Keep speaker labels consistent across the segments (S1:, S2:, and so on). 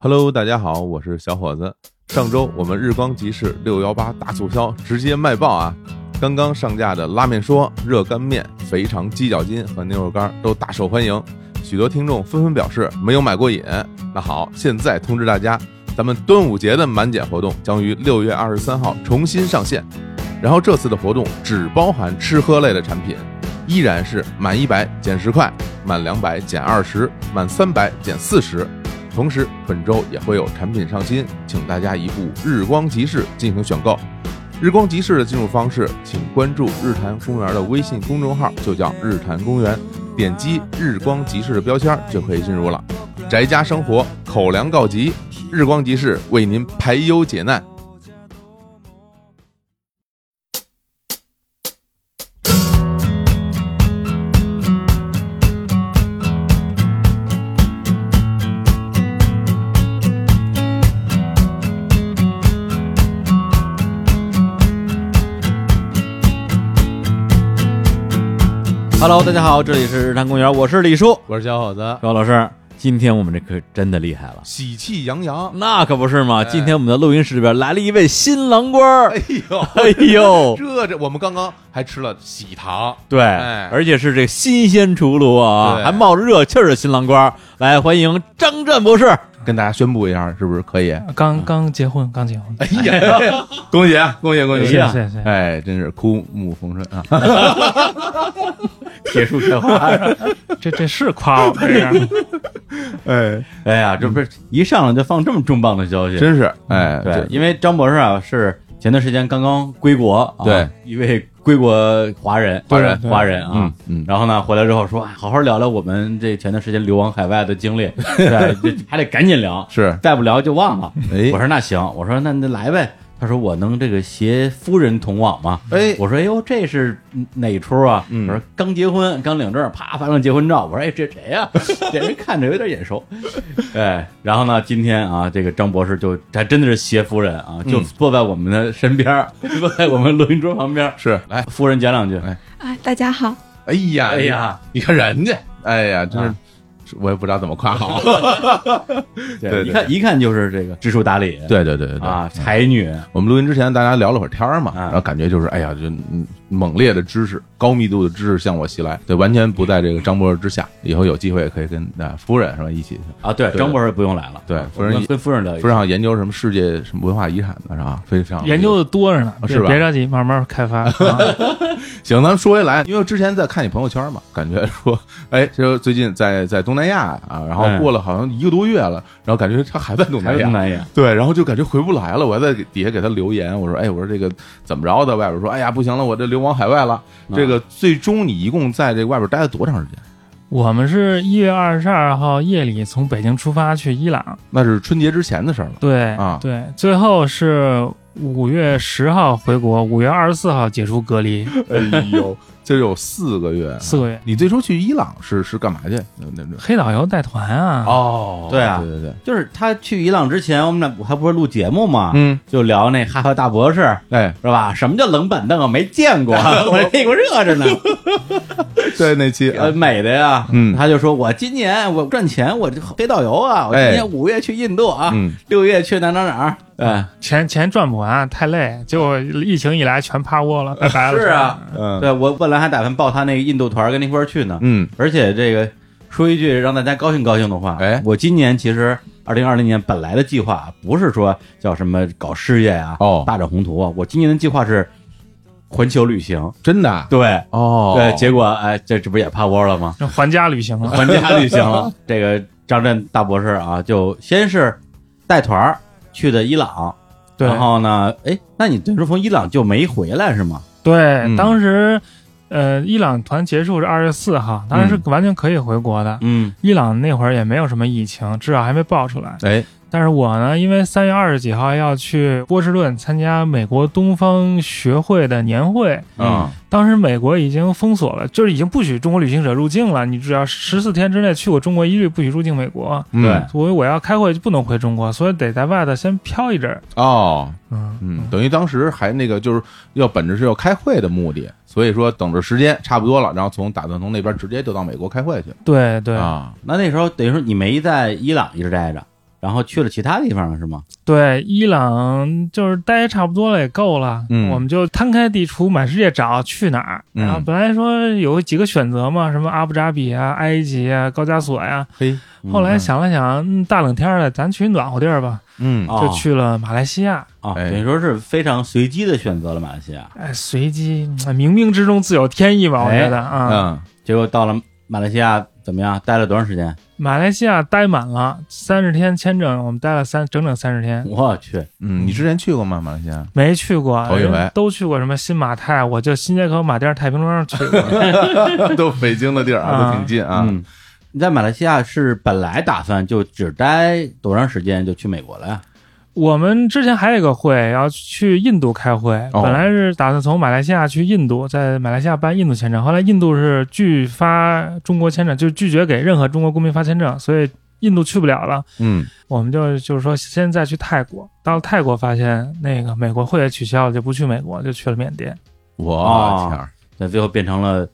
S1: Hello，大家好，我是小伙子。上周我们日光集市六幺八大促销直接卖爆啊！刚刚上架的拉面说、热干面、肥肠鸡脚筋和牛肉干都大受欢迎，许多听众纷纷表示没有买过瘾。那好，现在通知大家，咱们端午节的满减活动将于六月二十三号重新上线。然后这次的活动只包含吃喝类的产品，依然是满一百减十块，满两百减二十，满三百减四十。同时，本周也会有产品上新，请大家移步日光集市进行选购。日光集市的进入方式，请关注日坛公园的微信公众号，就叫日坛公园，点击日光集市的标签就可以进入了。宅家生活，口粮告急，日光集市为您排忧解难。
S2: Hello，大家好，这里是日坛公园，我是李叔，
S3: 我是小伙子，
S2: 高老师。今天我们这可真的厉害了，
S1: 喜气洋洋，
S2: 那可不是嘛！
S1: 哎
S2: 今天我们的录音室里边来了一位新郎官儿，
S1: 哎呦，
S2: 哎 呦，
S1: 这这，我们刚刚还吃了喜糖，
S2: 对，
S1: 哎
S2: 而且是这新鲜出炉啊，
S1: 对
S2: 还冒着热气儿的新郎官儿，来欢迎张湛博士。
S1: 跟大家宣布一下，是不是可以？
S3: 刚刚结婚，刚结婚，
S1: 哎 呀，恭喜啊，恭喜恭
S2: 哎
S1: 喜！
S2: 呀
S3: 谢谢，
S1: 哎，真是枯木逢春啊！
S2: 铁树开花，
S3: 这这是夸我这 样，
S1: 哎，
S2: 哎呀，这不是一上来就放这么重磅的消息，
S1: 真是哎，
S2: 对，因为张博士啊是前段时间刚刚归国，啊、
S1: 对，
S2: 一位归国华人，
S1: 华人
S2: 华人啊，
S1: 嗯嗯
S2: 然后呢回来之后说，哎好好聊聊我们这前段时间流亡海外的经历， 对，这还得赶紧聊，
S1: 是
S2: 再不聊就忘了。
S1: 哎
S2: 我说那行，我说那那来呗。他说我能这个携夫人同往吗？
S1: 哎
S2: 我说哎呦这是哪出啊？
S1: 嗯
S2: 我说刚结婚刚领证，啪发张结婚照。我说哎这谁呀、这人看着有点眼熟。 哎，然后呢，今天啊，这个张博士就还真的是携夫人啊，就
S1: 嗯
S2: 坐在我们的身边 儿，坐在我们录音桌旁边儿。
S1: 是来，
S2: 夫人讲两句，
S1: 哎
S4: 啊，大家好，
S1: 哎呀
S2: 哎呀，
S1: 你看人家，哎呀，真
S2: 啊
S1: 是我也不知道怎么夸 好。对对
S2: 一看一看就是这个知书达理，
S1: 对对对对对嗯
S2: 啊，才女，
S1: 我们录音之前大家聊了会儿天儿嘛，
S2: 啊
S1: 然后感觉就是哎呀，就嗯猛烈的知识、高密度的知识向我袭来，对，完全不在这个张博士之下。以后有机会可以跟啊夫人是吧一起，
S2: 啊，对，
S1: 对
S2: 张博士不用来了，
S1: 对
S2: 啊
S1: 夫人
S2: 我们跟夫人聊一
S1: 夫人好像研究什么世界什么文化遗产的是吧？非常
S3: 研究的多着呢，
S1: 啊
S3: 别
S1: 是吧
S3: 别着急，慢慢 开发。啊
S1: 行，咱们说回来，因为之前在看你朋友圈嘛，感觉说，哎，就最近在在东南亚啊，然后
S2: 嗯
S1: 过了好像一个多月了，然后感觉他还在东
S2: 还
S1: 南
S2: 有东
S1: 亚，
S2: 南亚，
S1: 对，然后就感觉回不来了。我还在给底下给他留言，我说，哎，我说这个怎么着的？外边说，哎呀，不行了，我这流亡海外了。
S2: 嗯
S1: 这个最终你一共在这外边待了多长时间？
S3: 我们是一月二十二号夜里从北京出发去伊朗，
S1: 那是春节之前的事儿了。
S3: 对
S1: 啊
S3: 对，最后是五月十号回国，五月二十四号解除隔离，
S1: 哎呦，这有四个月。啊
S3: 四个月。
S1: 你最初去伊朗是是干嘛去？那那那
S3: 黑导游带团啊，
S1: 哦
S2: 对啊
S1: 对对对，
S2: 就是他去伊朗之前，我们俩还不是录节目嘛，
S1: 嗯，
S2: 就聊那哈佛大博士
S1: 哎，
S2: 是吧？什么叫冷板凳啊？没 见过， 我这屁股热着呢，
S1: 对那期啊
S2: 呃，美的呀。
S1: 嗯
S2: 他就说我今年我赚钱，我这黑导游啊，我今
S1: 哎
S2: 年五月去印度啊，
S1: 嗯，
S2: 六月去哪哪哪儿，哎，
S3: 钱钱赚不完，太累。结果疫情一来，全趴窝了，拜拜了。
S2: 是啊，
S1: 嗯
S2: 对我本来还打算报他那个印度团儿跟他一块儿去呢，
S1: 嗯，
S2: 而且这个说一句让大家高兴高兴的话，
S1: 哎
S2: 我今年其实二零二零年本来的计划不是说叫什么搞事业呀、
S1: 哦
S2: 大展宏图啊，我今年的计划是环球旅行，
S1: 真的啊
S2: 对、
S1: 哦，
S2: 对，结果哎，这这不是也趴窝了 吗？
S3: 这还家旅
S1: 啊
S3: 行了。
S2: 环家旅行了，这个张震大博士啊，就先是带团儿去的伊朗，
S3: 对，
S2: 然后呢，哎，那你等于说从伊朗就没回来是吗？
S3: 对，当时呃，伊朗团结束是二十四号，当然是完全可以回国的。
S2: 嗯，
S3: 伊朗那会儿也没有什么疫情，至少还没爆出来。
S1: 哎，
S3: 但是我呢，因为三月二十几号要去波士顿参加美国东方学会的年会，
S1: 嗯
S3: 当时美国已经封锁了，就是已经不许中国旅行者入境了。你只要十四天之内去过中国，一律不许入境美国。
S1: 嗯
S2: 对
S3: 所以我要开会就不能回中国，所以得在外头先飘一阵儿。
S1: 哦，
S3: 嗯
S1: 嗯，等于当时还那个就是要本着是要开会的目的，所以说等着时间差不多了，然后从打算从那边直接就到美国开会去
S3: 对对，
S1: 啊，
S2: 那那时候等于说你没在伊朗一直待着，然后去了其他地方了是吗？
S3: 对，伊朗就是待差不多了，也够了。
S2: 嗯
S3: 我们就摊开地图，满世界找去哪儿。
S2: 嗯
S3: 然后本来说有几个选择嘛，什么阿布扎比啊、埃及啊、高加索呀、
S5: 嘿，
S2: 嗯
S3: 后来想了想，嗯大冷天儿的，咱去暖和地儿吧，
S5: 嗯
S2: 哦
S3: 就去了马来西亚。
S2: 啊，
S5: 哎
S2: 等于说是非常随机的选择了马来西亚，
S3: 哎，随机，嗯冥冥之中自有天意吧，我觉得啊。
S5: 嗯，
S2: 结果到了马来西亚怎么样？待了多长时间？
S3: 马来西亚待满了三十天签证，我们待了三整整三十天，
S2: 我去，
S5: 嗯，你之前去过吗？马来西亚？
S3: 没去过，
S5: 头一回
S3: 人都去过什么新马泰，我就新街口马甸儿太平庄去 过。
S5: 都北京的地儿啊，
S3: 啊
S5: 都挺近啊。
S2: 嗯，你在马来西亚是本来打算就只待多长时间就去美国了呀？
S3: 我们之前还有一个会要去印度开会，
S5: 哦
S3: 本来是打算从马来西亚去印度，在马来西亚办印度签证，后来印度是拒发中国签证，就是拒绝给任何中国公民发签证，所以印度去不了了。
S5: 嗯，
S3: 我们就就是说，先再去泰国，到了泰国发现那个美国会也取消了，就不去美国，就去了缅甸。
S5: 我
S2: 哦
S5: 天儿，
S2: 那最后变成了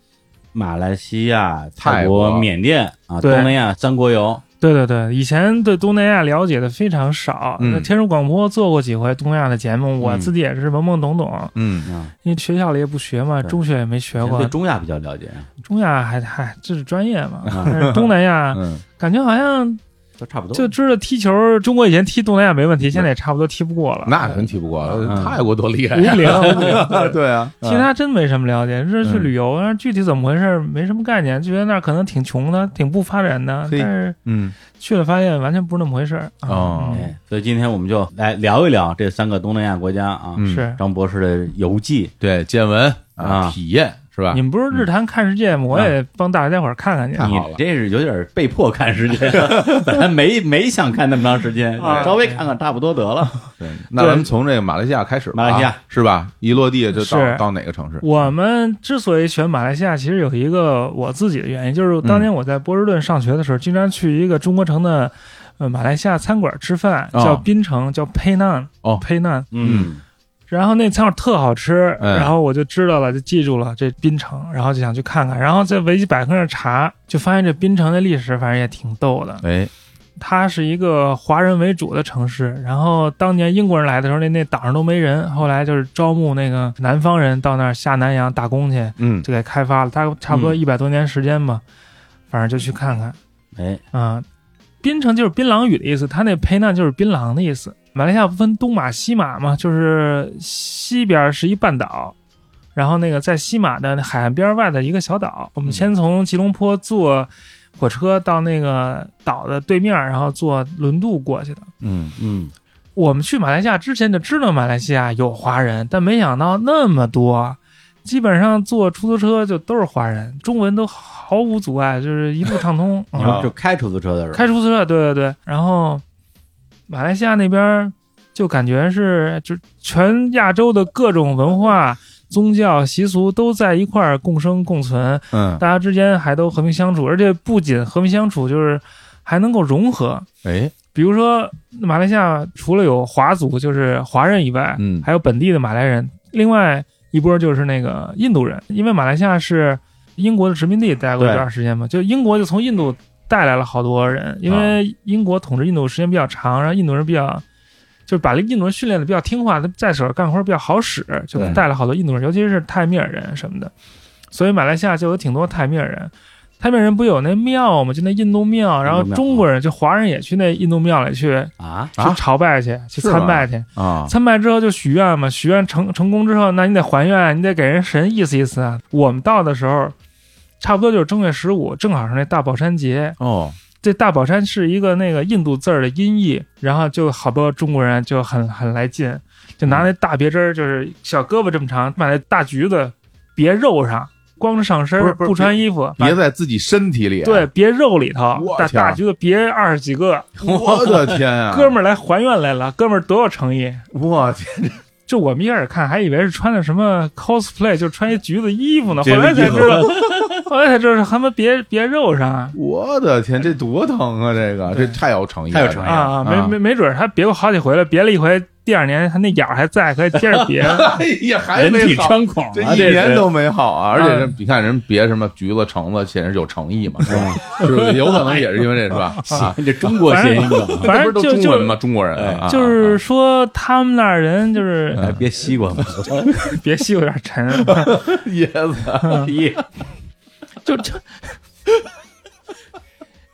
S2: 马来西亚、
S5: 泰
S2: 泰
S5: 国
S2: 国、缅甸啊，东
S3: 对
S2: 南亚三国游。
S3: 对对对，以前对东南亚了解的非常少，
S5: 嗯
S3: 那天书广播做过几回东南亚的节目，我
S2: 嗯
S3: 自己也是懵懵懂懂，
S5: 嗯，
S2: 啊，
S3: 因为学校里也不学嘛，
S2: 对
S3: 中学也没学过
S2: 对，中亚比较了解啊，
S3: 中亚还还这是专业嘛，
S2: 啊
S3: 但是东南亚
S5: 嗯，
S3: 感觉好像
S2: 都差不 多。
S3: 就知道踢球，中国以前踢东南亚没问题，现在也差不多踢不过了，
S5: 那真踢不过，
S2: 嗯
S5: 泰国多厉害
S3: 无
S5: 呀！
S3: 零。 对
S5: 对啊，
S3: 其他真没什么了解，就是去旅游，但是具体怎么回事没什么概念，就觉得那儿可能挺穷的，挺不发展的，
S5: 嘿
S3: 但是
S5: 嗯，
S3: 去了发现完全不是那么回事儿啊
S5: 哦
S3: 嗯
S2: 哎，所以今天我们就来聊一聊这三个东南亚国家啊，
S5: 嗯
S3: 是
S2: 张博士的游记
S5: 对，见闻
S2: 啊
S5: 体验是吧
S3: 你？们不是日坛看世界
S5: 嗯
S3: 吗？我也帮大家伙儿看看去
S5: 太。好了
S2: 你这是有点被迫看时间，啊 本来没没想看那么长时间，
S3: 啊
S2: 稍微看看差不多得了。
S5: 对，那咱们从这个马来西亚开始吧，
S2: 马来西亚
S5: 是吧？一落地就到
S3: 是
S5: 到哪个城市？
S3: 我们之所以选马来西亚，其实有一个我自己的原因，就是
S5: 嗯
S3: 当年我在波士顿上学的时候，经常去一个中国城的呃马来西亚餐馆吃饭，
S5: 哦
S3: 叫槟城，叫 Painan，
S5: 哦
S3: Painan。
S5: 嗯
S3: 然后那餐馆特好吃，
S5: 哎
S3: 然后我就知道了，就记住了这槟城，然后就想去看看。然后在维基百科上查，就发现这槟城的历史反正也挺逗的。
S5: 哎，
S3: 它是一个华人为主的城市，然后当年英国人来的时候，那那岛上都没人，后来就是招募那个南方人到那儿下南洋打工去，
S5: 嗯，
S3: 就给开发了。大概差不多
S2: 嗯
S3: 一百多年时间吧，反正就去看看
S2: 哎，
S3: 啊、槟城就是槟榔屿的意思，它那佩纳就是槟榔的意思。马来西亚不分东马西马嘛，就是西边是一半岛，然后那个在西马的海岸边外的一个小岛。我们先从吉隆坡坐火车到那个岛的对面，然后坐轮渡过去的。
S5: 嗯，
S2: 嗯，
S3: 我们去马来西亚之前就知道马来西亚有华人，但没想到那么多，基本上坐出租车就都是华人，中文都毫无阻碍，就是一路畅通。
S2: 你
S3: 嗯
S2: 们就啊开出租车的时候，
S3: 开出租车，对对对。然后马来西亚那边就感觉是，就全亚洲的各种文化、宗教、习俗都在一块儿共生共存，
S5: 嗯，
S3: 大家之间还都和平相处，而且不仅和平相处，就是还能够融合。
S5: 哎，
S3: 比如说，马来西亚除了有华族，就是华人以外，
S5: 嗯
S3: 还有本地的马来人，另外一波就是那个印度人，因为马来西亚是英国的殖民地，待过一
S2: 对
S3: 段时间嘛，就英国就从印度带来了好多人，因为
S5: 啊
S3: 英国统治印度时间比较长，然后印度人比较。就是把印度人训练的比较听话，他在手上干活比较好使，就
S5: 对
S3: 带了好多印度人，尤其是泰米尔人什么的，所以马来西亚就有挺多泰米尔人。泰米尔人不有那庙吗？就那印度庙，然后
S2: 印度庙
S3: 中国人就华人也去那印度庙里去
S2: 啊，
S5: 啊
S3: 去朝拜去，去
S5: 是吗
S3: 参拜去。
S5: 啊，
S3: 参拜之后就许愿嘛，许愿成成功之后，那你得还愿，你得给人神意思意思啊。我们到的时候，差不多就是正月十五，正好是那大宝山节。
S5: 哦，
S3: 这大宝山是一个那个印度字儿的音译，然后就好多中国人就很很来劲，就拿那大别针儿，就是小胳膊这么长，把那大橘子别肉上，光着上身
S5: 不是
S3: 儿，
S5: 不是
S3: 不穿衣服，
S5: 别在自己身体里，
S3: 对，，别肉里头
S5: 我，
S3: 大
S5: 天啊儿
S3: 大橘子别二十几个，
S5: 我的天啊，
S3: 哥们儿来还愿来了，哥们儿多有诚意。
S5: 儿，我天，
S3: 就我们一开始看还以为是穿的什么 cosplay，就穿一橘子衣服呢，
S5: 这
S3: 后
S5: 个
S3: 来才知道，后来才知道是他妈别别肉上啊
S5: 我的天，这多疼啊！这个这
S3: 对
S5: 太有诚意
S2: 太
S5: 了，
S2: 有诚意哎呀
S3: 啊，没
S5: 啊
S3: 没没准儿他别过好几回了，别了一回第二年它那眼儿还在，可以接着别。
S1: 哎呀，还
S2: 人
S1: 没
S2: 体
S1: 好，
S2: 穿孔
S1: 这
S2: 啊，
S1: 一
S2: 这
S1: 年
S2: 是
S1: 都没好啊！而且人你看人别什么橘子、橙子，显然是有诚意嘛，是吧？是不是有可能也是因为这是吧？啊，
S2: 这中国谐音梗，
S3: 反
S1: 这
S3: 正
S1: 不
S3: 就
S1: 都
S3: 是
S1: 中
S3: 就
S1: 文
S3: 是
S1: 吗？中国人啊啊嗯
S3: 就是说他们那儿人就是
S2: 哎，别西瓜，
S3: 别西瓜有点沉，
S1: 啊椰子，
S2: 咦
S3: 就就。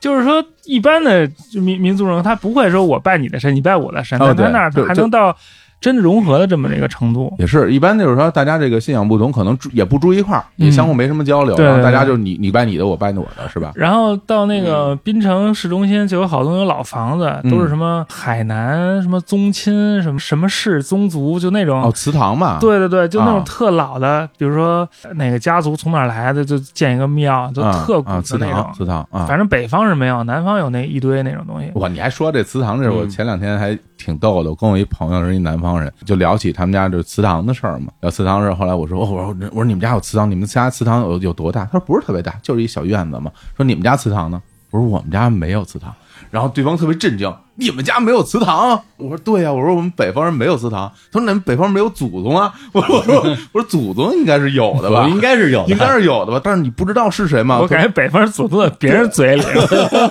S3: 就是说，一般的民民族人他不会说我拜你的神，你拜我的神，
S1: 哦
S3: 但他
S1: 对
S3: 那儿
S1: 就
S3: 还
S1: 就
S3: 能到真的融合的这么一个程度。
S1: 也是一般就是说大家这个信仰不同，可能住也不住一块儿，也
S3: 嗯
S1: 相互没什么交流，
S3: 对
S1: 然后大
S3: 对
S1: 家
S3: 对
S1: 就你你拜你的，我拜我的，是吧？
S3: 然后到那个滨城市中心就有好多有老房子，
S1: 嗯
S3: 都是什么海南什么宗亲什么什么氏宗族，就那种。
S1: 哦，祠堂嘛，
S3: 对对对，就那
S1: 啊
S3: 种特老的，比如说哪个家族从哪儿来的，就建一个庙，就
S1: 啊，
S3: 哦特古
S1: 啊祠
S3: 的那
S1: 堂，
S3: 种。
S1: 祠堂啊。
S3: 反正北方是没有，南方有那一堆那种东 西。
S1: 哇，你还说这祠堂这事儿，我
S2: 嗯
S1: 前两天还挺逗的。我跟我一朋友是一南方人，就聊起他们家这祠堂的事儿嘛。聊祠堂的事儿，后来我说，哦，我说我说你们家有祠堂，你们家祠堂有有多大？他说不是特别大，就是一小院子嘛。说你们家祠堂呢？我说我们家没有祠堂。然后对方特别震惊，你们家没有祠堂？我说对呀、我说我们北方人没有祠堂。他说那你们北方没有祖宗啊？ 我说我说我说祖宗应该是有的吧
S2: 我？应该是有的，
S1: 应该是有的吧？但是你不知道是谁吗？
S3: 我
S1: 他
S3: 感觉北方祖宗在别人嘴里，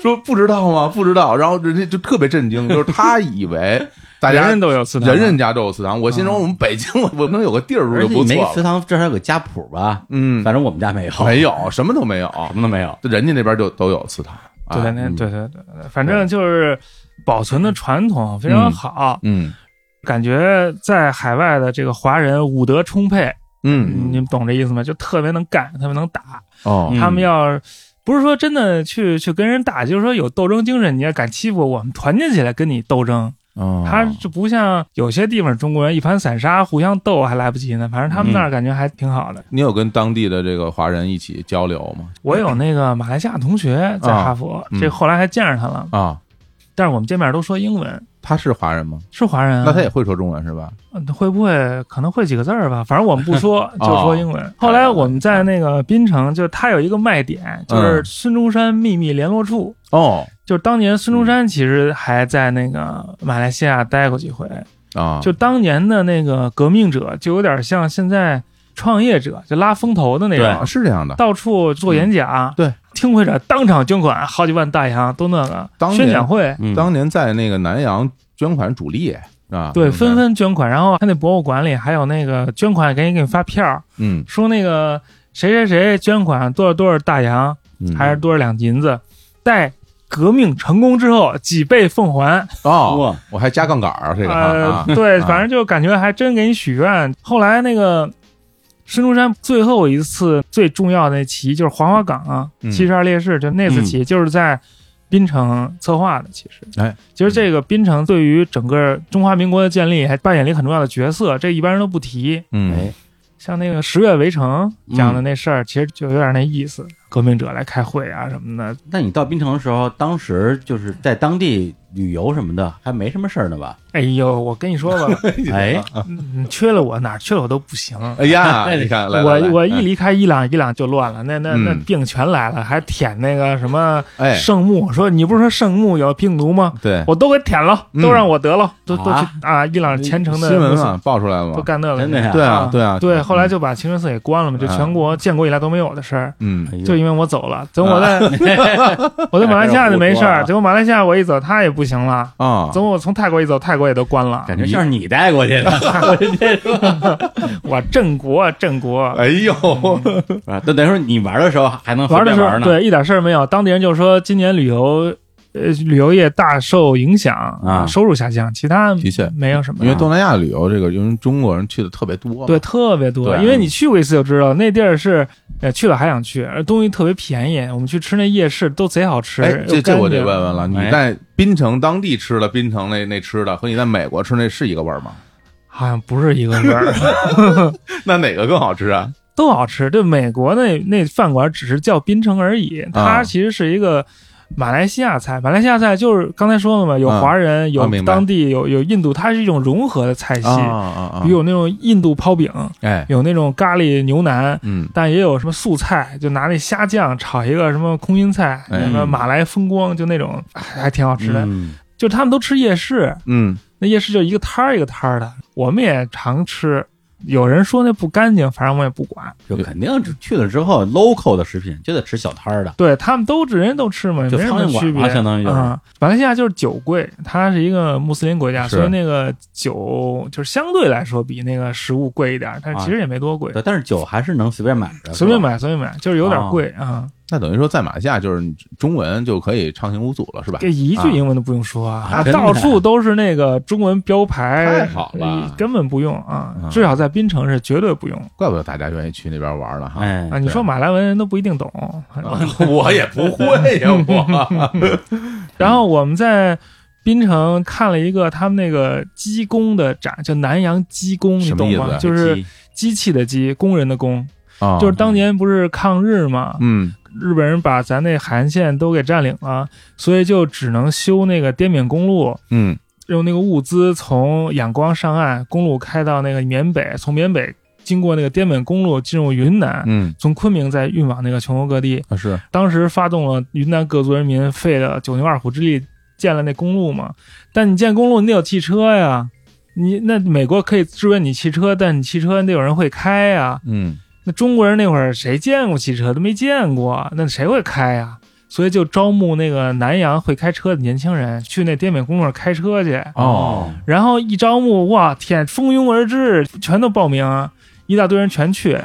S1: 说不知道吗？不知道，然后人家就特别震惊，就是他以 为大
S3: 人
S1: 家
S3: 人都有祠堂，嗯
S1: 人人家都有祠堂，我心中我们北京我我能有个地儿住
S2: 而
S1: 就
S2: 且
S1: 不
S2: 你那个
S1: 错
S2: 祠
S1: 了，
S2: 堂至少有个家谱吧？
S1: 嗯，
S2: 反正我们家没有，
S1: 没有什么都没有，
S2: 什么都没有。
S1: 人家那边就都有祠堂，
S3: 对
S1: 哎
S3: 对对，对对对，反正就是保存的传统非常好，
S1: 嗯
S3: 感觉在海外的这个华人武德充沛，
S1: 嗯
S2: 嗯
S3: 你们懂这意思吗？就特别能干，特别能打。
S1: 哦
S2: 嗯
S3: 他们要不是说真的去去跟人打，就是说有斗争精神，你要敢欺负我，我们团结起来跟你斗争。
S1: 哦，
S3: 他就不像有些地方中国人一盘散沙，互相斗还来不及呢。反正他们那儿感觉还挺好的。
S1: 你有跟当地的这个华人一起交流吗？
S3: 我有那个马来西亚同学在哈佛，
S1: 嗯
S3: 这后来还见着他了，
S1: 啊，
S3: 但是我们见面都说英文，
S1: 他是华人吗？
S3: 是华人、啊。
S1: 那他也会说中文是吧？
S3: 嗯，会不会可能会几个字儿吧？反正我们不说，就说英文。后来我们在那个槟城，就是它有一个卖点，就是孙中山秘密联络处。
S1: 哦
S3: 就是当年孙中山其实还在那个马来西亚待过几回，
S1: 啊，
S3: 就当年的那个革命者，就有点像现在创业者，就拉风投的那
S1: 啊
S3: 种，
S1: 是这样的，
S3: 到处做演讲，
S1: 嗯对，
S3: 听会者当场捐款好几万大洋，都那个
S1: 当年
S3: 宣讲会，
S2: 嗯
S1: 当年在那个南洋捐款主力啊，
S3: 对，纷纷捐款，然后他那博物馆里还有那个捐款给你给你发票，
S1: 嗯
S3: 说那个谁谁谁捐款多少多少大洋，
S1: 嗯
S3: 还是多少两银子，待革命成功之后几倍奉还。
S1: 哦
S2: 哇，
S1: 我还加杠杆儿这个
S3: 呃
S1: 啊，，
S3: 对，
S1: 啊
S3: 反正就感觉还真给你许愿。后来那个孙中山最后一次最重要的起义就是黄花岗啊
S1: 嗯
S3: 七十二烈士，就那次起义就是在。槟城策划的，其实，
S1: 哎，
S3: 其实这个槟城对于整个中华民国的建立还扮演了一个很重要的角色，这一般人都不提。
S1: 嗯
S2: 哎，
S3: 像那个十月围城讲的那事儿，其实就有点那意思，革命者来开会啊什么的。
S2: 那你到槟城的时候，当时就是在当地旅游什么的，还没什么事儿呢吧？
S3: 哎呦，我跟你说 吧，
S2: 哎，
S3: 嗯缺了我哪儿缺了我都不行。
S1: 哎 呀，你看，来来来
S3: 我我一离开伊朗，伊朗就乱了，那那那
S1: 嗯
S3: 病全来了，还舔那个什么
S1: 哎，
S3: 圣木，说你不是说圣木有病毒吗？
S1: 对，
S3: 我都给舔了，
S1: 嗯
S3: 都让我得了，都都去
S2: 啊
S3: 啊！伊朗虔诚的
S1: 新闻
S3: 穆斯
S1: 嘛爆出来了
S3: 都
S1: 嘛，
S3: 干那个，
S2: 真的呀
S1: 对啊对啊
S3: 对，后来就把清真寺给关了嘛，就
S1: 嗯
S3: 全国建国以来都没有的事儿。
S1: 嗯
S2: 哎呦
S3: 就因为我走了，等我
S1: 啊
S3: 在、 我在马来西亚就没事
S2: 哎
S3: 儿，
S2: 这
S3: 结果马来西亚我一走，他也不行了。
S1: 啊，哎
S3: 等我从泰国一走，泰国也都关了。
S2: 感觉像是你带过去的
S3: 我镇国，镇国，
S1: 哎呦，
S3: 嗯
S2: 啊。那等于说你玩的时候还
S1: 啊
S2: 能随
S3: 玩的
S2: 便
S3: 时
S2: 玩
S3: 候
S2: 呢？
S3: 对一点事儿没有。当地人就说今年旅游，呃，旅游业大受影响
S2: 啊
S3: 收入下降，其他
S1: 的确
S3: 没有什 么
S1: 因。为东南亚旅游这个，因为中国人去的特别多，
S3: 对，，特别多，
S1: 对
S3: 因为你去过一次就知道，那地儿是，呃，去了还想去，而东西特别便宜。我们去吃那夜市都贼好吃，
S1: 哎，这
S3: 又
S1: 这
S3: 干
S1: 我得
S3: 净
S1: 问问了，你
S2: 哎
S1: 在槟城当地吃的槟城那那吃的和你在美国吃那是一个味儿吗？
S3: 好像不是一个味儿。
S1: 那哪个更好吃啊？
S3: 都好吃。对，美国那那饭馆只是叫槟城而已，
S1: 啊
S3: 它其实是一个马来西亚菜。马来西亚菜就是刚才说了嘛，有华人，
S1: 啊
S3: 有
S1: 明白
S3: 当地，有有印度，它是一种融合的菜系，
S1: 啊啊啊！
S3: 有那种印度泡饼，
S1: 哎，
S3: 有那种咖喱牛腩。
S1: 嗯，
S3: 但也有什么素菜，就拿那虾酱炒一个什么空心菜，
S1: 哎
S3: 哎什么马来风光，就那种还还挺好吃的。
S2: 嗯，
S3: 就他们都吃夜市，
S5: 嗯，
S3: 那夜市就一个摊儿一个摊儿的，我们也常吃。有人说那不干净，反正我也不管。
S2: 就肯定是去了之后，local 的食品就得吃小摊儿的，
S3: 对他们都人人都吃嘛，
S2: 就
S3: 没什
S2: 苍
S3: 么
S2: 蝇
S3: 区
S2: 馆啊
S3: 别。
S2: 嘛，相当于就是。
S3: 嗯，马来西亚就是酒贵，它是一个穆斯林国家，
S2: 是
S3: 所以那个酒就是相对来说比那个食物贵一点，但是其
S2: 啊
S3: 实也没多贵，
S2: 对，但是酒还是能随便买
S1: 啊
S2: 的，
S3: 随便
S2: 是吧。
S3: 买随便买，就是有点贵啊。
S1: 那等于说在马来西亚就是你中文就可以畅行无阻了，是吧？
S3: 这一句英文都不用说啊，
S2: 啊真的
S3: 到处都是那个中文标牌
S1: 太，好了
S3: 根本不用啊
S2: 嗯，
S3: 至少在槟城是绝对不用
S1: 怪不得大家愿意去那边玩了哈。
S2: 哎
S3: 啊。，你说马来文人都不一定懂，
S1: 啊我也不会呀，我
S3: 然后我们在。槟城看了一个他们那个机工的展，叫南洋机工，你
S1: 什么
S3: 懂
S1: 意思
S3: 吗？
S1: 啊
S3: 就是机器的机，工人的工。
S1: 啊，
S3: 就是当年不是抗日嘛，
S1: 嗯，
S3: 日本人把咱那韩线都给占领了，所以就只能修那个滇缅公路，
S1: 嗯
S3: 用那个物资从仰光上岸，公路开到那个缅北，从缅北经过那个滇缅公路进入云南。
S1: 嗯
S3: 从昆明再运往那个全国各地，
S1: 啊是
S3: 当时发动了云南各族人民费了九牛二虎之力建了那公路嘛。但你建公路，你得有汽车呀，你那美国可以支援你汽车，但你汽车你得有人会开呀。
S1: 嗯
S3: 那中国人那会儿谁见过汽车都没见过，那谁会开呀、所以就招募那个南洋会开车的年轻人去那滇缅公路上开车去，
S1: 哦，
S3: 然后一招募，哇天，蜂拥而至，全都报名，啊一大堆人全去，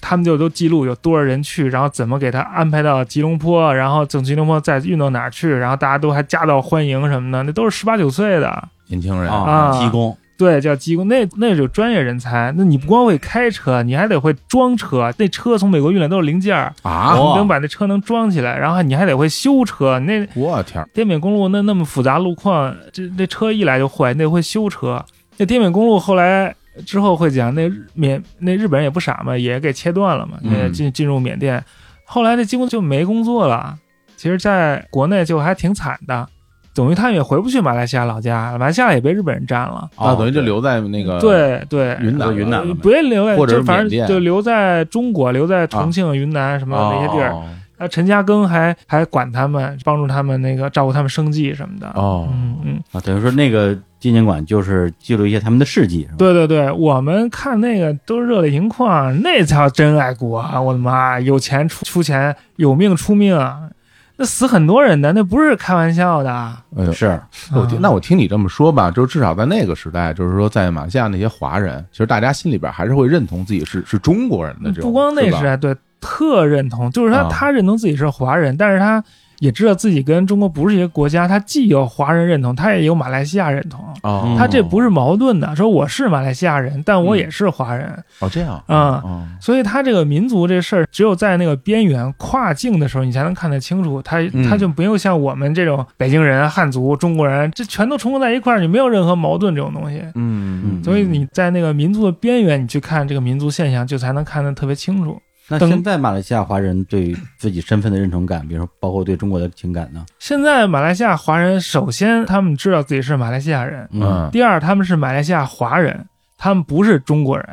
S3: 他们就都记录有多少人去，然后怎么给他安排到吉隆坡，然后从吉隆坡再运到哪儿去，然后大家都还夹道欢迎什么的，那都是十八九岁的，
S1: 年轻人
S2: 啊，
S3: 啊
S2: 提供
S3: 对，叫技工，那那就专业人才。那你不光会开车，你还得会装车。那车从美国运来都是零件儿，
S1: 啊，
S2: 哦
S3: 你能把那车能装起来，然后你还得会修车。那
S1: 我天儿，
S3: 滇缅公路那那么复杂路况，这那车一来就坏，你得会修车。那滇缅公路后来之后会讲，那日缅那日本人也不傻嘛，也给切断了嘛，
S1: 嗯
S3: 也进进入缅甸。后来那技工就没工作了，其实在国内就还挺惨的，等于他们也回不去马来西亚老家，马来西亚也被日本人占了。
S1: 那等于就留在那个
S3: 对对，
S1: 云南了
S2: 哦云南了
S3: 不愿留在，
S1: 或者
S3: 就反
S1: 缅甸
S3: 正就留在中国，留在重庆、云南什么那些地儿。
S1: 哦
S3: 啊，陈嘉庚还还管他们，帮助他们那个照顾他们生计什么的。
S1: 哦
S3: 嗯嗯，
S2: 啊，等于说那个纪念馆就是记录一些他们的事迹，是吧
S3: 对对对，我们看那个都热泪盈眶，那叫真爱国啊！我的妈，有钱出出钱，有命出命啊！那死很多人的，那不是开玩笑的。
S1: 哎呦，
S2: 是
S1: 我听那我听你这么说吧，就是至少在那个时代，就是说在马来西亚那些华人，其实大家心里边还是会认同自己是是中国人的这种，
S3: 不光那
S1: 是
S3: 时
S1: 吧
S3: 代，对，特认同，就是他、
S1: 啊
S3: 他认同自己是华人，但是他也知道自己跟中国不是一个国家，他既有华人认同，他也有马来西亚认同，
S1: 哦，
S2: 嗯
S3: 他这不是矛盾的。说我是马来西亚人，但我
S2: 嗯
S3: 也是华人，
S1: 哦这样
S3: 啊
S1: 哦
S3: 所以他这个民族这事儿，只有在那个边缘跨境的时候，你才能看得清楚。他他
S1: 嗯
S3: 就没有像我们这种北京人、汉族、中国人，这全都重合在一块儿，你没有任何矛盾这种东西。
S1: 嗯
S2: 嗯
S3: 所以你在那个民族的边缘，你去看这个民族现象，就才能看得特别清楚。
S2: 那
S3: 等
S2: 现在马来西亚华人对自己身份的认同感，比如说包括对中国的情感呢？
S3: 现在马来西亚华人，首先他们知道自己是马来西亚人，
S1: 嗯
S3: 第二他们是马来西亚华人，他们不是中国人，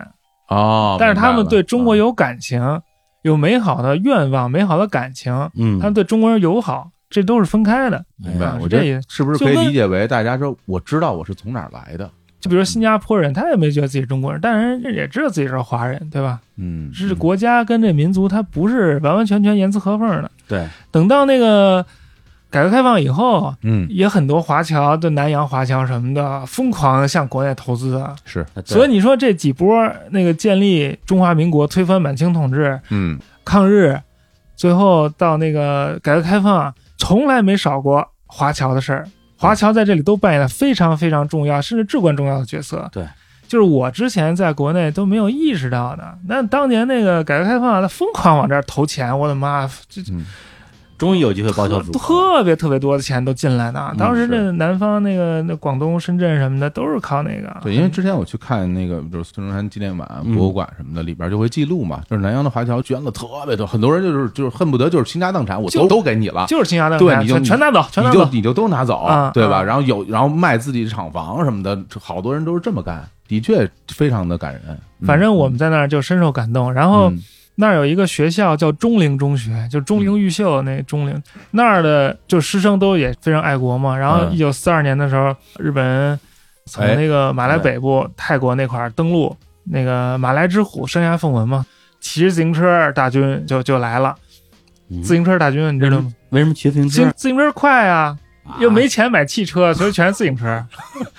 S1: 哦，
S3: 但是他们对中国
S1: 有
S3: 有感情，有美好的愿望、美好的感情，
S2: 嗯，
S3: 他们对中国人友好，这都是分开的。
S1: 明白
S3: 啊，
S1: 我
S3: 是
S1: 觉
S3: 这意
S1: 得
S3: 思
S1: 是不是
S3: 就
S1: 可以
S3: 跟
S1: 理解为大家说我知道我是从哪儿来的，
S3: 就比如新加坡人，他也没觉得自己是中国人，但人家也知道自己是华人，对吧？
S1: 嗯，
S3: 是国家跟这民族，它不是完完全全严丝合缝的。
S2: 对，
S3: 等到那个改革开放以后，
S1: 嗯
S3: 也很多华侨，对南洋华侨什么的，疯狂地向国内投资啊。
S1: 是
S2: 对
S3: 所以你说这几波那个建立中华民国、推翻满清统治、
S1: 嗯
S3: 抗日，最后到那个改革开放，从来没少过华侨的事儿。华侨在这里都扮演了非常非常重要，甚至至关重要的角色。
S2: 对，
S3: 就是我之前在国内都没有意识到的。那当年那个改革开放，他疯狂往这儿投钱，我的妈，这
S1: 嗯
S2: 终于有机会报效祖国，
S3: 特别特别多的钱都进来呢。
S2: 嗯
S3: 当时
S2: 是
S3: 那南方那个那广东深圳什么的都是靠那个，
S1: 对，因为之前我去看那个就是孙中山纪念馆、博物馆什么的，里边就会记录嘛，就是南洋的华侨捐了特别多，很多人就是就是恨不得就是倾家荡产，我
S3: 就
S1: 都都给你了，
S3: 就是倾家荡
S1: 对
S3: 产，
S1: 你就
S3: 全全拿走，全
S1: 你
S3: 拿
S1: 就
S3: 走。
S1: 你就都拿走
S3: 啊，
S1: 对吧？
S3: 啊
S1: 然后有然后卖自己的厂房什么的，好多人都是这么干，的确非常的感人。
S3: 反正我们在那儿就深受感动。然后
S1: 嗯
S3: 那儿有一个学校叫中陵中学，就中陵毓秀那中陵那儿的，就师生都也非常爱国嘛。然后
S1: 嗯哎
S3: 一九四二年的时候，日本人从那个马来北部、泰国那块儿登陆，那个马来之虎生涯奉文嘛，骑着自行车大军就就来了。
S2: 嗯
S3: 自行车大军你知道
S1: 嗯
S3: 吗？
S2: 为什么骑自行
S3: 自行
S2: 车？
S3: 自行车快啊，
S2: 啊
S3: 又没钱买汽车，所以全是自行车
S1: 啊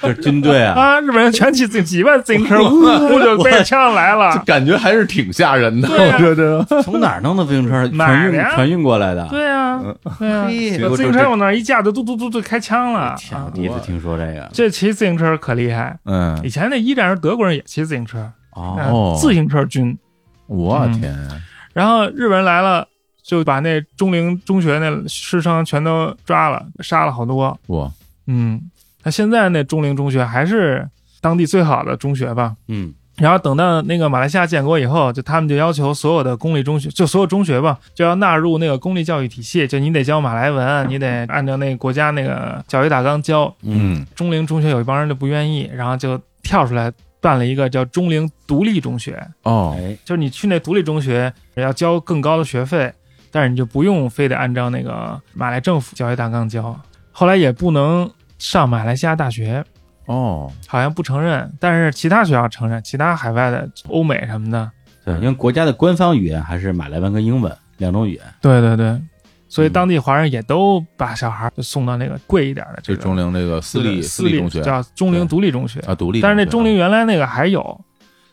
S2: 就是军队 啊，
S3: 啊。日本人全骑自几万自行车，呜呜 就背着枪来
S1: 这
S3: 了。
S1: 感觉还是挺吓人的，
S3: 对 啊
S1: 我 觉得。
S2: 从哪儿弄的自行车？
S3: 哪
S2: 船
S3: 儿
S2: 运
S3: 的呀
S2: 船运过来的。
S3: 对呀、对啊呀、
S2: 嘿
S3: 把自行车往那儿一架，就嘟嘟嘟嘟开枪了。
S2: 天啊，我
S3: 啊
S2: 第一次听说这个
S3: 这骑自行车可厉害，
S1: 嗯，
S3: 以前那一战时候德国人也骑自行车，
S2: 哦，
S1: 哦
S3: 嗯自行车军。
S1: 我
S3: 嗯
S1: 天，
S3: 然后日本人来了，就把那中陵中学那师生全都抓了，杀了好多。
S1: 我
S3: 嗯，那现在那中陵中学还是当地最好的中学吧？
S2: 嗯
S3: 然后等到那个马来西亚建国以后，就他们就要求所有的公立中学，就所有中学吧，就要纳入那个公立教育体系，就你得教马来文，你得按照那个国家那个教育大纲教。
S2: 嗯，
S3: 中陵中学有一帮人就不愿意，然后就跳出来办了一个叫中陵独立中学，
S1: 哦，
S2: 哎，
S3: 就是你去那独立中学要交更高的学费，但是你就不用非得按照那个马来政府教育大纲教。后来也不能上马来西亚大学，
S1: 哦，
S3: 好像不承认，但是其他学校承认，其他海外的欧美什么的。
S2: 对，因为国家的官方语言还是马来文跟英文两种语言。
S3: 对对对，所以
S2: 嗯
S3: 当地华人也都把小孩儿就送到那个贵一点的这
S1: 这嗯
S3: 个
S1: 中陵这个私立
S3: 私立
S1: 中学啊
S3: 叫中陵
S1: 对
S3: 独立中学，
S1: 啊，独立中学，
S3: 但是那中陵原来那个还有。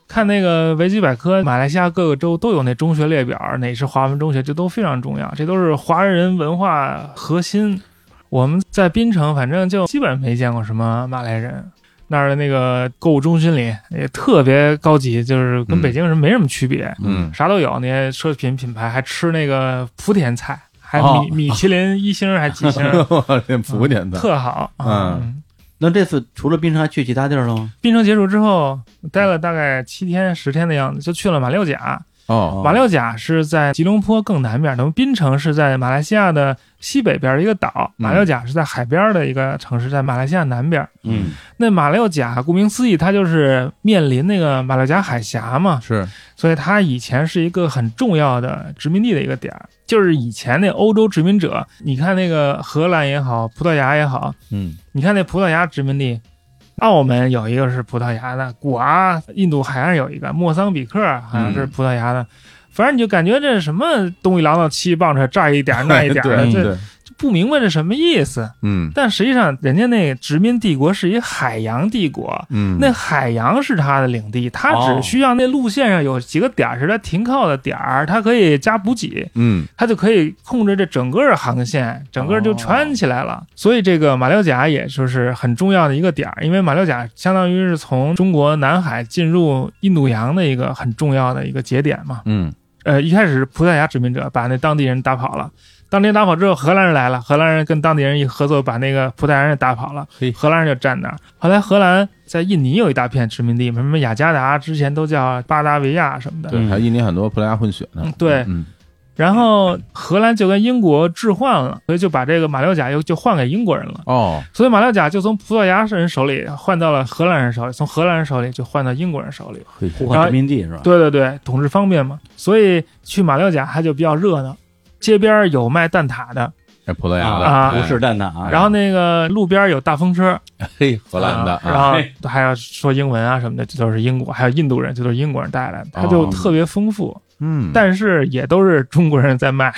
S3: 看那个维基百科，马来西亚各个州都有那中学列表，哪是华文中学，这都非常重要，这都是华人文化核心。我们在槟城，反正就基本没见过什么马来人。那儿的那个购物中心里也特别高级，就是跟
S1: 嗯
S3: 北京人没什么区别。
S1: 嗯，
S3: 啥都有，那些奢侈品品牌还吃那个莆田菜，还米、
S2: 哦
S3: 米其林一星儿还 几
S1: 嗯
S3: 星儿，
S1: 我天，福建的，
S3: 特好。
S1: 嗯
S3: 嗯，
S2: 那这次除了槟城，还去其他地儿了吗？
S3: 槟城结束之后，
S1: 嗯
S3: 待了大概七天十天的样子，就去了马六甲。
S1: 哦，
S3: 马六甲是在吉隆坡更南边，等于槟城是在马来西亚的西北边的一个岛，
S1: 嗯
S3: 马六甲是在海边的一个城市，在马来西亚南边。
S2: 嗯，
S3: 那马六甲顾名思义，它就是面临那个马六甲海峡嘛，
S1: 是，
S3: 所以它以前是一个很重要的殖民地的一个点儿，就是以前那欧洲殖民者，你看那个荷兰也好，葡萄牙也好，
S1: 嗯，
S3: 你看那葡萄牙殖民地，澳门有一个是葡萄牙的，古阿印度海岸有一个，莫桑比克好像是葡萄牙的，反正你就感觉这什么东一榔头西一棒槌，这儿一 点儿那一点儿的，
S2: 对
S3: 这
S1: 对，
S3: 这不明白这什么意思。
S1: 嗯
S3: 但实际上，人家那殖民帝国是一海洋帝国，
S1: 嗯，
S3: 那海洋是它的领地，它
S2: 哦
S3: 只需要那路线上有几个点儿是它停靠的点儿，它可以加补给，
S1: 嗯
S3: 它就可以控制这整个航线，整个就串起来了。所以这个马六甲也就是很重要的一个点儿，因为马六甲相当于是从中国南海进入印度洋的一个很重要的一个节点嘛。
S1: 嗯，
S3: 呃，一开始是葡萄牙殖民者把那当地人打跑了。当地人打跑之后，荷兰人来了，荷兰人跟当地人一合作，把那个葡萄牙人打跑了
S1: 嘿，
S3: 荷兰人就站那儿。后来荷兰在印尼有一大片殖民地，什么雅加达，之前都叫巴达维亚什么的。
S1: 对，还印尼很多葡萄牙混血呢
S3: 嗯，对
S1: 嗯
S3: 然后荷兰就跟英国置换了，所以就把这个马六甲又就换给英国人了。
S1: 哦，
S3: 所以马六甲就从葡萄牙人手里换到了荷兰人手里，从荷兰人手里就换到英国人手里。
S2: 互换殖民地是吧？
S3: 对对对，统治方便嘛，所以去马六甲它就比较热闹，街边儿有卖蛋挞的，
S1: 这哎葡萄牙的
S3: 啊
S2: 不是，蛋挞啊，
S3: 然后那个路边儿有大风车，
S1: 哎嘿，哎荷兰的
S3: 啊
S1: 啊，
S3: 然后还要说英文啊什么的，这都是英国，还有印度人，这都是英国人带来的，它就
S1: 哦
S3: 特别丰富，
S1: 嗯，
S3: 但是也都是中国人在卖。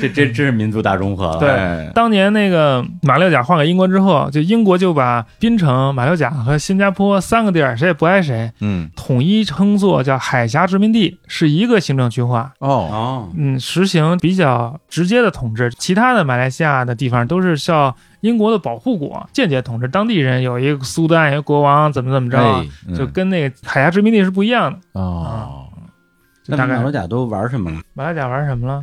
S2: 这这真是民族大融合了。
S3: 对
S1: 哎
S3: 当年那个马六甲换给英国之后，就英国就把槟城、马六甲和新加坡三个地儿谁也不挨谁，
S1: 嗯，
S3: 统一称作叫海峡殖民地，是一个行政区划。
S1: 哦，
S2: 哦，
S3: 嗯，实行比较直接的统治，其他的马来西亚的地方都是像英国的保护国，间接统治当地人，有一个苏丹，有一个国王，怎么怎么着啊，
S1: 哎嗯
S3: 就啊跟那个海峡殖民地是不一样的。
S1: 哦，
S3: 就
S2: 那
S3: 大概
S2: 马六甲都玩什么 了？
S3: 马来甲玩什么了？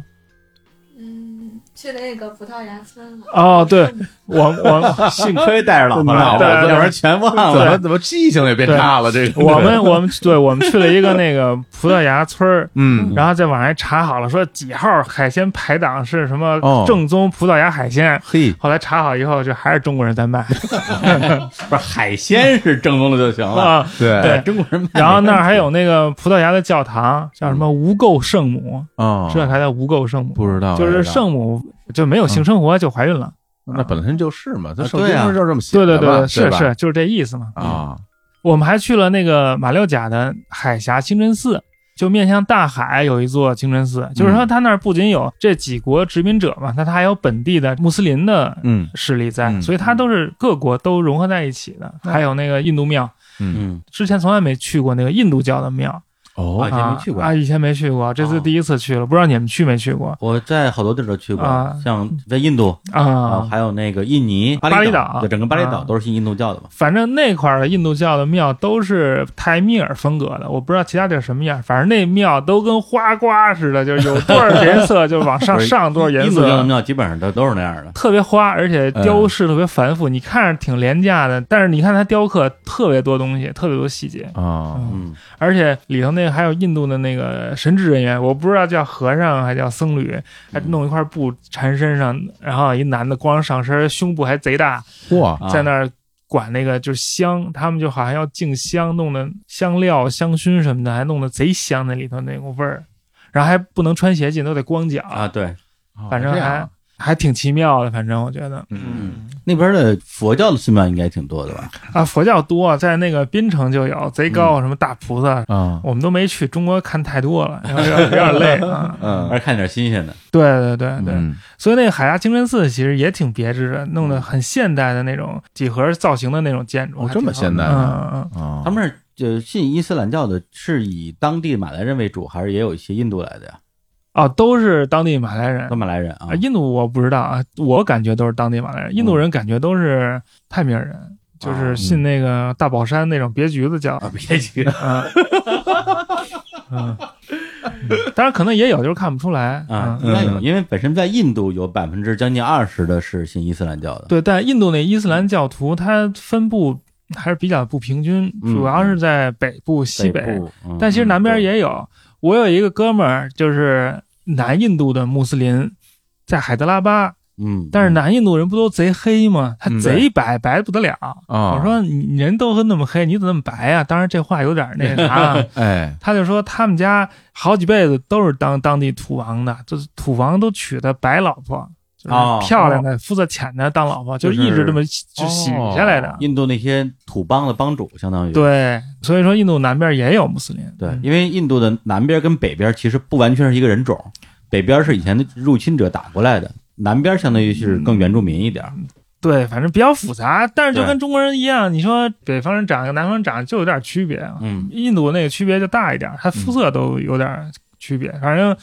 S4: 嗯，去那个葡萄牙村了。
S3: 哦对，我我
S2: 幸亏带着老婆来，
S3: 对
S2: 要不然全忘
S1: 怎
S2: 了。
S1: 么怎么记性也变差了？这个
S3: 我们我们对我们去了一个那个葡萄牙村儿，
S1: 嗯
S3: 然后在网上还查好了，说几号海鲜排档是什么
S1: 哦
S3: 正宗葡萄牙海鲜。
S1: 嘿，
S3: 后来查好以后，就还是中国人在卖
S2: 不是海鲜是正宗的就
S1: 哦
S2: 行了，
S3: 啊。
S1: 对
S3: 对
S2: 中国人卖
S3: 然后那儿还有那个葡萄牙的教堂，叫什么无垢圣母，
S1: 啊，
S3: 这才叫无垢圣母，
S1: 不嗯知道嗯
S3: 就是圣母就没有性生活就怀孕了。
S1: 那本身就是嘛，他
S2: 啊
S1: 圣经
S2: 对啊
S1: 上就是这么写
S3: 对对
S1: 的嘛
S3: 对，是
S1: 吧
S3: 是，就是这意思嘛。
S1: 啊，
S3: 我们还去了那个马六甲的海峡清真寺，就面向大海有一座清真寺，就是
S1: 嗯
S3: 说它那儿不仅有这几国殖民者嘛，那它还有本地的穆斯林的
S1: 嗯
S3: 势力在，
S1: 嗯
S3: 所以它都是各国都融合在一起的。还有那个印度庙，
S2: 嗯，
S3: 之前从来没去过那个印度教的庙，
S2: 啊
S1: 哦
S2: 以前没去过
S3: 啊，啊以前没去过，这次
S2: 哦
S3: 第一次去了，不知道你们去没去过
S2: 我在好多地儿都去过
S3: 啊，
S2: 像在印度啊，
S3: 啊？
S2: 还有那个印尼、
S3: 巴厘
S2: 岛
S3: 岛，
S2: 对，整个巴厘岛
S3: 啊
S2: 都是信印度教的嘛。
S3: 反正那块儿的印度教的庙都是泰米尔风格的，我不知道其他地儿什么样，反正那庙都跟花瓜似的，就是有多少颜色就往 上
S2: 不是
S3: 上多少颜
S2: 印度教的
S3: 色，
S2: 庙基本上都都是那样的。
S3: 特别花，而且雕饰特别繁复，你看着挺廉价的，但是你看它雕刻特别多东西，特别多细节，
S1: 啊，
S2: 嗯，
S3: 而且里头那个还有印度的那个神职人员，我不知道叫和尚还叫僧侣，还弄一块布缠身上，然后一男的光着上身，胸部还贼大，
S1: 哇，
S2: 啊
S3: 在那儿管那个就是香，他们就好像要敬香，弄的香料、香薰什么的，还弄得贼香，那里头那股味儿，然后还不能穿鞋进，都得光脚，
S2: 啊，对，
S3: 反正
S1: 哦这样啊
S3: 还还挺奇妙的。反正我觉得
S2: 嗯，那边的佛教的寺庙应该挺多的吧？
S3: 啊，佛教多，在那个槟城就有贼
S2: 嗯
S3: 高，什么大菩萨。
S1: 啊，。
S3: 我们都没去中国看太多了，有点有点累啊
S1: 嗯
S2: 还是看点新鲜的。
S3: 对对对对，
S1: 嗯
S3: 所以那个海牙清真寺其实也挺别致的，弄得很现代的那种几何造型的那种建筑，
S1: 哦
S3: 还挺
S1: 这么
S3: 好的
S1: 现代啊
S3: 嗯嗯嗯，
S1: 啊，
S2: 他们是就信伊斯兰教的，是以当地马来人为主，还是也有一些印度来的呀？
S3: 哦，都是当地马来人
S1: 嗯
S2: 都，马来人啊
S3: 啊，，印度我不知道啊，我感觉都是当地马
S1: 嗯
S3: 来人，印度人感觉都是泰米尔人，就是信那个大宝山那种别橘子教
S2: 啊，别去
S3: 啊。嗯，当然可能也有，就是看不出来
S2: 啊，
S3: 嗯
S2: 应该有，因为本身在印度有百分之将近二十的是信伊斯兰教的。
S3: 对，但印度那伊斯兰教徒他分布还是比较不平均，
S2: 嗯
S3: 主要是在北部、西
S2: 北
S3: 北，
S2: 部，嗯
S3: 但其实南边也有。我有一个哥们儿，就是南印度的穆斯林，在海德拉巴，
S2: 嗯，
S3: 但是南印度人不都贼黑吗？他
S1: 嗯
S3: 贼白，白得不得了。
S1: 啊，
S3: 我说你你人都那么黑，你怎么那么白呀、当然这话有点那啥 啊，
S1: 哎，
S3: 他就说他们家好几辈子都是当当地土王的，就是土王都娶的白老婆，就是
S2: 哦
S3: 漂亮的、肤色浅的当老婆，
S2: 就是是哦
S3: 一直这么就洗下来的。
S2: 嗯印度那些土邦的帮主相当于。
S3: 对，所以说印度南边也有穆斯林。
S2: 对，因为印度的南边跟北边其实不完全是一个人种，北边是以前的入侵者打过来的，南边相当于是更原住民一点儿。
S3: 对，反正比较复杂，但是就
S2: 对
S3: 跟中国人一样，你说北方人长跟南方人长就有点区别啊。
S2: 嗯
S3: 印度那个区别就大一点，它肤色都有点区别。反正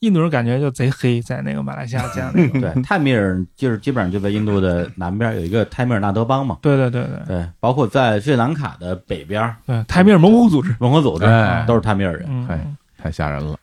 S3: 印度人感觉就贼黑，在那个马来西亚这 样那个。
S2: 对，泰米尔就是基本上就在印度的南边有一个泰米尔纳德邦嘛。
S3: 对对对对
S2: 对，包括在斯里兰卡的北边，
S3: 对，泰米尔蒙古组织。
S2: 文和组织
S1: 哎
S2: 都是泰米尔人。
S3: 嗯
S1: 哎太吓人了，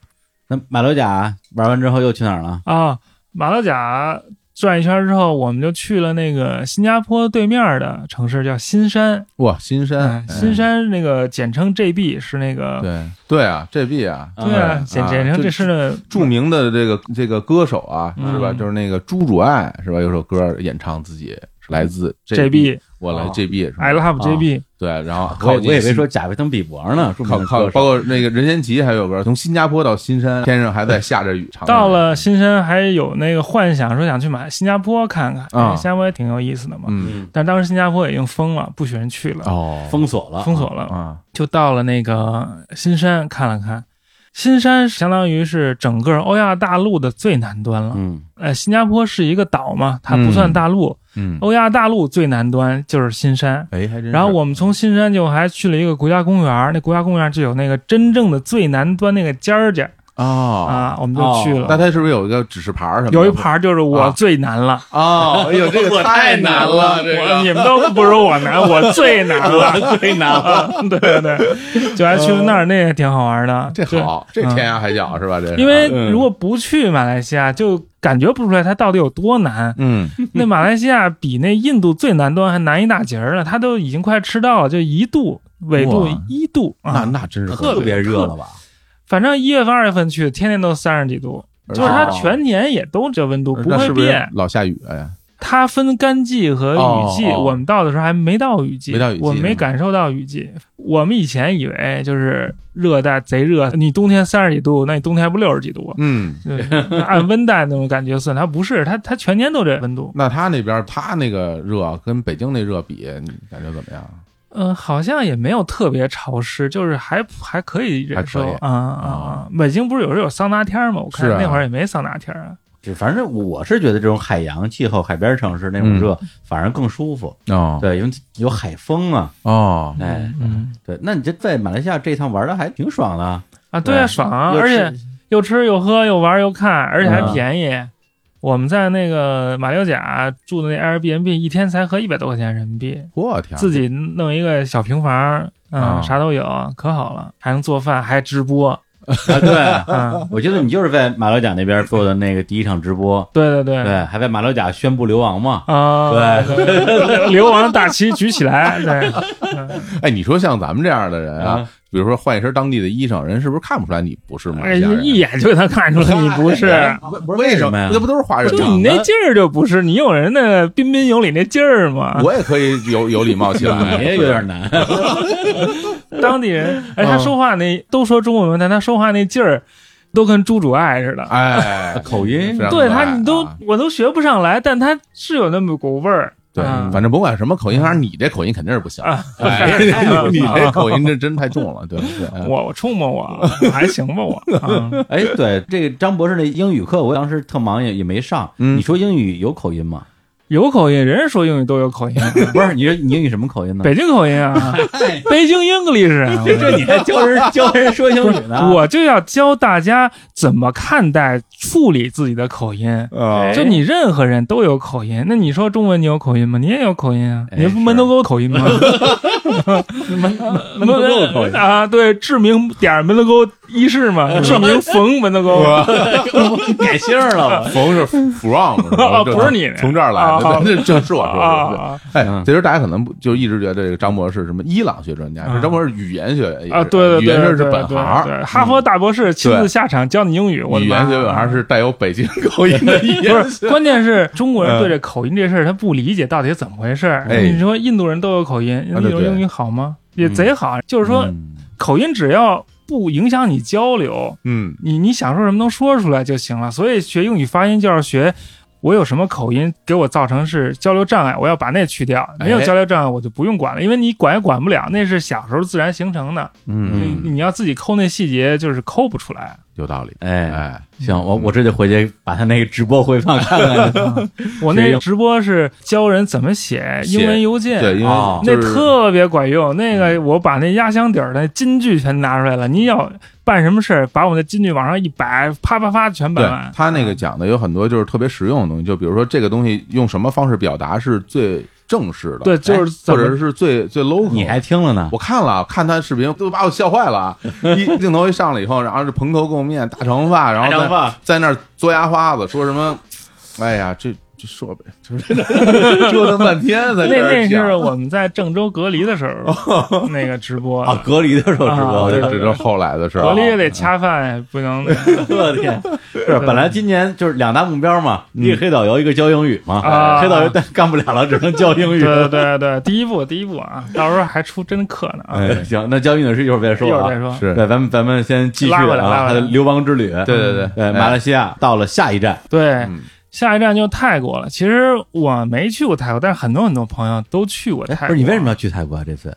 S2: 那马六甲玩完之后又去哪儿了？
S3: 啊，马六甲转一圈之后，我们就去了那个新加坡对面的城市，叫新山。
S1: 哇，新山
S3: 哎，新山那个简称 JB 是那
S1: 哎
S3: 个。
S1: 对对啊，GB 啊，
S3: 对啊，
S1: 嗯
S3: 简
S1: 啊
S3: 简称
S1: 这
S3: 这是呢
S1: 著名的这个这个歌手啊，
S3: 嗯
S1: 是吧？就是那个朱主爱，是吧？有首歌演唱自己是来自
S3: JB，
S1: 我来
S2: 哦
S1: JB 是吧
S3: I love
S2: 啊
S3: JB，
S1: 对，然
S3: 啊
S1: 后
S2: 靠，
S1: 还
S2: 我
S1: 有
S2: 以为
S1: 新
S2: 说贾维登比伯呢，说不
S1: 靠
S2: 定
S1: 靠，
S2: 歌手
S1: 包括那个任贤齐还有歌，从新加坡到新山，天上还在下着雨，常
S3: 到了新山还有那个幻想说想去买新加坡看看，因为
S1: 啊
S3: 新加坡也挺有意思的嘛。
S1: 嗯
S2: 嗯
S3: 但当时新加坡已经封了，不许人去了，
S1: 哦
S2: 封锁了，
S3: 封锁了，
S1: 啊
S3: 就到了那个新山看了看。新山相当于是整个欧亚大陆的最南端了。
S2: 嗯，
S3: 呃，新加坡是一个岛嘛，它不算大陆。
S1: 嗯
S3: 欧亚大陆最南端就是新山。
S1: 哎还真是
S3: 哦然后我们从新山就还去了一个国家公园，那国家公园就有那个真正的最南端那个尖儿尖儿，
S1: 啊。
S3: 啊，我们就去
S1: 那
S3: 了。
S1: 它是不是有一个指示牌儿什么的？啊
S3: 有一盘儿就是我最难了，
S1: 哦，哎呦，这
S2: 我
S1: 个太
S2: 太难
S1: 难
S2: 了
S1: 了，这
S3: 我
S1: 个
S3: 你们都不如我难，我最难了。
S2: 最难了。
S3: 对对对，就还去了那儿，那也挺好玩的。
S1: 嗯这
S3: 就，
S1: 好，这天涯海角是吧？这是
S3: 因为
S2: 嗯
S3: 如果不去马来西亚，就感觉不出来它到底有 多难。
S1: 嗯，
S3: 那马来西亚比那印度最南端还难一大截儿呢，它都已经快吃到了，就一度纬度
S1: 哇
S3: 一度
S1: 那
S3: 啊。
S1: 那真是
S2: 特别热了吧？
S3: 反正一月份、二月份去，天天都三十几度，
S1: 而
S3: 就是它
S2: 哦
S3: 全年也都这温度不
S1: 那
S3: 会
S1: 是不是
S3: 变。
S1: 老下雨呀？
S3: 它分干季和雨季，
S1: 哦哦
S3: 我们到的时候还没到雨季，
S1: 没到雨季
S3: 我们没感受到雨季。我们以前以为就是热带贼热，你冬天三十几度，那你冬天还不六十 几度啊？
S1: 嗯，
S3: 对，按温带那种感觉算，它不是，它它全年都这温度。
S1: 那他那边儿他那个热啊跟北京那热比，你感觉怎么样？
S3: 嗯，好像也没有特别潮湿，就是还还可以忍受
S1: 还可以哦
S3: 啊啊啊！北京不是有时候有桑拿天儿吗？我看
S1: 是啊
S3: 那会儿也没桑拿天儿啊。
S2: 就反正我是觉得这种海洋气候、海边城市那
S3: 嗯
S2: 种热，反而更舒服。
S1: 哦
S2: 对，因为有海风啊。
S1: 哦，
S2: 哎，
S3: 嗯
S2: 对，那你这在马来西亚这一趟玩的还挺爽的啊，
S3: 啊，对啊，
S2: 对
S3: 爽啊！
S2: 又
S3: 而
S2: 吃
S3: 且又吃又喝又玩又看，而且还
S2: 嗯
S3: 便宜。我们在那个马六甲住的那 Airbnb，一天才合一百多块钱人民币，
S1: 我天，
S3: 自己弄一个小平房，嗯，
S1: 啊
S3: 啥都有，可好了，还能做饭，还直播，
S2: 啊对。
S3: 嗯，
S2: 我觉得你就是在马六甲那边做的那个第一场直播，
S3: 对对对，
S2: 对，还在马六甲宣布流亡嘛，
S3: 啊，
S2: 对
S3: 对， 流亡的大旗举起来，对，
S1: 哎，你说像咱们这样的人
S3: 嗯
S1: 啊
S2: 啊，
S1: 比如说换一身当地的衣裳，人是不是看不出来你不是马
S3: 哎，
S1: 来西亚人？
S3: 一眼就能看出来你不 是，哎
S1: 不是为什
S2: 么哎呀
S1: 这不都是华人
S3: 就
S1: 吗？
S3: 你那劲儿就不是，你有人那彬彬有礼那劲儿嘛。
S1: 我也可以有有礼貌起来，
S2: 你也哎有点难。
S3: 当地人，
S1: 嗯
S3: 哎，他说话那都说中文，但他说话那劲儿，都跟朱主爱似的。
S1: 哎，
S2: 口音
S1: 非常
S3: 对
S1: 可爱
S3: 他，你都
S1: 啊
S3: 我都学不上来，但他是有那么股味儿。
S1: 对，
S3: 啊
S1: 反正甭管什么口音，反正你这口音肯定是不行。
S3: 啊
S1: 哎，你你这口音这真太重了，对对。哎
S3: 我我冲吧我，我还行吧 我。啊
S2: 哎，对，这个张博士那英语课，我当时特忙也也没上。
S1: 嗯
S2: 你说英语有口音吗？
S3: 有口音，人家说英语都有口音，
S2: 不是，你说你英语什么口音呢？
S3: 北京口音啊，北京 English 啊。我
S2: 这你还教人教人说英
S3: 不
S2: 语
S3: 是，
S2: 呢？
S3: 我就要教大家怎么看待、处理自己的口音。
S2: 哦
S1: 啊
S3: 就你任何人都有口音，那你说中文你有口音吗？你也有口音啊，
S2: 哎
S3: 你不门头沟口 音吗？门门
S2: 头沟口音
S3: 啊，对，志明点儿门头沟一世
S1: 嗯
S3: 嘛，志明冯门头沟，啊
S2: 改姓儿了吧，
S1: 冯是 from，是吧
S3: 啊 不是你
S1: 从这儿来
S3: 啊
S1: 的，对这这是我说的。对
S3: 啊
S1: 哎
S2: 嗯，
S1: 其实大家可能不就一直觉得这个张博士什么伊朗学专家，
S3: 啊
S1: 这张博士语言学
S3: 啊，对对
S1: 语
S3: 对
S1: 言
S3: 对
S1: 学是
S3: 对
S1: 本
S3: 对
S1: 行，
S3: 对哈佛大博士亲自
S1: 对
S3: 下场教你英语，我的
S1: 语
S3: 妈
S1: 言学本行是带有北京口音的语言
S3: 不是，关键是中国人对这口音这事儿他不理解到底怎么回事儿。
S1: 嗯哎
S3: 你说印度人都有口音，印
S1: 啊
S3: 度
S1: 对对
S3: 英语好吗？也贼好，就是说
S1: 嗯
S3: 口音只要不影响你交流，
S1: 嗯，
S3: 你你想说什么能说出来就行了。所以学英语发音就要学。我有什么口音给我造成是交流障碍，我要把那去掉。没有
S1: 哎
S3: 交流障碍，我就不用管了，因为你管也管不了，那是小时候自然形成的。
S2: 嗯
S3: 你你要自己抠那细节，就是抠不出来。
S1: 有道理。
S2: 哎，
S1: 哎，
S2: 行，我我这就回去把他那个直播回放看看 去。
S3: 我
S2: 学
S3: 那
S2: 英
S3: 直播是教人怎么写英文邮件，
S1: 对，因
S2: 哦
S1: 为
S3: 那
S1: 就是嗯
S3: 特别管用。那个我把那压箱底儿的金句全拿出来了。你要办什么事儿，把我的金句往上一摆，啪啪啪全摆
S1: 对
S3: 完。
S1: 他那个讲的有很多就是特别实用的东西，就比如说这个东西用什么方式表达是最正式的，
S3: 对就是
S1: 哎
S3: 怎
S1: 或
S3: 么
S1: 者是最最 local。
S2: 你还听了呢？
S1: 我看了看他视频，都把我笑坏了 啊。一镜头一上来以后，然后是蓬头垢面、大长发，然后
S2: 大长发
S1: 在在那儿嘬牙花子，说什么？哎呀，这这说呗，就是 折腾半天在
S3: 那
S1: 这
S3: 那
S1: 儿
S3: 是
S1: 讲。
S3: 我们在郑州隔离的时候那个直播
S2: 啊，隔离的时候直
S3: 啊
S2: 播
S1: 这这
S2: 的，
S3: 对
S1: 是后来的事儿
S3: 隔
S1: 啊。
S3: 离也得恰饭，不能
S2: 我的天！是本来今年就是两大目标嘛，一个黑导游，一个教英语嘛。
S3: 嗯啊
S2: 黑导游但干不了了，只能教英语。
S3: 对对对对，第一步第一步啊，到时候还出真课呢啊，
S2: 哎，行，那教英语是一会儿再
S3: 一
S2: 说
S3: 会
S2: 啊
S3: 儿再。说。
S1: 是
S2: 对，咱们咱们先继续
S3: 拉回来
S2: 啊，
S3: 拉
S2: 他
S3: 回
S2: 的
S3: 来
S2: 流亡之旅。
S1: 对对对
S2: 对，马来西亚到了下一站，
S3: 对
S1: 嗯，
S3: 下一站就泰国了。其实我没去过泰国，但是很多很多朋友都去过
S2: 哎
S3: 泰国。
S2: 不是你为什么？要去泰国啊？这次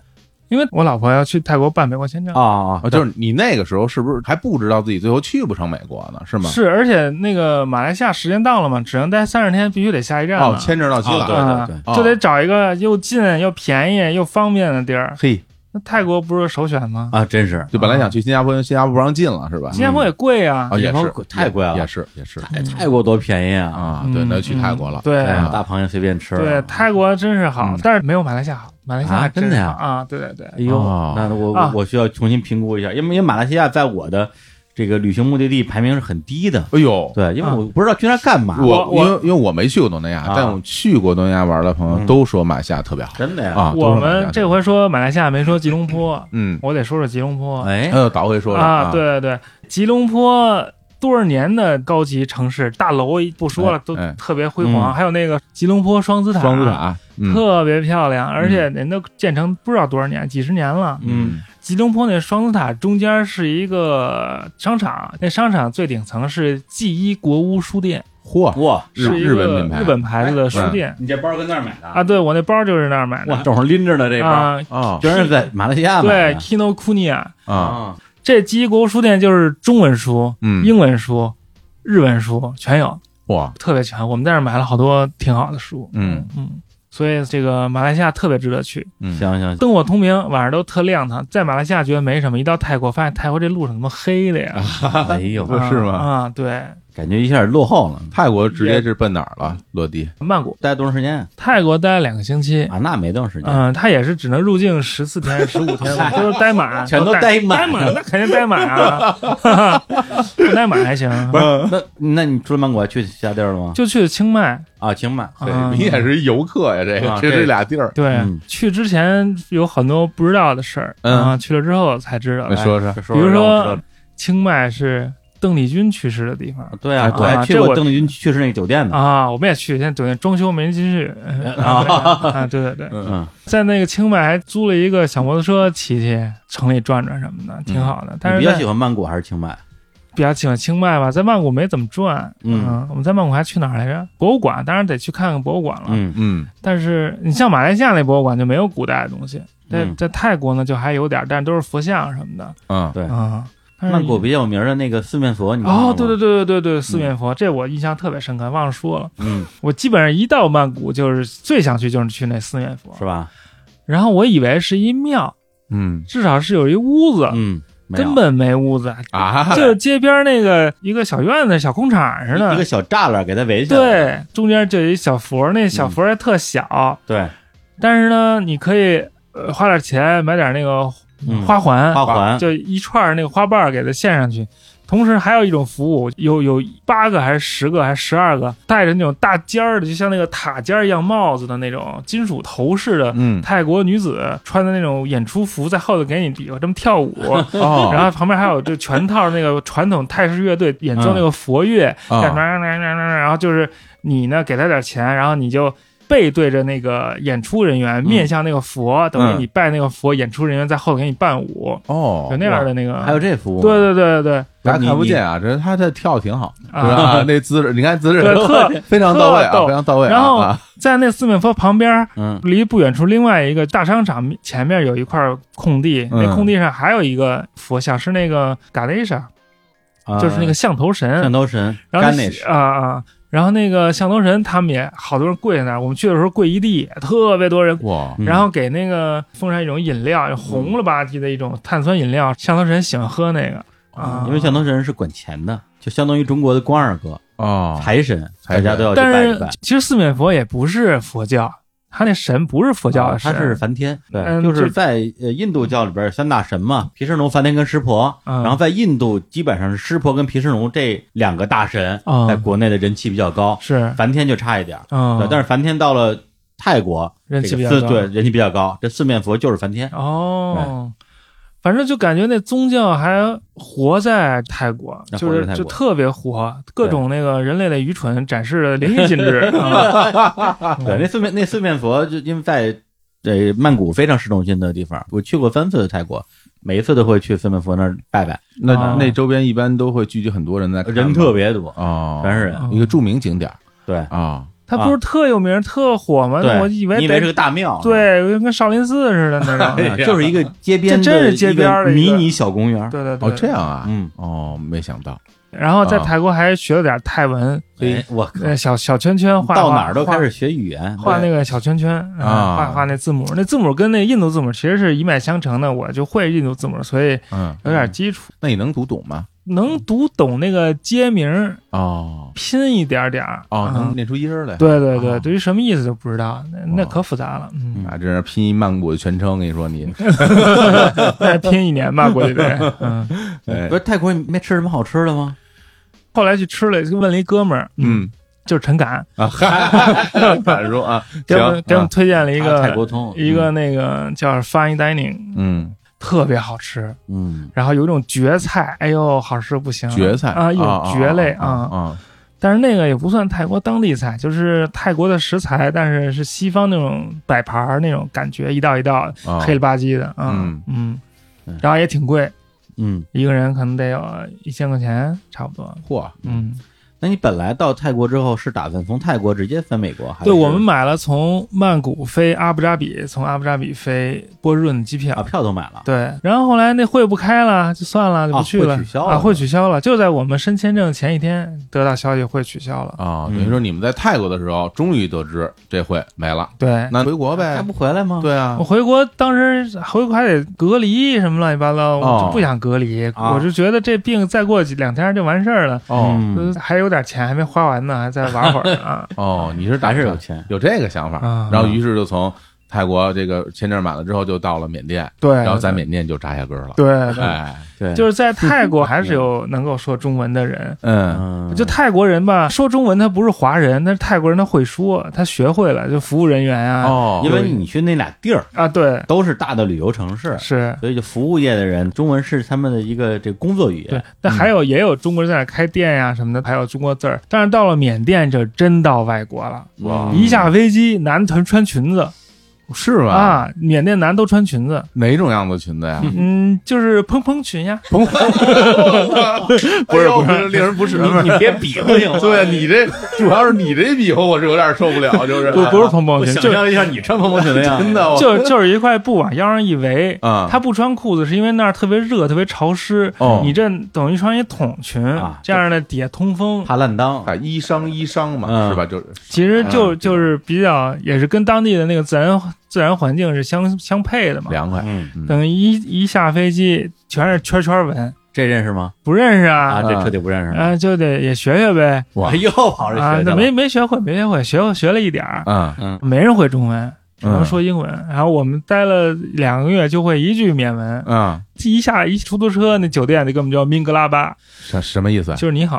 S3: 因为我老婆要去泰国办美国签证
S2: 啊。啊
S1: 啊，就是你那个时候是不是还不知道自己最后去不成美国呢？是吗？
S3: 是，而且那个马来西亚时间到了嘛，只能待三十天，必须得下一站
S1: 哦
S3: 了，。
S1: 签证到期
S2: 哦对
S1: 了。
S3: 啊
S2: 对对
S1: 对
S3: 就
S1: 哦
S3: 得找一个又近又便宜又方便的地儿。
S2: 嘿，
S3: 那泰国不是首选吗？
S2: 啊，真是
S1: 就本来想去新加坡，新加坡不让进了是吧？
S3: 新加坡也贵啊
S1: 啊，，也
S2: 新加
S1: 是
S2: 坡太贵了
S1: 也是也是
S2: 泰泰国多便宜啊！
S1: 啊，
S3: 嗯
S1: 对，那去泰国
S3: 嗯
S1: 了，
S3: 对
S2: 哎
S1: 啊
S2: 呀大螃蟹随便吃。
S3: 对，泰国真是好
S1: 嗯，
S3: 但是没有马来西亚好，马来西
S2: 啊
S3: 亚
S2: 真的呀
S3: 是好啊，对对对，
S2: 哎呦，
S1: 哦
S2: 那我
S3: 啊
S2: 我需要重新评估一下，因为因为马来西亚在我的这个旅行目的地排名是很低的。
S1: 哎呦，
S2: 对，因为
S3: 啊
S2: 我不知道去那儿干嘛。
S1: 我
S3: 我
S1: 因为因为我没去过东南亚
S2: 啊，
S1: 但我去过东南亚玩的朋友
S2: 嗯
S1: 都说马来西亚特别好
S2: 真的呀，
S1: 啊。都
S3: 我
S1: 说马来西
S3: 们
S1: 亚
S3: 这回说马来西亚没说吉隆坡，
S1: 嗯，
S3: 我得说说吉隆坡
S2: 哎，
S1: 哎呦，倒回说了
S3: 啊，，对对对，吉隆坡。多少年的高级城市，大楼不说了，
S1: 哎
S3: 都
S1: 哎
S3: 特别辉
S2: 嗯
S3: 煌。还有那个吉隆坡双子塔，
S1: 双子塔，嗯
S3: 特别漂亮，而且人都建成不知道多少年，几十年了。
S2: 嗯，
S3: 吉隆坡那双子塔中间是一个商场，那商场最顶层是 G 一国屋书店，
S2: 嗯
S1: 嚯，
S2: 哇，
S1: 日
S3: 是一个
S1: 日本品牌哎嗯
S3: 日本牌子的书店
S2: 你这包跟那儿买的
S3: 啊。？对我那包就是那儿买
S2: 我
S3: 的
S2: 正好拎着呢，这包
S3: 啊，
S1: 啊
S2: 居然是在马来西亚买
S3: 对
S2: 的。
S3: ，Kino Kuniya
S1: 啊，
S2: 啊，
S3: 这 G 一国屋书店就是中文书、
S1: 嗯，
S3: 英文书、日文书全有，
S1: 哇，
S3: 特别全。我们在那儿买了好多挺好的书，
S1: 嗯
S3: 嗯，所以这个马来西亚特别值得去。
S1: 嗯，
S2: 行行，
S3: 灯火通明，晚上都特亮堂。在马来西亚觉得没什么，一到泰国发现泰国这路上怎么黑的呀？
S2: 哎呦，
S1: 啊是吗
S3: 啊，对，
S2: 感觉一下落后了。
S1: 泰国直接是奔哪儿了？落地
S3: 曼谷、
S2: 待多长时间
S3: 泰国待了两个星期，
S2: 啊？那没多长时间，
S3: 嗯，他也是只能入境十四天、十五天，我就是待满，
S2: 全都
S3: 待
S2: 待满
S3: 待满，那肯定待满啊， 不待满 还行。
S2: 不是？那那你除了曼谷还去其他地儿了吗？
S3: 就去清迈，
S2: 啊，清迈。
S1: 对
S3: 啊
S1: 你也是一游客呀，这
S2: 啊
S1: 个这
S2: 这
S1: 是俩地儿，
S3: 对
S2: 嗯，
S3: 去之前有很多不知道的事儿，
S1: 嗯
S3: 啊，去了之后才知道哎
S1: 你。说说，
S2: 比
S3: 比如说，清迈是邓丽君去世的地方
S2: 对啊，
S1: 啊
S2: 我还去
S3: 这
S2: 过
S3: 我
S2: 邓丽君去世那个酒店呢。
S3: 啊，我们也去，现在酒店装修没人进去
S2: 啊
S3: 啊，对对对，
S2: 嗯，
S3: 在那个清迈还租了一个小摩托车骑骑，城里转转什么的，挺好的。但
S2: 嗯你
S3: 是
S2: 比较喜
S3: 在啊
S2: 欢曼谷还是清迈？
S3: 比较喜欢清迈吧，在曼谷没怎么转。
S2: 嗯
S3: 我们在曼谷还去哪儿来着？博物馆，当然得去看看博物馆了。
S2: 嗯
S1: 嗯
S3: 但是你像马来西亚那博物馆就没有古代的东西，在、哎
S2: 嗯
S3: 在泰国呢就还有点儿，但是都是佛像什么的
S1: 啊，
S2: 对
S3: 啊。但是
S2: 哎曼谷比较有名的那个四面佛，你看过
S3: 哦
S2: 吗，
S3: 对对，对对对对，四面佛，这我印象特别深刻，忘了说了。
S2: 嗯，
S3: 我基本上一到曼谷就是最想去就是去那四面佛
S2: 是，吧？
S3: 然后我以为是一庙，
S1: 嗯
S3: 至少是有一屋子，
S2: 嗯，没有
S3: 根本没屋子，
S1: 啊，
S3: 就是街边那个一个小院子、小空场似
S2: 一个
S3: 的。
S2: 小栅栏给它围起来。
S3: 对，中间就有一小佛，那小佛还特小，
S2: 对
S3: 但是呢，你可以呃花点钱买点那个
S2: 嗯
S3: 花环，
S2: 花环
S3: 就一串那个花瓣儿给它献上去。同时还有一种服务，有有八个还是十个还是十二个带着那种大尖儿的，就像那个塔尖儿一样帽子的那种金属头饰的
S1: 嗯
S3: 泰国女子穿的那种演出服，在后头给你比划这么 跳舞，
S1: 哦，
S3: 然后旁边还有就全套那个传统泰式乐队演奏那个佛乐，
S1: 嗯
S3: 干嘛干嘛干嘛干嘛然后就是你呢给他点钱，然后你就背对着那个演出人员，面向那个佛，等于你拜那个佛，演出人员在后头给你伴舞，
S1: 哦，
S3: 有那样的那个，
S2: 还有这服务，
S3: 对对对对对
S1: 大家看不
S2: 你
S1: 见啊，这他这跳挺好，是
S3: 啊，
S1: 吧？那姿势，你看姿势
S3: 对特
S1: 非常到位
S3: 特
S1: 啊，
S3: 逗
S1: 非常到位啊。
S3: 然后
S1: 啊
S3: 在那四面佛旁边。
S2: 嗯，
S3: 离不远处，另外一个大商场前面有一块空地，
S1: 嗯
S3: 那空地上还有一个佛像，是那个嘎雷莎，
S2: 啊
S3: 就是那个降头神，
S2: 汕头神
S3: 然后
S2: 甘
S3: 那
S2: 内
S3: 啊啊，然后那个向东神他们也好多人跪在那儿，我们去的时候跪一地，特别多人。
S1: 哇，
S2: 嗯
S3: 然后给那个奉上一种饮料，红了吧唧的一种碳酸饮料，向东神喜欢喝那个啊。
S2: 因为向东神是管钱的，就相当于中国的关二哥
S1: 哦，
S2: 财神，
S1: 财
S2: 大
S1: 神
S2: 家都要去
S3: 但
S2: 拜一
S3: 是
S2: 拜。
S3: 其实四面佛也不是佛教，他那神不是佛教
S2: 啊
S3: 的神，
S2: 他是梵天，对，
S3: 嗯
S2: 就是
S3: 这
S2: 在呃印度教里边有三大神嘛，毗湿奴、梵天跟湿婆。
S3: 嗯
S2: 然后在印度基本上是湿婆跟毗湿奴这两个大神
S3: 嗯
S2: 在国内的人气比较高，
S3: 是
S2: 梵天就差一点儿。
S3: 嗯
S2: 对，，但是梵天到了泰国
S3: 人气
S2: 这个
S3: 比较
S2: 四
S3: 高
S2: 对人气比较高。这四面佛就是梵天，
S3: 哦。反正就感觉那宗教还活在泰国，
S2: 那
S3: 就
S2: 活在
S3: 是
S2: 泰
S3: 就
S2: 国
S3: 特别活，各种那个人类的愚蠢展示的淋漓 尽致。啊
S2: 对，那四面那四面佛就因为在这曼谷非常市中心的地方，我去过三次泰国，每一次都会去四面佛那儿拜拜，
S1: 那
S3: 啊
S1: 那周边一般都会聚集很多人在看吗，
S2: 人特别多，
S1: 哦，
S2: 全是
S3: 嗯
S2: 人。
S1: 一个著名景点儿
S2: 对，
S1: 啊，
S3: 它不是特有名、特火吗？
S2: 对，
S3: 我以为
S2: 你以为
S3: 得
S2: 是个大庙，。
S3: 对，跟少林寺似的 那种。
S2: 啊就是一个街边的，
S3: 这真是街边儿的一
S2: 迷
S3: 个
S2: 你小公园儿。
S3: 对对对，
S1: 哦这样啊，
S2: 嗯
S1: 哦，没想到
S3: 然后在
S1: 啊
S3: 泰国还学了点泰文，
S2: 哎，我靠，
S3: 呃，小小圈圈画
S2: 到
S3: 画
S2: 哪儿都
S3: 画
S2: 开始学语言，
S3: 画那个小圈圈嗯
S1: 啊
S3: 画画那字母，那字母跟那印度字母其实是一脉相承的。我就会印度字母，所以
S1: 嗯，
S3: 有点基础，
S1: 那你能读懂吗？
S2: 嗯
S3: 能读懂那个街名儿，
S1: 哦
S3: 拼一点点儿。
S1: 哦，能
S3: 嗯
S1: 念出音儿来。
S3: 对对对，
S2: 啊
S1: 哦
S3: 对于什么意思就不知道，那那
S1: 哦
S3: 可复杂了。嗯，
S1: 啊，这是拼音曼谷的全称，跟你说你，
S2: 嗯
S3: 再拼一年吧，估计得。嗯，
S1: 哎
S2: 不是泰国没吃什么好吃的吗？
S3: 后来去吃了，就问了一哥们儿，，
S1: 嗯
S3: 就是陈敢，
S1: 啊，嗨，敢说啊，
S3: 给我们
S1: 行，
S3: 给我们
S1: 啊
S3: 推荐了一
S2: 啊泰国
S3: 个
S2: 通，
S3: 一个那个叫 Fine Dining，
S1: 嗯，
S3: 特别好吃，
S2: 嗯，
S3: 然后有一种蕨菜，哎呦，好吃不行了，
S1: 蕨菜
S3: 啊，一种蕨类
S1: 啊啊，
S3: 但是那个也不算泰国当地菜，就是泰国的食材，但是是西方那种摆盘儿那种感觉，一道一道
S1: 啊
S3: 黑了吧唧的，嗯嗯，然后也挺贵，
S2: 嗯，
S3: 一个人可能得有一千块钱差不多，
S1: 嚯，
S3: 嗯，
S2: 那你本来到泰国之后是打算从泰国直接飞美国？还是
S3: 对我们买了从曼谷飞阿布扎比，从阿布扎比飞波士顿的机票。
S2: 啊票都买了，
S3: 对，然后后来那会不开了，就算了，就不去
S2: 啊会
S3: 了。
S2: 取消了
S3: 啊，会取消了。就在我们申签证前一天得到消息会取消了。
S1: 啊，等于说你们在泰国的时候，终于得知这回没了，
S3: 对，
S1: 那回国
S2: 还
S1: 呗，
S2: 不回来吗？
S1: 对啊
S3: 我，回国当时回国还得隔离什么乱七八糟，我就不想隔离，
S2: 啊
S3: 我就觉得这病再过几两天就完事儿了。
S1: 哦
S2: 嗯
S3: 呃还有点钱还没花完呢，还再玩会儿 啊
S1: 哦，你是打
S2: 还是
S1: 算
S2: 有钱，
S1: 有这个想法，
S3: 啊！
S1: 然后于是就从泰国这个签证满了之后，就到了缅甸，
S3: 对，
S1: 然后在缅甸就扎下根儿了，
S3: 哎对，对
S1: 哎，
S2: 对，
S3: 就是在泰国还是有能够说中文的人。
S1: 嗯，
S2: 嗯，
S3: 就泰国人吧，说中文他不是华人，但是泰国人他会说，他学会了，就服务人员啊、
S1: 哦，
S2: 因为你去那俩地儿
S3: 啊，对，
S2: 都是大的旅游城市，
S3: 是，
S2: 所以就服务业的人，中文是他们的一个这工作语
S3: 对
S2: 言。。
S3: 但还有也有中国人在那儿开店呀、什么的，还有中国字儿。但是到了缅甸就真到外国了。
S1: 哇
S2: 嗯
S3: 一下飞机，男团穿裙子
S1: 哦是吧？
S3: 啊，缅甸男都穿裙子，
S1: 哪种样子裙子呀？
S3: 嗯，就是蓬蓬裙呀，
S1: 不是 不是不是，令人不适。
S2: 你 啊你别比划行吗？
S1: 对你这 主要是你这比划，我是有点受不了，就是
S3: 不不是蓬蓬
S2: 我
S3: 裙，
S2: 想
S3: 就是
S2: 象一下你穿蓬蓬裙的样 子，
S1: 真的我
S3: 就是就是一块布往腰上一围。
S1: 啊，
S3: 他不穿裤子是因为那儿特别热，特别潮湿。
S1: 哦
S3: 你这等于穿一筒裙
S2: 啊，
S3: 这样呢底下通风，
S2: 怕烂裆。
S1: 啊衣裳衣裳嘛，
S2: 嗯
S1: 是吧？就是
S3: 其实就
S1: 嗯
S3: 就是比较也是跟当地的那个自然自然环境是相相配的嘛。
S1: 凉快。
S2: 嗯，
S1: 嗯
S3: 等于一一下飞机全是圈圈纹，
S2: 这认识吗？
S3: 不认识
S2: 啊，
S3: 啊，
S2: 这彻底不认识了。
S3: 啊就得也学学呗。
S1: 哇
S2: 哎，又跑这
S3: 啊
S2: 学，去
S3: 那
S2: 了
S3: 没没学会，没学会，学学了一点儿，
S1: 啊，
S2: 嗯
S3: 没人会中文，只能
S1: 嗯
S3: 说英文。然后我们待了两个月，就会一句缅文。
S1: 啊，
S3: 一下一出租车，那酒店就给我们叫明格拉巴，
S1: 什什么意思啊？
S3: 就是你好。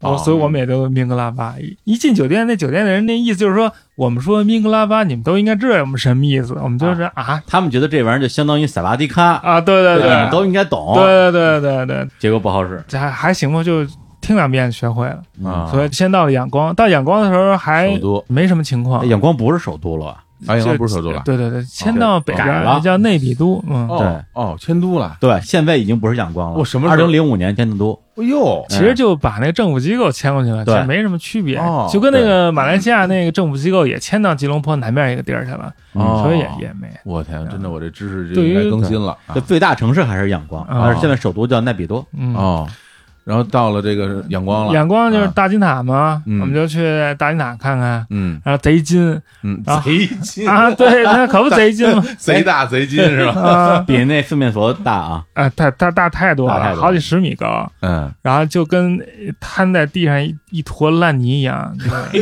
S1: 哦
S3: 我所以我们也都明格拉巴。一一进酒店，那酒店的人那意思就是说，我们说明格拉巴，你们都应该知道我们什么意思。我们就是啊
S2: 他们觉得这玩意儿就相当于萨瓦迪卡，
S3: 啊，对对
S2: 你
S3: 对，
S2: 们都应该懂。
S3: 对对对对对，
S2: 结果不好使，
S3: 这还还行吧，就听两遍学会了。
S2: 嗯
S1: 啊，
S3: 所以先到了仰光，到仰光的时候还
S1: 首都，
S3: 没什么情况
S2: 那，仰哎光不是首都了，
S1: 哎，
S3: 就
S1: 呀，不是首都了。
S3: 对对对，迁到北边
S2: 改
S3: 儿
S2: 了
S3: 叫内比都，嗯，
S1: 哦哦，迁都了。
S2: 对，现在已经不是仰光了。
S1: 我什么
S2: 二
S1: 时候
S2: 零零五年迁的都，
S1: 哎呦，
S3: 其实就把那个政府机构迁过去了，
S2: 对
S3: 这没什么区别
S1: 哦，
S3: 就跟那个马来西亚那个政府机构也迁到吉隆坡南边一个地儿去了，
S1: 哦
S3: 嗯所以也也没。
S1: 我天，真的，我这知识就
S3: 对
S1: 应
S3: 于
S1: 该更新了啊
S2: 这最大城市还是仰光，
S3: 啊
S2: 但是现在首都叫奈比多。
S3: 嗯，
S1: 哦。然后到了这个阳光了，
S3: 仰光就是大金塔嘛，
S1: 嗯
S3: 我们就去大金塔看看，
S1: 嗯
S3: 然后贼金
S1: 嗯，
S3: 啊
S1: 贼金
S3: 啊，对，那可不贼金嘛，
S1: 贼大贼 金是吧？
S3: 啊
S2: 比那四面佛大啊！
S3: 啊，大大大太多
S2: 大太
S3: 了，
S2: 多
S3: 好几十米高。
S1: 嗯，
S3: 然后就跟摊在地上一一坨烂泥一样，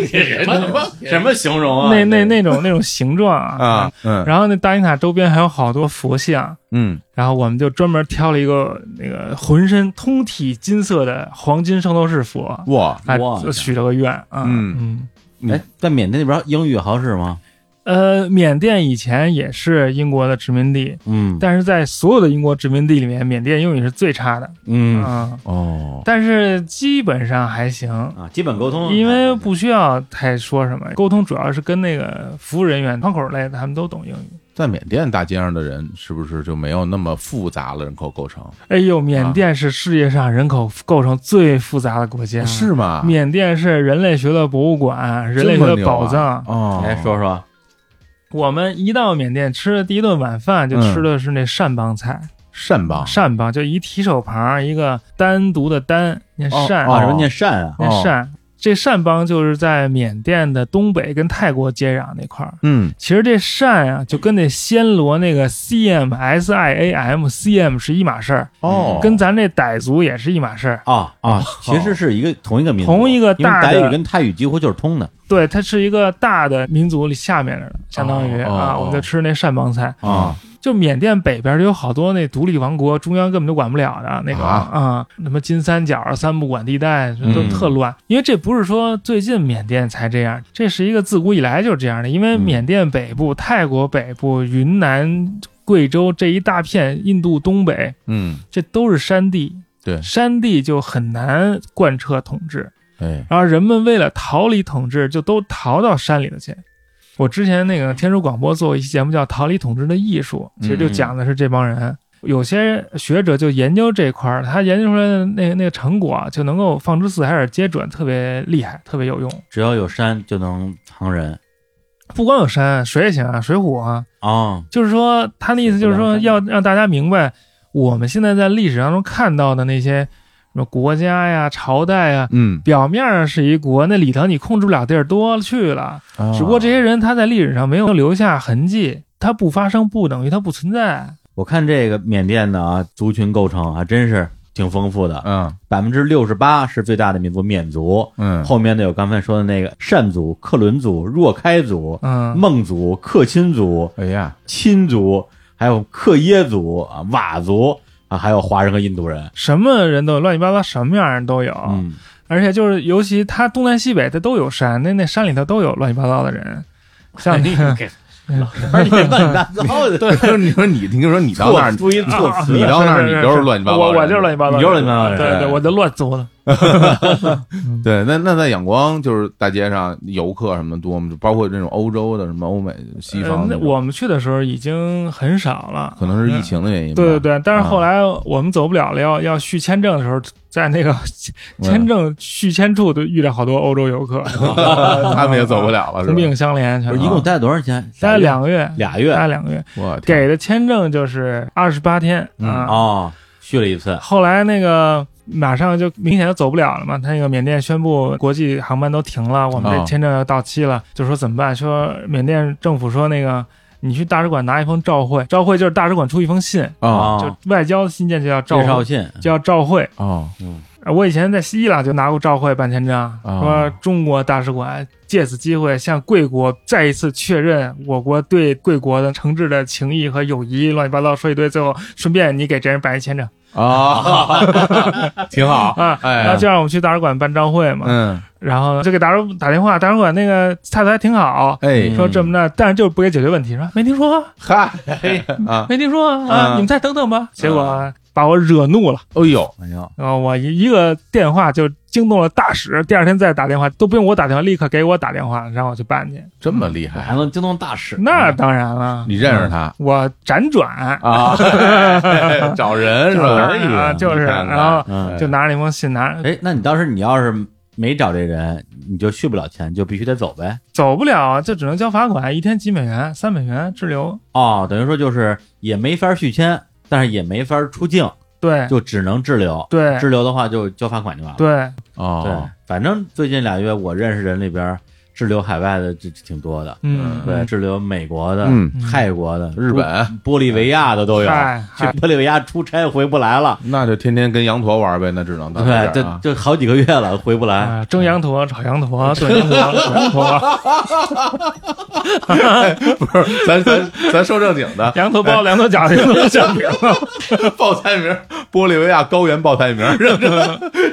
S2: 什 么什么形容
S3: 那那那啊种那种形状啊
S1: 啊，嗯
S3: 然后那大金塔周边还有好多佛像，
S1: 嗯，
S3: 然后我们就专门挑了一个那个浑身通体金色的黄金圣斗士佛，
S1: 哇，
S3: 哎
S2: 哇，
S3: 就许了个愿啊。
S1: 嗯
S3: 嗯，
S2: 哎，在缅甸那边英语好使吗？
S3: 呃，缅甸以前也是英国的殖民地，
S2: 嗯
S3: 但是在所有的英国殖民地里面，缅甸英语是最差的
S2: 嗯
S3: 啊，
S1: 哦，
S3: 但是基本上还行。
S2: 啊，基本
S1: 嗯
S2: 沟通，
S3: 因为不需要太说什么，沟通主要是跟那个服务人员、窗口类的，他们都懂英语。
S1: 在缅甸大街上的人是不是就没有那么复杂了？人口构成
S3: 哎呦，缅甸是世界上人口构成最复杂的国家，
S1: 嗯是啊吗？
S3: 缅甸是人类学的博物馆，人类学的宝藏。
S1: 哦，
S2: 哎，说说
S3: 我们一到缅甸吃的第一顿晚饭，
S1: 嗯
S3: 就吃的是那善邦菜。
S1: 善邦
S3: 善邦就一提手旁一个单独的单，念
S1: 哦
S3: 善
S2: 啊，什么念善啊？
S3: 念
S1: 哦
S3: 善。这善邦就是在缅甸的东北跟泰国接壤那块儿。
S1: 嗯
S3: 其实这善啊，就跟那暹罗那个 C M S I A M C M 是一码事儿，
S1: 哦，
S3: 跟咱这傣族也是一码事儿。
S2: 啊啊，其实是一个同一个民族，
S3: 同一个
S2: 因为
S3: 大的
S2: 傣语跟泰语几乎就是通的
S3: 对，它是一个大的民族里下面的，相当于、
S1: 哦
S3: 啊，
S1: 哦
S3: 我们就吃那善邦菜。
S2: 啊
S3: 就缅甸北边就有好多那独立王国，中央根本就管不了的那种
S1: 啊
S3: 啊，什么金三角、啊三不管地带
S1: 嗯
S3: 都特乱。因为这不是说最近缅甸才这样，这是一个自古以来就是这样的。因为
S2: 嗯
S3: 缅甸北部、泰国北部、云南、贵州这一大片，印度东北
S1: 嗯，
S3: 这都是山地，
S1: 对
S3: 山地就很难贯彻统治。
S1: 哎，
S3: 然后人们为了逃离统治，就都逃到山里头去。我之前那个天书广播做过一期节目叫《逃离统治的艺术》，其实就讲的是这帮人。有些学者就研究这块儿，他研究出来的那那个成果啊就能够放之四海而皆准，特别厉害，特别有用。
S2: 只要有山就能藏人
S3: 不光有山，水也行啊，水浒啊，
S2: 啊，
S3: 就是说他的意思就是说要让大家明白，我们现在在历史当中看到的那些什么国家呀、朝代呀，
S1: 嗯，
S3: 表面上是一国，那里头你控制不了地儿多了去了。
S1: 嗯
S3: 只不过这些人他在历史上没有留下痕迹，他不发生不等于他不存在。
S2: 我看这个缅甸的啊族群构成还真是挺丰富的，
S1: 嗯
S2: 百分之六十八是最大的民族缅族，
S1: 嗯，
S2: 后面的有刚才说的那个善族、克伦族、若开族、
S3: 嗯，
S2: 孟族、克钦族、
S1: 哎 呀，
S2: 亲族，还有克耶族啊、佤族啊，还有华人和印度人。
S3: 什么人都有乱七八糟，什么样的人都有。
S2: 嗯，
S3: 而且就是，尤其他东南西北他都有山，那那山里头都有乱七八糟的人。像
S2: 你给老师也乱七八糟的，
S1: 对， 就是你说你，你就说你到那儿，
S2: 注意措辞，
S1: 你
S3: 啊
S1: 到那儿
S3: 是是
S1: 你就是乱七八糟
S3: 我
S1: 人
S3: 我就是乱七八糟，
S2: 你就是乱七八糟人
S3: 对对，
S1: 对
S3: 我就乱糟了。
S1: 对，那那在仰光就是大街上游客什么多吗？就包括这种欧洲的什么欧美西
S3: 呃
S1: 方
S3: 那
S1: 的，
S3: 我们去的时候已经很少了，
S1: 可能是疫情的原因吧。
S3: 对对对，但是后来我们走不了了，要要续签证的时候，在那个
S1: 嗯
S3: 签证续签处就遇到好多欧洲游客，
S1: 他们也走不了了，
S3: 同
S1: 是吧？
S3: 病相怜，
S2: 不
S3: 全
S2: 是
S3: 都
S2: 一共待了多长时间？
S3: 待了两个月，
S2: 俩月
S3: 待了两个月，
S1: 我天，
S3: 给的签证就是二十八天
S1: 嗯
S3: 啊。
S2: 哦，续了一次。
S3: 后来那个马上就明显就走不了了嘛，他那个缅甸宣布国际航班都停了，我们
S1: 哦
S3: 这签证要到期了，就说怎么办？说缅甸政府说那个。你去大使馆拿一封照会，照会就是大使馆出一封信，
S1: 啊
S2: 哦
S3: 就外交信件就叫照
S2: 介绍
S3: 会，
S2: 信，
S3: 叫照会。
S1: 哦
S3: 呃我以前在伊朗就拿过照会办签证，啊
S1: 啊
S3: 说中国大使馆借此机会向贵国再一次确认我国对贵国的诚挚的情谊和友谊，乱七八糟说一堆，最后顺便你给这人办一签证
S1: 啊， 挺 好，
S3: 啊，
S1: 哎
S3: 然后就让我们去大使馆办照会嘛，
S1: 嗯，
S3: 然后就给大使打电话，大使馆那个态度还挺好。
S1: 哎，
S3: 说这么着，但是就是不给解决问题，说没听说啊，
S1: 嗨，啊，
S3: 没听说啊啊，
S1: 嗯
S3: 你们再等等吧。结果把我惹怒了，
S1: 哎呦，
S2: 哎呦，
S3: 然后我一一个电话就惊动了大使，第二天再打电话都不用我打电话，立刻给我打电话让我去办去。
S1: 这么厉
S2: 我
S1: 害啊
S2: 还，能惊动大使？
S3: 那当然了，
S1: 你认识他
S3: 我辗转
S1: 啊？ 找人是吧？
S3: 啊，就是，
S1: 你看看
S3: 然后
S2: 嗯，
S3: 就拿着那封信拿，
S2: 哎，那你当时你要是没找这人，你就续不了签，就必须得走呗。
S3: 走不了就只能交罚款，一天几美元，三美元滞留。
S2: 哦，等于说就是也没法续签，但是也没法出境，
S3: 对
S2: 就只能滞留。
S3: 对
S2: 滞留的话就交罚款就完了。
S3: 对，嗯
S1: 哦
S2: 对，，反正最近俩月我认识人里边滞留海外的就挺多的，
S3: 嗯，
S2: 对，滞留美国的、
S1: 嗯
S2: 泰国的、
S1: 日本
S2: 玻利维亚的都有，
S3: 嗨
S2: 去
S3: 嗨
S2: 玻利维亚出差回不来了，
S1: 那就天天跟羊驼玩呗，那只能到
S2: 对，
S1: 这儿
S2: 这
S1: 啊
S2: 这好几个月了回不来。
S3: 啊，蒸羊驼、炒羊驼、炖 羊驼、煮羊驼、
S1: 不是，咱咱咱说正经 的，
S3: 羊驼包、羊驼饺子、羊驼馅饼，
S1: 报菜名，玻利维亚高原报菜名，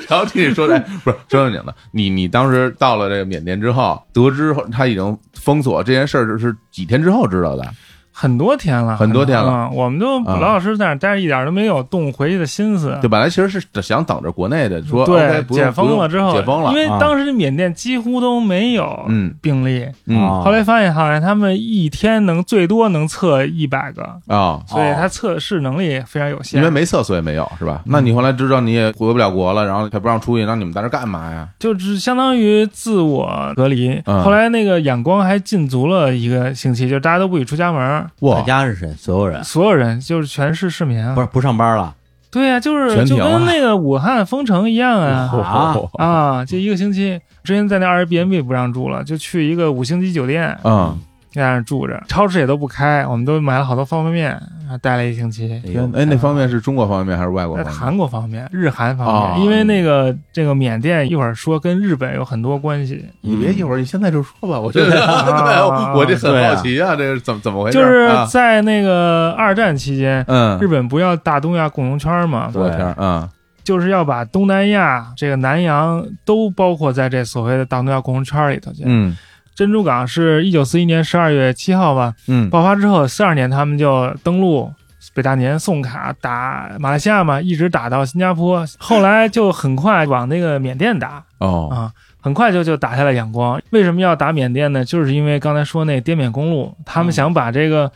S1: 然后听你说这不是正正经的，你你当时到了这个缅甸之后，得知他已经封锁这件事儿是几天之后知道
S3: 嗯
S1: 的
S3: 很多天了，
S1: 很多天了
S3: 嗯我们就老老实实在那儿待着，一点都没有动回去的心思。
S1: 就本来其实是想等着国内的说
S3: 对
S1: 啊 OK，，不用
S3: 解封了之后，
S1: 不用解封了，
S3: 因为
S2: 啊
S3: 当时缅甸几乎都没有
S1: 嗯
S3: 病例，
S2: 哦
S1: 嗯
S3: 后来发现好像他们一天能最多能测一百个，
S1: 啊，
S3: 所以他测试能力非常有限。
S1: 因为没测所以没有是吧？那你后来知道你也回不了国了，然后还不让出去，那你们在这干嘛呀？
S3: 就是相当于自我隔离。
S1: 嗯
S3: 后来那个仰光还禁足了一个星期，就是大家都不许出家门，
S2: 大
S1: 哇
S2: 家是谁？所有人
S3: 所有人就是全市市民啊
S2: 不。是不上班了
S3: 对呀、就是
S1: 全
S3: 就
S1: 停了
S3: 跟那个武汉封城一样啊
S2: 啊
S3: 啊！就一个星期，之前在那 Airbnb 不让住了，就去一个五星级酒店
S1: 嗯，
S3: 在那儿住着，超市也都不开，我们都买了好多方便面，然后待了一星期。
S2: 哎
S1: 天
S2: 呦，
S1: 哎，那方面是中国方便面还是外国
S3: 在
S1: 方面？
S3: 韩国方面，日韩方面，
S1: 哦
S3: 因为那个这个缅甸一会儿说跟日本有很多关系，
S1: 你别一会儿，你现在就说吧，我觉
S5: 对
S1: 得
S3: 啊
S1: 对，我这
S2: 对
S1: 很
S2: 啊
S1: 好奇啊，这是怎么怎么回事？
S3: 就是
S1: 啊
S3: 在那个二战期间，
S1: 嗯
S3: 日，本不要大东亚共荣圈嘛，
S1: 我天，嗯
S3: 就是要把东南亚这个南洋都包括在这所谓的大东亚共荣圈里头去。
S1: 嗯
S3: 珍珠港是一九四一年十二月七号吧
S1: 嗯
S3: 爆发之后，四二年他们就登陆。北大年送卡打马来西亚嘛，一直打到新加坡，后来就很快往那个缅甸打，
S1: 哦，
S3: 啊，很快就就打下了仰光。为什么要打缅甸呢？就是因为刚才说那滇缅公路，他
S1: 嗯
S3: 们想把这个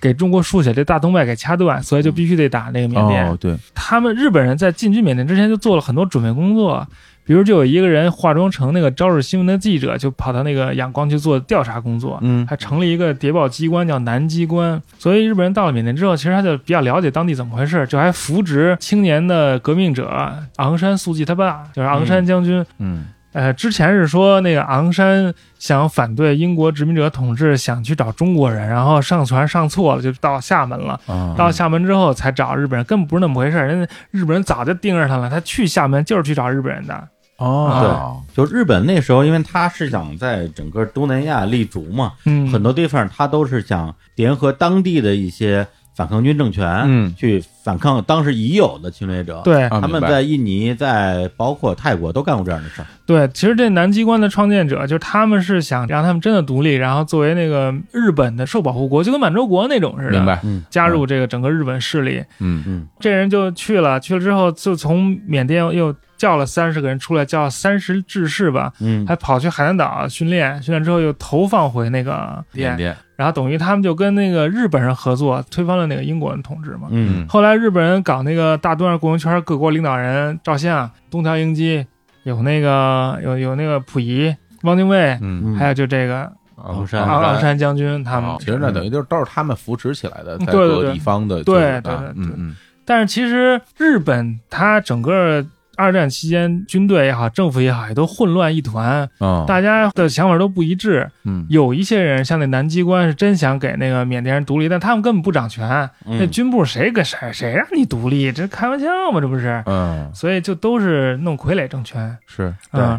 S3: 给中国竖起来这大动脉给掐断，所以就必须得打那个缅甸。
S1: 嗯哦对，
S3: 他们日本人在进军缅甸之前就做了很多准备工作，比如就有一个人化妆成那个朝日新闻的记者，就跑到那个仰光去做调查工作。
S1: 嗯
S3: 还成立一个谍报机关叫南机关，所以日本人到了缅甸之后，其实他就比较了解当地怎么回事，就还扶植青年的革命者昂山素季他爸，就是昂山将军，
S1: 嗯
S3: 呃，之前是说那个昂山想反对英国殖民者统治，想去找中国人，然后上船上错了，就到厦门了。
S1: 啊
S3: 到厦门之后才找日本人，根本不是那么回事儿。人家日本人早就盯着他了，他去厦门就是去找日本人的。
S1: 哦，
S2: 就日本那时候，因为他是想在整个东南亚立足嘛，
S3: 嗯，
S2: 很多地方他都是想联合当地的一些反抗军政权，
S1: 嗯
S2: 去反抗当时已有的侵略者。，
S3: 对
S1: 啊
S2: 他
S1: 明
S2: 们
S1: 白
S2: 在印尼，在包括泰国都干过这样的事儿。
S3: 对，其实这南机关的创建者，就是他们是想让他们真的独立，然后作为那个日本的受保护国，就跟满洲国那种似的，
S1: 明白，
S2: 嗯
S3: 加入这个整个日本势力。
S1: 嗯
S2: 嗯，
S3: 这人就去了，去了之后就从缅甸又叫了三十个人出来，叫三十志士吧，
S2: 嗯
S3: 还跑去海南岛训练，训练之后又投放回那个
S1: 缅
S3: 缅甸，
S1: 甸，
S3: 然后等于他们就跟那个日本人合作，推翻了那个英国人统治嘛。
S2: 嗯，
S3: 后来日本人搞那个大东亚共荣圈，各国领导人照相，东条英机，有那个有有那个溥仪、汪精卫，
S1: 嗯，哦
S3: 还有就这个
S2: 昂山
S3: 昂昂山将军他们。
S1: 哦其实那等于就是都是他们扶持起来的，在
S3: 对对
S1: 各
S3: 对
S1: 地方的
S3: 对
S1: 就是
S3: 对
S1: 啊
S3: 对对
S1: 嗯嗯
S3: 但是其实日本它整个二战期间，军队也好，政府也好，也都混乱一团，
S1: 哦，
S3: 大家的想法都不一致。
S1: 嗯
S3: 有一些人像那南机关是真想给那个缅甸人独立，但他们根本不掌权，那
S2: 嗯
S3: 军部谁跟谁谁让你独立？这开玩笑吗？这不是？
S1: 嗯
S3: 所以就都是弄傀儡政权。
S1: 是
S3: 嗯，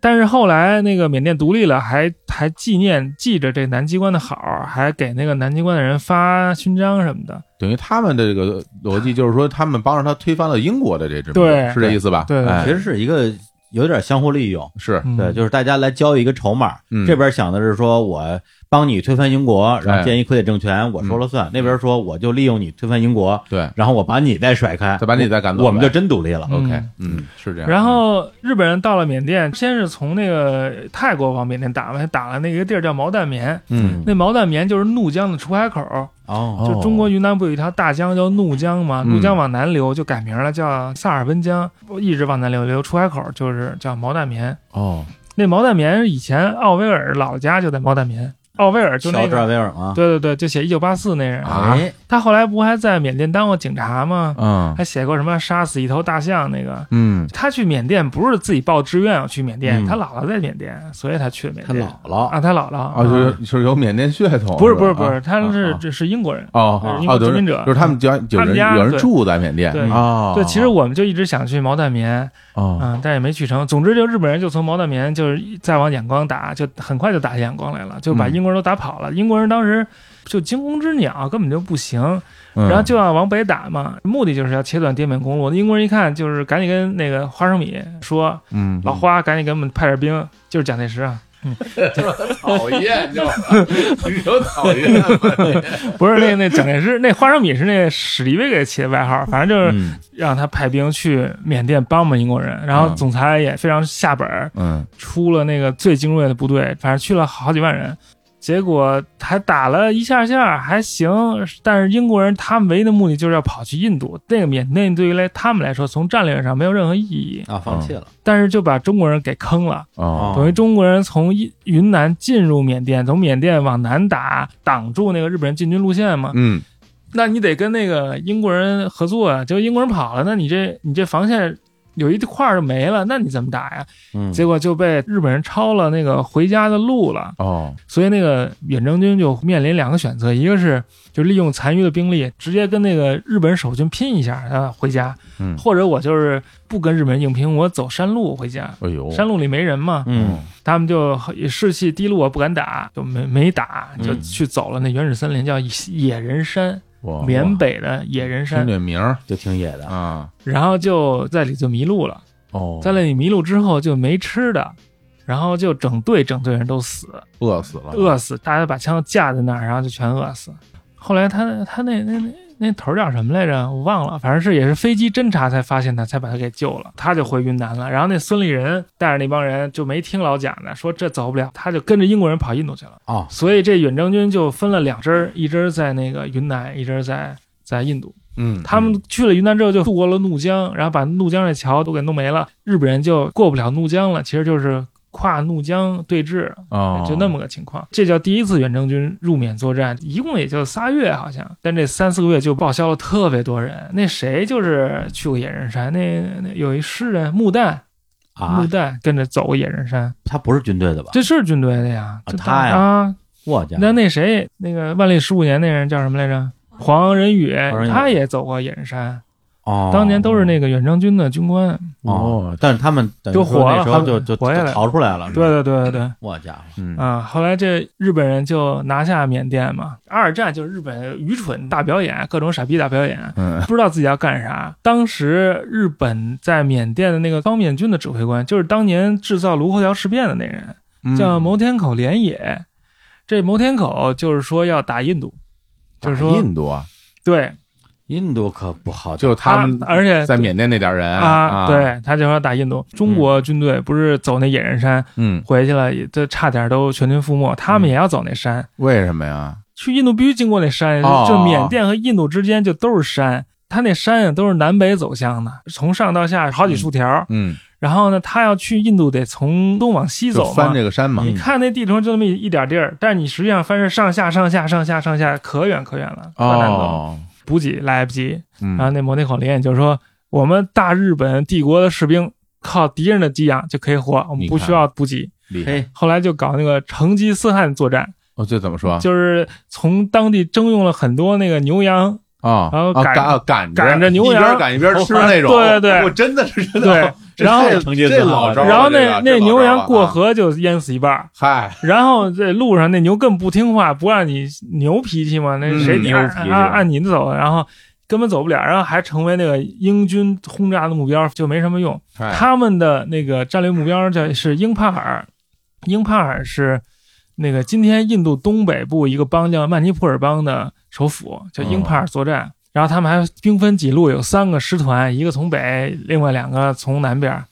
S3: 但是后来那个缅甸独立了，还还纪念记着这南机关的好，还给那个南机关的人发勋章什么的。
S1: 等于他们的这个逻辑就是说，他们帮着他推翻了英国的这支，
S3: 对
S1: 是这意思吧？
S3: 对对
S1: 哎
S2: 其实是一个有点相互利用。
S1: 是
S3: 嗯、
S2: 对，就是大家来交易一个筹码，
S1: 嗯
S2: 这边想的是说我帮你推翻英国，然后建一傀儡政权，我说了算；那边说我就利用你推翻英国，
S1: 嗯对，
S2: 然后我把你再甩开，
S1: 再把你再赶走呗，
S2: 我们就真独立了。
S3: 嗯
S1: OK，嗯，是这样。
S3: 然后日本人到了缅甸，先是从那个泰国往缅甸打嘛，还打了那个地儿叫毛淡棉。
S1: 嗯，
S3: 那毛淡棉就是怒江的出海口，
S2: 哦，
S1: 哦
S3: 就中国云南不有一条大江叫怒江吗？
S1: 嗯
S3: 怒江往南流就改名了，叫萨尔温江，一直往南流，流出海口就是叫毛淡棉。
S1: 哦，
S3: 那毛淡棉以前奥威尔老家就在毛淡棉，奥威尔就那
S2: 乔治
S3: 个
S2: 亚，威尔啊，
S3: 对对对，就写一九八四那人，
S1: 啊
S2: 哎，
S3: 他后来不还在缅甸当过警察吗？
S1: 嗯
S3: 还写过什么杀死一头大象那个？
S1: 嗯，
S3: 他去缅甸不是自己报志愿要去缅甸，
S2: 嗯
S3: 他姥姥在缅甸，所以他去缅
S2: 他
S3: 甸。
S2: 姥姥，
S3: 啊，他姥姥
S1: 啊，就是是有缅甸血统，
S3: 嗯不是不
S1: 是
S3: 是不
S1: 吧
S3: 是，他
S1: 啊
S3: 是这是英国人。
S1: 哦
S3: 对英
S1: 哦，
S3: 国
S1: 就
S3: 殖
S1: 是
S3: 民者
S1: 就是他们家有
S3: 他
S1: 人
S3: 们家
S1: 有人
S3: 对
S1: 住在缅甸
S3: 对
S1: 哦，
S3: 对，其实我们就一直想去毛淡棉，
S1: 哦
S3: 嗯，但也没去成。总之，就日本人就从毛淡棉就是一再往仰光打，就很快就打下仰光来了，就把
S1: 嗯
S3: 英国人都打跑了。英国人当时就惊弓之鸟，根本就不行，
S1: 嗯
S3: 然后就要往北打嘛，目的就是要切断滇缅公路。英国人一看，就是赶紧跟那个花生米说，
S1: 嗯
S3: 老花赶紧给我们派点兵，就是蒋介石啊，
S1: 讨厌，就 你就讨厌，
S3: 不是那那蒋介石，那花生米是那史迪威给起的外号，反正就是
S2: 嗯，
S3: 让他派兵去缅甸帮我们英国人。然后
S1: 嗯
S3: 总裁也非常下本儿，
S1: 嗯
S3: 出了那个最精锐的部队，反正去了好几万人。结果还打了一下下，还行，但是英国人他们唯一的目的就是要跑去印度，那个缅甸对于来他们来说，从战略上没有任何意义，
S2: 啊，放弃了，
S3: 但是就把中国人给坑了。
S1: 哦，
S3: 等于中国人从印云啊南进入缅甸，从缅甸往南打，挡住那个日本人进军路线嘛。
S1: 嗯
S3: 那你得跟那个英国人合作啊，结果英国人跑了，那你这你这防线有一块儿就没了，那你怎么打呀？
S2: 嗯，
S3: 结果就被日本人抄了那个回家的路了。
S1: 哦，
S3: 所以那个远征军就面临两个选择，一个是就利用残余的兵力直接跟那个日本守军拼一下啊回家，
S1: 嗯
S3: 或者我就是不跟日本人硬拼，我走山路回家。
S1: 哎呦，哦
S3: 山路里没人嘛，
S2: 哦嗯，
S3: 他们就士气低落，不敢打，就没没打，
S2: 嗯
S3: 就去走了那原始森林，叫野人山，
S1: 哦哇
S3: 缅北的野人
S1: 听
S3: 山，
S1: 这名儿
S2: 就挺野
S3: 嗯
S2: 的，
S1: 啊，
S3: 然后就在里就迷路了，
S1: 哦，
S3: 在那里迷路之后就没吃的，然后就整队整队人都死，
S1: 饿死了，
S3: 饿死，大家把枪架在那儿，然后就全饿死。后来他他那那那那头儿叫什么来着？我忘了，反正是也是飞机侦察才发现他，才把他给救了，他就回云南了。然后那孙立人带着那帮人就没听老蒋的，说这走不了，他就跟着英国人跑印度去了。
S2: 哦
S3: 所以这远征军就分了两支儿，一支儿在那个云南，一支儿在在印度。
S1: 嗯，
S3: 他们去了云南之后，就渡过了怒江，然后把怒江这桥都给弄没了，日本人就过不了怒江了，其实就是跨怒江对峙。
S1: 哦，
S3: 就那么个情况。这叫第一次远征军入缅作战，一共也就仨月好像，但这三四个月就报销了特别多人。那谁就是去过野人山，那那有一诗人穆旦，
S2: 啊
S3: 穆，旦跟着走过野人山，
S2: 他不是军队的吧？
S3: 这是军队的呀，
S2: 啊
S3: 这
S2: 他呀
S3: 啊，
S2: 我家伙
S3: 那那谁那个万历十五年那人叫什么来着？黄仁宇
S2: 黄仁，宇
S3: 他也走过野人山，
S2: 哦，
S3: 当年都是那个远征军的军官。
S2: 哦，但是他们等于
S3: 就
S2: 说
S3: 活
S2: 那
S3: 了
S2: 时候
S3: 他
S2: 就
S3: 们
S2: 就
S3: 活下来
S2: 就逃出来了，是吧
S3: 对，对对对对。
S2: 我家伙，
S1: 嗯
S3: 啊，后来这日本人就拿下缅甸嘛。二战就是日本愚蠢大表演，各种傻逼大表演，
S1: 嗯，
S3: 不知道自己要干啥。当时日本在缅甸的那个方面军的指挥官，就是当年制造卢沟桥事变的那人，
S1: 嗯
S3: 叫牟天口连野。这牟天口就是说要打印度，就是说
S1: 打印度啊，
S3: 对
S2: 印度可不好打，
S1: 就他们
S3: 而且
S1: 在缅甸那点儿人
S3: 啊，，对他就说要打印度。中国军队不是走那野人山
S1: 嗯，
S3: 回去了，也这差点都全军覆没，他们也要走那山。
S1: 为什么呀？
S3: 去印度必须经过那山，
S1: 哦
S3: 就缅甸和印度之间就都是山，它那山呀都是南北走向的，从上到下好几竖条。
S1: 嗯，
S3: 然后呢，他要去印度得从东往西
S1: 就
S3: 走嘛
S1: 翻。这个山嘛，
S3: 你看那地图上就那么一一点地儿，但是你实际上翻是上下上下上下上下，可远可远了，可难走，啊
S1: 哦，
S3: 补给来不及。
S1: 嗯
S3: 然后那摩内口林也就说，我们大日本帝国的士兵靠敌人的给养就可以活，我们
S1: 你
S3: 不
S1: 看
S3: 需要补给。
S1: 厉害，
S2: 嘿，
S3: 后来就搞那个成吉思汗作战，
S1: 哦，这怎么说？
S3: 就是从当地征用了很多那个牛羊，
S1: 啊，
S3: 然后
S1: 啊
S3: 赶
S1: 赶赶
S3: 赶着牛
S1: 一边
S3: 羊
S1: 赶一边吃那种，
S3: 对对对
S1: 我真的是真
S3: 对
S1: 的，，这
S3: 然后
S1: 太
S2: 成吉思
S1: 这
S2: 汗
S1: 老招儿了，
S3: 然后
S1: 这个
S3: 那那
S1: 这老
S3: 牛
S1: 招儿
S3: 羊
S1: 了
S3: 过
S1: 啊，
S3: 河就淹死一半儿，
S1: 嗨，
S3: 然后这路上那牛更不听话，不让你牛脾气嘛，那
S1: 嗯
S3: 谁
S2: 牛
S3: 按
S2: 脾气
S3: 按按你的走，然后根本走不了，然后还成为那个英军轰炸的目标，就没什么用。
S1: 嗨
S3: 他们的那个战略目标叫是英帕尔，英帕尔是那个今天印度东北部一个邦叫曼尼普尔邦的首府，叫英帕尔作战。然后他们还兵分几路，有三个师团，一个从北，另外两个从南边儿。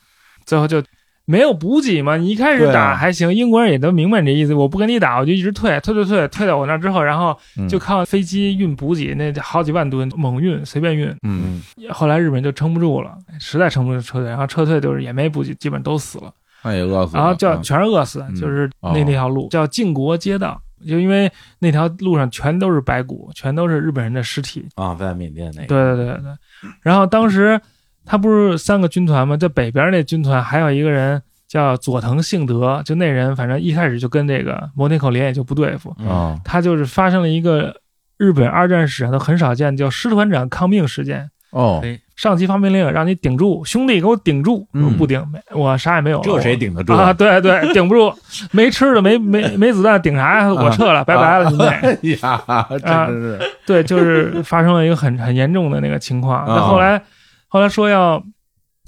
S3: 最后就没有补给嘛，你一开始
S1: 对
S3: 打
S1: 啊
S3: 还行，英国人也都明白你这意思，我不跟你打，我就一直退，退退退，退到我那儿之后，然后
S1: 嗯
S3: 就靠飞机运补给，那好几万吨猛运，随便运。
S1: 嗯，
S3: 后来日本就撑不住了，实在撑不住撤退，然后撤退就是也没补给，基本都死了，
S1: 那也饿死了，
S3: 然后叫
S1: 嗯
S3: 全是饿死，
S1: 嗯
S3: 就是
S1: 哦
S3: 那那条路叫靖国街道，就因为那条路上全都是白骨，全都是日本人的尸体。
S2: 啊，在缅甸
S1: 哎
S2: 那个，
S3: 对对对对，然后当时他不是三个军团吗？在北边那军团还有一个人叫佐藤幸德，就那人反正一开始就跟这个摩天口连也就不对付，
S2: 嗯，
S1: 啊
S3: 他就是发生了一个日本二战史上都很少见的叫师团长抗命事件。
S1: 哦，
S3: 上级发命令让你顶住，兄弟给我顶住，
S1: 嗯
S3: 我不顶，没我啥也没有了。
S2: 这谁顶得住
S3: 啊？？对对， 顶不住，没吃的，没没没子弹，顶啥
S2: 啊
S3: 呀？我撤了，拜拜了，你们。
S1: 哎呀，真是
S3: 对，就是发生了一个很很严重的那个情况。
S2: 嗯
S3: 那
S1: 啊
S3: 后来，后来说要，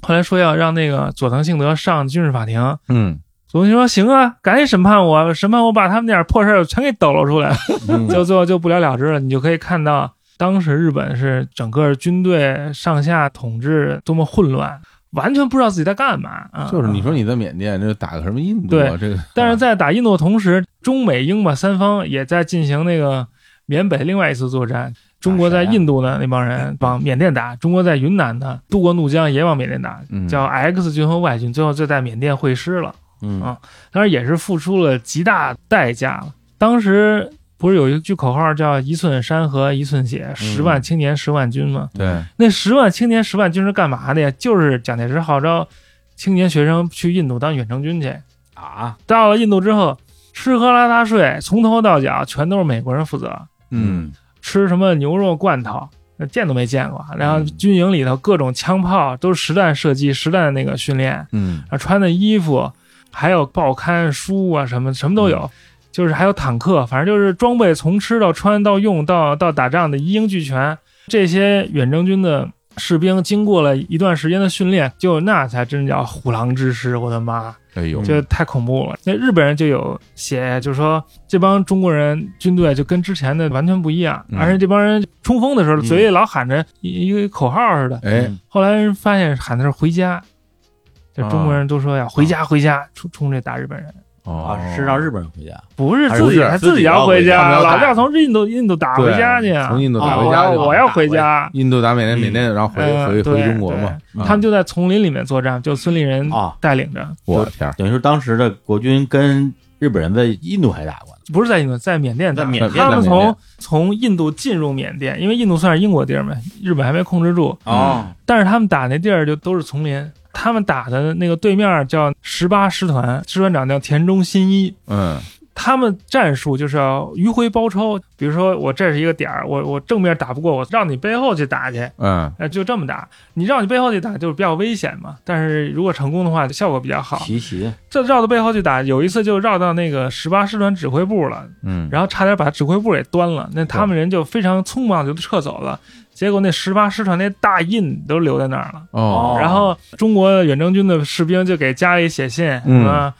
S3: 后来说要让那个佐藤幸德上军事法庭。
S1: 嗯，
S3: 佐藤幸德说：“行啊，赶紧审判我，审判我把他们那点破事儿全给抖搂出来。”
S2: 嗯
S3: 就最后就不了了之了。你就可以看到，当时日本是整个军队上下统治多么混乱，完全不知道自己在干嘛啊！
S1: 就是你，说你在缅甸，这打个什么印度啊？
S3: 对
S1: 这个，
S3: 但是在打印度的同时，中美英吧三方也在进行那个缅北另外一次作战。中国在印度的那帮人往缅甸打，中国在云南的渡过怒江也往缅甸打，
S1: 嗯
S3: 叫 X 军和 Y 军，最后就在缅甸会师了。
S2: 嗯
S3: 啊当然也是付出了极大代价了。当时不是有一句口号叫“一寸山河一寸血，十万青年十万军”吗？
S1: 对，
S3: 那十万青年十万军是干嘛的呀？就是蒋介石号召青年学生去印度当远征军去。
S2: 啊，
S3: 到了印度之后，吃喝拉撒睡从头到脚全都是美国人负责，
S1: 嗯，
S3: 吃什么牛肉罐头。呃见都没见过，然后军营里头各种枪炮都是实弹射击、实弹那个训练，
S1: 嗯，
S3: 啊，穿的衣服，还有报刊、书啊，什么什么都有，就是还有坦克，反正就是装备从吃到穿到用到到打仗的一应俱全。这些远征军的士兵经过了一段时间的训练，就那才真叫虎狼之师，我的妈，
S1: 哎呦，
S3: 这太恐怖了。那日本人就有写，就是说这帮中国人军队就跟之前的完全不一样，
S1: 嗯
S3: 而且这帮人冲锋的时候
S2: 嗯
S3: 嘴里老喊着一一个口号似的，
S1: 哎，
S3: 后来人发现喊的是回家，
S1: 啊
S3: 就中国人都说要回家回家，冲冲这打日本人，
S1: 哦
S2: 啊，是让日本人回家
S3: 不是
S2: 还是
S3: 自己
S2: 不是
S3: 还
S2: 自己
S3: 自己
S2: 要
S3: 回
S2: 回家
S3: 家，
S1: 要打
S3: 老廖从印度印度打回
S1: 对
S3: 家去啊
S1: 从，印度打
S2: 哦
S1: 回
S3: 我
S1: 家
S3: 要
S1: 去了，
S3: 我要回家。
S1: 印度打缅甸，
S2: 嗯
S1: 缅甸然后回
S3: 呃
S1: 回
S3: 对
S1: 回中国嘛，哦
S3: 对
S1: 啊
S3: 他们就在丛林里面作战，就孙立人
S2: 啊，
S3: 带领着，
S1: 我的天儿，
S2: 等于说当时的国军跟日本人在印度还打过呢。
S3: 不是在印度，在缅甸打
S2: 在缅
S1: 甸
S3: 他们
S1: 在缅甸
S3: 从从印度进入缅甸，因为印度算是英国地儿嘛，日本还没控制住，
S2: 哦，
S3: 但是他们打那地儿就都是丛林。他们打的那个对面叫十八师团，师团长叫田中新一，
S1: 嗯，
S3: 他们战术就是要迂回包抄，比如说我这是一个点儿，我我正面打不过，我让你背后去打去，
S1: 嗯，
S3: 呃，就这么打。你让你背后去打就是比较危险嘛，但是如果成功的话，效果比较好。
S2: 奇袭，
S3: 这绕到背后去打，有一次就绕到那个十八师团指挥部了，
S1: 嗯，
S3: 然后差点把指挥部给端了。那他们人就非常匆忙就撤走了，结果那十八师团那大印都留在那儿了。
S1: 哦，
S3: 然后中国远征军的士兵就给家里写信，
S1: 嗯
S3: 啊，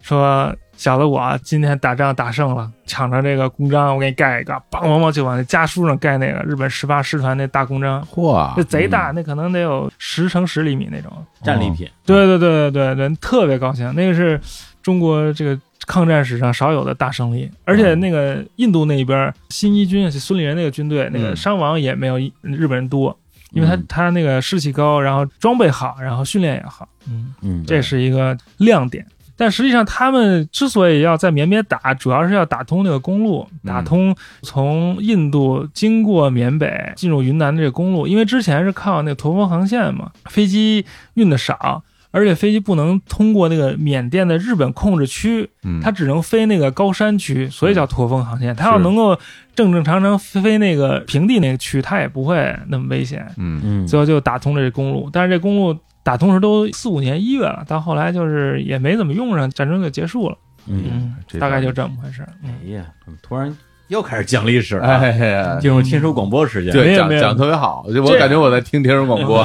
S3: 说小子我今天打仗打胜了，抢着这个公章，我给你盖一个，梆梆梆就往那家书上盖那个日本十八师团那大公章，
S1: 嚯
S3: 那，贼大，那可能得有十乘十厘米那种。
S2: 战利品，
S3: 对对对对对对，特别高兴，那个是中国这个抗战史上少有的大胜利，而且那个印度那一边新一军孙立人那个军队，那个
S1: 嗯
S3: 伤亡也没有一日本人多，因为他
S1: 嗯
S3: 他那个士气高，然后装备好，然后训练也好，嗯，
S2: 嗯，
S3: 这是一个亮点。但实际上，他们之所以要在缅北打，主要是要打通那个公路，
S1: 嗯
S3: 打通从印度经过缅北进入云南的这个公路，因为之前是靠那个驼峰航线嘛，飞机运的少，而且飞机不能通过那个缅甸的日本控制区，
S1: 嗯
S3: 它只能飞那个高山区，所以叫驼峰航线。它要
S1: 是
S3: 能够正正常常飞那个平地那个区，它也不会那么危险。
S1: 嗯，
S2: 嗯，
S3: 最后就打通了这公路，但是这公路打通时都四五年一月了，到后来就是也没怎么用上，战争就结束了。
S2: 嗯，
S3: 嗯
S1: 这，
S3: 大概就这么回事。嗯，
S2: 哎呀，怎么突然又开始讲历史了？嗯
S1: 哎呀，
S2: 进入天书广播时间，
S1: 对，
S3: 没有
S1: 讲
S3: 没有
S1: 讲得特别好，就我
S3: 这
S1: 感觉我在听天人广 播，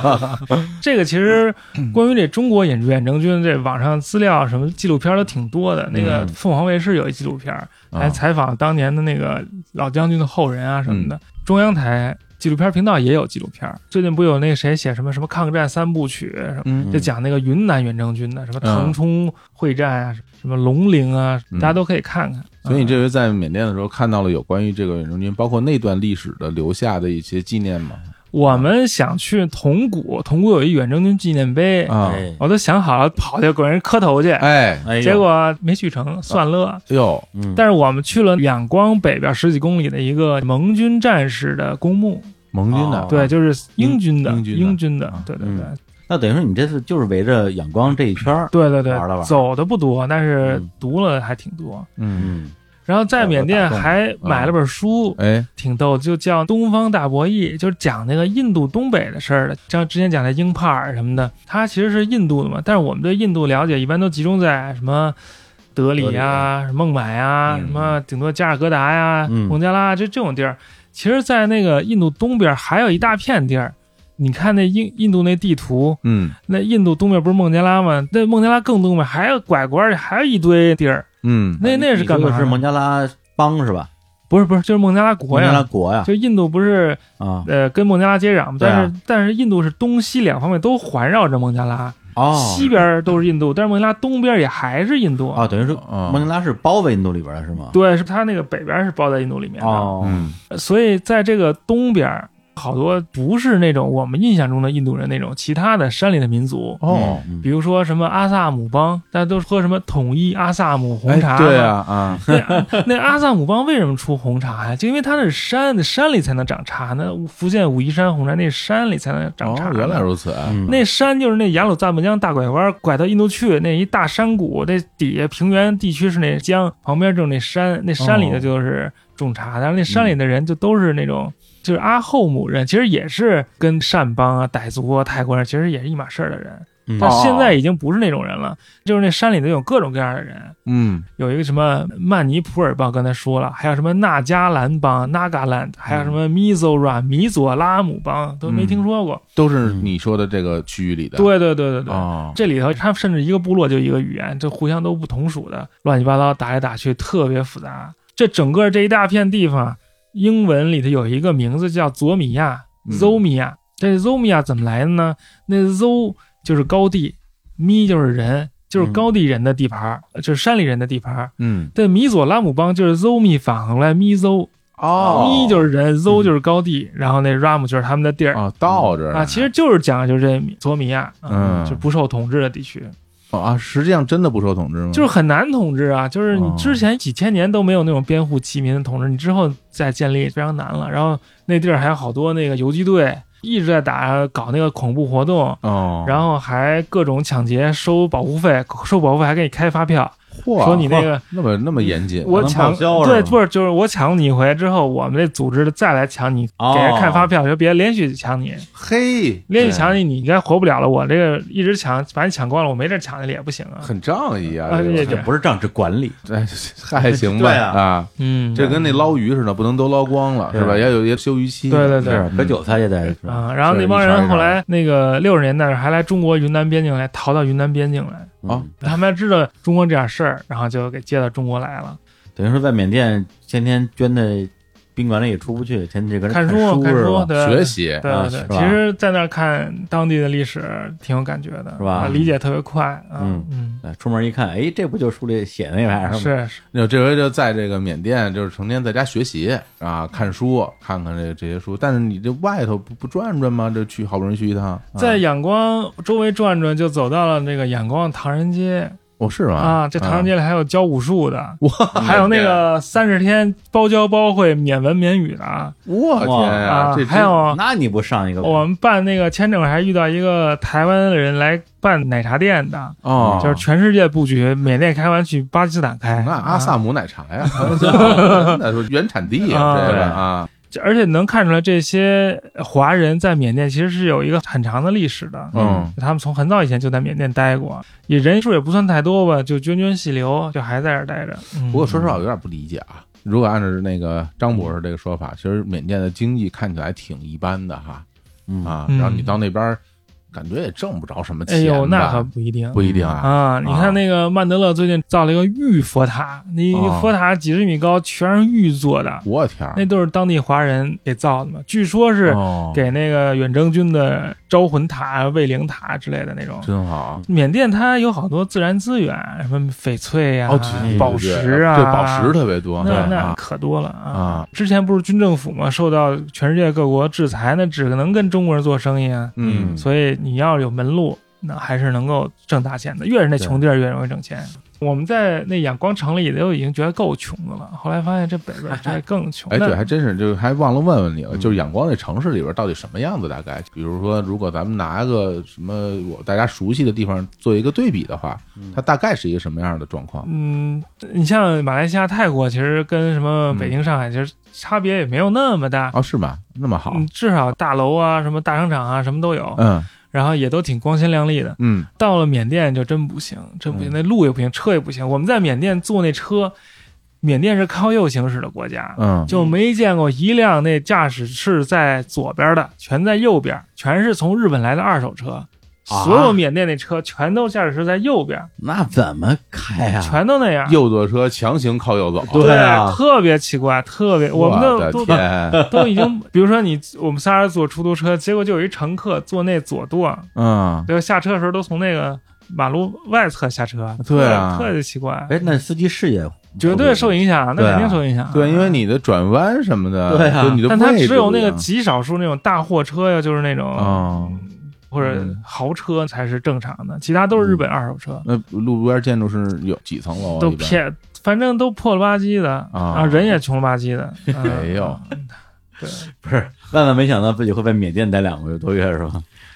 S3: 这个其实关于这中国远远征军，这网上资料什么纪录片都挺多的。那个凤凰卫视有一纪录片，
S1: 啊
S3: 来采访当年的那个老将军的后人啊什么的。中央台纪录片频道也有纪录片，最近不有那谁写什么什么抗战三部曲什么。
S1: 嗯
S3: 就讲那个云南远征军的，什么腾冲会战啊，什么龙陵啊，
S1: 嗯
S3: 大家都可以看啊看。
S1: 所以你这回在缅甸的时候看到了有关于这个远征军，包括那段历史的留下的一些纪念嘛？
S3: 我们想去铜鼓，铜鼓有一远征军纪念碑，
S1: 啊，
S2: 哎
S3: 我都想好了跑去给人磕头去，
S1: 哎
S2: 哎呦，
S3: 结果没去成，算了。
S1: 呦，
S2: 嗯，
S3: 但是我们去了仰光北边十几公里的一个盟军战士的公墓，
S1: 盟军的
S2: 哦，
S3: 对，就是英军的，
S1: 啊英军的
S3: 英军的
S1: 啊，
S3: 对对对，
S2: 嗯那等于说你这次就是围着仰光这一圈儿，
S3: 对对对
S2: 玩了玩，
S3: 走的不多，但是
S2: 嗯
S3: 读了还挺多。
S1: 嗯，
S2: 嗯，
S3: 然后在缅
S1: 打
S3: 甸
S1: 动嗯
S3: 还买了本书，
S1: 哎，
S3: 挺逗，就叫《东方大博弈》，就是讲那个印度东北的事儿的。像之前讲的英帕尔什么的，它其实是印度的嘛，但是我们对印度了解一般都集中在什么德里呀、什么孟买呀、
S2: 嗯
S3: 什么顶多加尔各答呀、
S2: 嗯
S3: 孟加拉啊这这种地儿。其实，在那个印度东边还有一大片地儿。你看那印印度那地图，
S1: 嗯
S3: 那印度东边不是孟加拉吗？那孟加拉更东边还有拐弯儿，还有一堆地儿。
S1: 嗯，
S3: 那那是
S2: 你说
S3: 干嘛
S2: 的
S3: 呢？
S2: 是孟加拉邦是吧？
S3: 不是不是，就是孟加拉国
S2: 孟加拉
S3: 呀。
S2: 国呀，
S3: 就印度不是
S2: 啊，
S3: 呃，跟孟加拉接壤嘛，
S2: 对啊
S3: 但是、但是印度是东西两方面都环绕着孟加拉，
S2: 哦
S3: 西边儿都是印度，但是孟加拉东边儿也还是印度。
S2: 啊，等于说
S1: 哦
S2: 孟加拉是包围印度里边儿的是吗？
S1: 哦
S3: 对，是它那个北边儿是包在印度里面的，
S2: 哦，
S1: 嗯
S3: 所以在这个东边儿好多不是那种我们印象中的印度人那种其他的山里的民族，
S1: 哦，
S2: 嗯
S3: 比如说什么阿萨姆邦，大家都喝什么统一阿萨姆红茶、
S1: 哎对啊，啊，
S3: 那那阿萨姆邦为什么出红茶呀、就因为它是山，山里才能长茶呢。那福建武夷山红茶那山里才能长茶、
S1: 哦，原来。如此，
S2: 嗯
S3: 那山就是那雅鲁藏布江大拐弯，拐到印度去，那一大山谷，那底下平原地区是那江，旁边就是那山，那山里
S1: 哦
S3: 的就是种茶，但是那山里的人就都是那
S2: 嗯
S3: 种。就是阿后姆人，其实也是跟善邦啊、傣族啊、泰国人，其实也是一码事儿的人，
S2: 嗯
S3: 但
S1: 哦
S3: 现在已经不是那种人了。就是那山里头有各种各样的人，
S1: 嗯，
S3: 有一个什么曼尼普尔邦，刚才说了，还有什么纳加兰邦 （Nagaland），还有什么 Mizoram、米佐拉姆邦，都没听说过。
S1: 都是
S2: 嗯
S1: 你说的这个区域里的，
S3: 对对对对对，
S1: 哦，
S3: 这里头他们甚至一个部落就一个语言，这互相都不同属的，乱七八糟打来打去，特别复杂。这整个这一大片地方，英文里头有一个名字叫佐米亚
S1: 嗯
S3: （Zomia）。这 Zomia 怎么来的呢？那 Zo 就是高地，Mi 就是人，就是
S2: 嗯
S3: 高地人的地盘儿，就是山里人的地盘儿。
S1: 嗯，
S3: 对，米佐拉姆邦就是 Zomi 反过来 Mi Zo，Mi
S1: 哦
S3: 就是人，Zo 就是高地，然后那 Ram 就是他们的地儿
S1: 嗯哦，到这儿
S3: 啊，其实就是讲的就是这佐米亚，
S1: 嗯
S3: 就不受统治的地区，
S1: 哦啊，实际上真的不受统治吗？
S3: 就是很难统治啊，就是你
S1: 嗯哦
S3: 之前几千年都没有那种编户齐民的统治，你之后再建立非常难了。然后那地儿还有好多那个游击队一直在打搞那个恐怖活动。
S1: 哦，
S3: 然后还各种抢劫，收保护费，收保护费还给你开发票，
S1: 嚯
S3: 说你那个
S1: 嚯那么那么严谨，
S3: 我
S2: 能
S3: 抢
S2: 报销是
S3: 对，
S2: 吧
S3: 不是就是我抢你一回之后，我们这组织的再来抢你，
S2: 哦
S3: 给人看发票，就别连续抢你，
S1: 嘿，
S3: 连续抢你你应该活不了了。我这个一直抢，把你抢光了，我没地儿抢去了也不行啊。
S1: 很仗义啊，
S3: 啊
S1: 这个
S3: 对
S2: 这不是政治管理，
S1: 哎，还行吧
S2: 对啊
S1: 啊，
S3: 嗯，
S1: 这跟那捞鱼似的，不能都捞光了，
S2: 对
S1: 是吧？要有一个休渔期。
S3: 对对对
S2: 是割韭菜也得是吧
S3: 嗯啊，然后那帮
S1: 是一茬
S3: 人
S1: 一茬
S3: 后来那个六十年代还来中国云南边境来逃到云南边境来，
S2: 嗯
S1: 啊
S3: 他们知道中国这点事儿，然后就给接到中国来了。
S2: 等于说在缅甸天天捐在宾馆里也出不去，天天搁那
S3: 看
S2: 书
S3: 书啊看
S2: 是吧
S3: 书，对
S1: 学习
S3: 对
S2: 啊
S3: 对
S2: 是
S3: 对，
S2: 吧
S3: 其实在那儿看当地的历史挺有感觉的，
S2: 是吧
S3: 啊理解特别快啊，
S2: 嗯
S3: 嗯，
S2: 哎出门一看，哎，这不就书里写那玩意儿吗？
S3: 是是，
S1: 那这回就在这个缅甸，就是成天在家学习啊，看书，看看这这些书。但是你这外头不不转转吗？这去好不容易去一趟，啊
S3: 在仰光周围转转，就走到了那个仰光唐人街
S1: 哦是吗？
S3: 啊，这 唐人街里还有教武术的，
S1: 哇，
S3: 还有那个三十天包教包会免文免语的啊，
S1: 我天哎呀，
S3: 啊
S1: 这真
S3: 还有
S2: 那你不上一个？
S3: 我们办那个签证还遇到一个台湾人来办奶茶店的，
S1: 哦，
S3: 就是全世界布局，缅甸开完去巴基斯坦开，
S1: 那阿萨
S3: 啊，
S1: 姆奶茶 呀，真的是原产地啊，
S3: 啊
S1: 这个啊，
S3: 这而且能看出来这些华人在缅甸其实是有一个很长的历史的。
S1: 嗯，
S3: 他们从很早以前就在缅甸待过，也人数也不算太多吧，就涓涓细流，就还在这儿待着。嗯
S1: 不过说实话，我有点不理解啊。如果按照那个张博士这个说法，其实缅甸的经济看起来挺一般的哈
S2: 嗯
S1: 啊，
S3: 嗯
S1: 然后你到那边儿，感觉也挣不着什么
S3: 哎
S1: 钱吧。
S3: 呦，那可不一定
S1: 不一定啊。
S3: 啊！你看那个曼德勒最近造了一个玉佛塔，那一个
S1: 哦
S3: 佛塔几十米高，全是玉做的，
S1: 我天儿，
S3: 嗯那都是当地华人给造的嘛，据说是
S1: 啊哦
S3: 给那个远征军的招魂塔、卫灵塔之类的那种。
S1: 真好
S3: 缅甸它有好多自然资源，什么翡翠呀、
S1: 哦，对对
S3: 宝
S1: 对
S3: 石啊，
S1: 对宝石特别多，
S3: 那
S1: 对
S3: 那
S1: 啊
S3: 可多了
S1: 啊
S3: 啊！之前不是军政府嘛，受到全世界各国制裁，那只能跟中国人做生意啊。
S1: 嗯，
S3: 所以你要有门路，那还是能够挣大钱的。越是那穷地儿，越容易挣钱。我们在那仰光城里都已经觉得够穷的了，后来发现这北 边儿这更穷。
S1: 哎，
S3: 那
S1: 对，还真是，就还忘了问问你了，
S2: 嗯
S1: 就是仰光这城市里边到底什么样子？大概，比如说，如果咱们拿个什么我大家熟悉的地方做一个对比的话，
S2: 嗯
S1: 它大概是一个什么样的状况？
S3: 嗯，你像马来西亚、泰国，其实跟什么北京、上海，其实差别也没有那么大。
S1: 哦，是吗？那么好，
S3: 嗯，至少大楼啊、什么大商场啊，什么都有，
S1: 嗯
S3: 然后也都挺光鲜亮丽的。
S1: 嗯，
S3: 到了缅甸就真不行，真不行，
S1: 嗯
S3: 那路也不行，车也不行。我们在缅甸坐那车，缅甸是靠右行驶的国家，
S1: 嗯，
S3: 就没见过一辆那驾驶室在左边的，全在右边，全是从日本来的二手车。
S2: 啊
S3: 所有缅甸那车全都驾驶室在右边，
S2: 那怎么开
S1: 啊
S2: 啊呀？
S3: 全都那样。
S1: 右舵车强行靠右走，
S2: 对啊
S3: 特别奇怪，特别我们
S1: 的
S3: 都都
S1: 天，
S3: 都已经，比如说你我们仨人坐出租车，结果就有一乘客坐那左舵，
S1: 嗯，
S3: 结果下车的时候都从那个马路外侧下车，
S1: 对啊哎
S3: 特特别奇怪。
S2: 哎，那司机视野
S3: 绝对受影响，那
S1: 对啊
S3: 肯定受影响。
S1: 对，因为你的转弯什么的，
S2: 对啊
S1: 就你的
S3: 但它
S1: 位置
S3: 只有
S1: 不
S3: 那
S1: 一
S3: 个
S1: 样
S3: 极少数那种大货车呀，就是那种
S1: 哦，嗯
S3: 或者豪车才是正常的，其他都是日本二手车，
S1: 那路边建筑是有几层楼啊？
S3: 都
S1: 嗯一般
S3: 偏，反正都破了吧唧的
S1: 啊
S3: 啊，人也穷了吧唧的。
S1: 哎
S3: 嗯
S1: 呦，
S2: 不是，万万没想到自己会在缅甸待两个月多月是吧？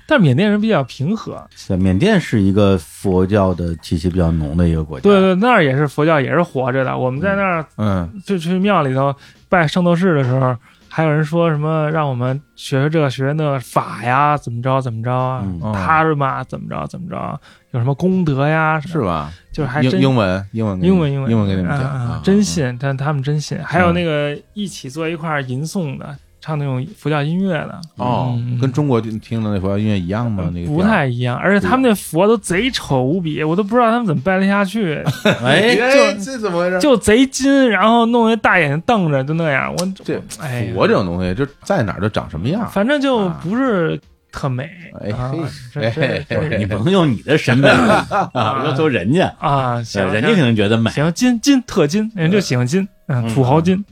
S3: 但缅甸人比较平和，
S2: 是缅甸是一个佛教的气息比较浓的一个国家，
S3: 对对，那儿也是佛教，也是活着的。我们在那儿
S1: 嗯，
S3: 就去庙里头拜圣斗士的时候，还有人说什么让我们学学这个学学那个法呀，怎么着怎么着啊，
S2: 嗯
S1: 哦
S3: 他日嘛怎么着怎么着，有什么功德呀，
S1: 是吧？
S3: 就是还
S1: 英
S3: 真
S1: 英文英文给你
S3: 英文英文
S1: 英文给你们
S3: 啊
S1: 讲
S3: 啊
S1: 啊，嗯
S3: 真
S1: 啊
S3: 信，但他们真信。还有那个一起坐一块儿吟诵的，唱那种佛教音乐的，
S1: 哦
S3: 嗯，呃
S1: 跟中国听的那佛教音乐一样吗？那个
S3: 不太一样。而且他们那佛都贼丑无比，我都不知道他们怎么拜得下去，
S2: 哎，
S1: 哎，这怎么回事？
S3: 就贼金，然后弄一大眼睛瞪着，就那样。我
S1: 这
S3: 哎呀，
S1: 佛这种东西，就在哪儿就长什么 样。
S3: 反正就不是特美。
S1: 哎
S3: 啊
S1: 嘿
S3: 这
S1: 哎
S3: 这这
S2: 你不能用你的审美 啊，要求人家，
S3: 啊，
S2: 对
S3: 行，
S2: 人家
S3: 行
S2: 可能觉得美。
S3: 行金金特金，人就喜欢金，嗯，土豪金。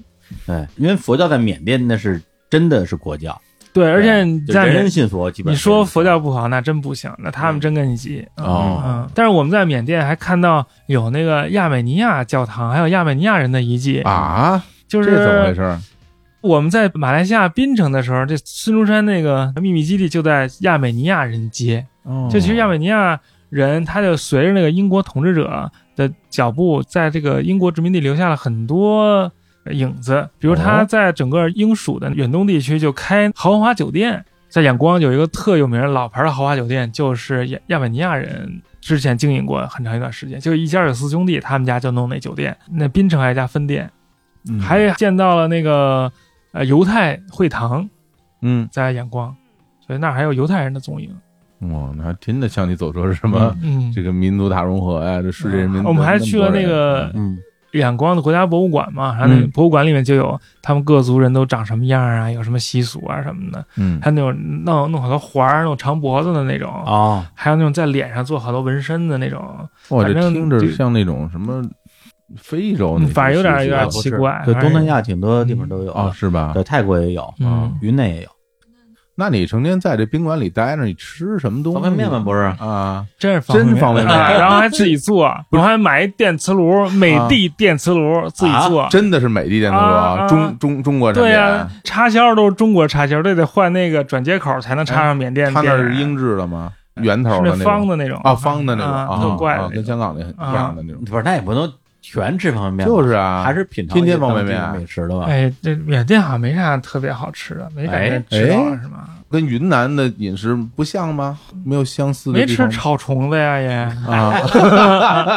S2: 对，哎因为佛教在缅甸那是真的是国教，
S3: 对，而且你
S2: 就
S3: 在
S2: 人
S3: 缅
S2: 人信佛，基本
S3: 你
S2: 上
S3: 说佛教不好，那真不行，那他们真跟你急。
S1: 哦
S3: 嗯，但是我们在缅甸还看到有那个亚美尼亚教堂，还有亚美尼亚人的遗迹，
S1: 啊，
S3: 就
S1: 这怎么回
S3: 是
S1: 事儿？
S3: 我们在马来西亚槟城的时候，这孙中山那个秘密基地就在亚美尼亚人街。
S1: 哦
S3: 就其实亚美尼亚人，他就随着那个英国统治者的脚步，在这个英国殖民地留下了很多影子。比如他
S1: 哦
S3: 在整个英属的远东地区就开豪华酒店，在仰光有一个特有名的老牌的豪华酒店，就是亚亚美尼亚人。之前经营过很长一段时间，就一家有四兄弟，他们家就弄那酒店。那槟城还有一家分店，
S1: 嗯
S3: 还见到了那个呃犹太会堂
S1: 嗯，
S3: 在仰光，所以那儿还有犹太人的踪影。
S1: 哦，那还真的像你所说是什么
S3: 嗯，
S1: 这个民族大融合呀，这世界人民。
S3: 我们还去了那个
S2: 嗯，
S3: 仰光的国家博物馆嘛，然后那个
S1: 嗯
S3: 博物馆里面就有他们各族人都长什么样啊，有什么习俗啊什么的，
S1: 嗯
S3: 还有那种弄弄好多环儿、那种长脖子的那种，
S1: 啊
S2: 哦，
S3: 还有那种在脸上做好多纹身的那种，
S1: 哇，这
S3: 反正
S1: 听着
S3: 就嗯
S1: 像那种什么非洲那种习俗啊，
S3: 反正有点有点
S2: 不
S3: 奇
S2: 是
S3: 怪。哎嗯
S2: 对，
S3: 反
S2: 东
S3: 正
S2: 南亚挺多地方都有哦
S1: 啊，
S2: 的，
S1: 是吧？
S2: 对，泰国也有，啊
S3: 嗯
S2: 云南也有，
S1: 那你成天在这宾馆里待着，你吃什么东西？
S2: 方便面吗？不是，
S1: 啊，
S3: 真是
S1: 真方便面啊
S3: 啊然后还自 己做，我还买一电磁炉，美的电磁炉自己做。
S1: 真的是美的电磁炉
S3: 啊啊
S1: 中中中国产
S3: 对啊
S1: 品。
S3: 呀、插销都是中国插销，都得换那个转接口才能插上缅甸
S1: 它
S3: 电
S1: 那
S3: 源。
S1: 是英制的吗？圆头
S3: 是
S1: 的
S3: 那方
S1: 种
S3: 的那种
S1: 啊，方的那种
S3: 啊
S1: 啊，
S3: 特怪的
S1: 啊
S3: 那
S1: 跟
S3: 种。
S1: 香港那很
S3: 啊
S1: 一样的那种，
S2: 不是，那也不能全吃方便面吧，
S1: 就是啊，
S2: 还是品尝
S1: 天天
S2: 一些
S1: 方便
S2: 当地的
S1: 面啊哎
S2: 美食的吧。
S3: 哎，这缅甸好像没啥特别好吃的，没感觉吃到了是吗？
S1: 跟云南的饮食不像吗？没有相似的
S3: 没
S1: 地
S3: 吃
S1: 方吗
S3: 炒虫子呀也。
S1: 啊。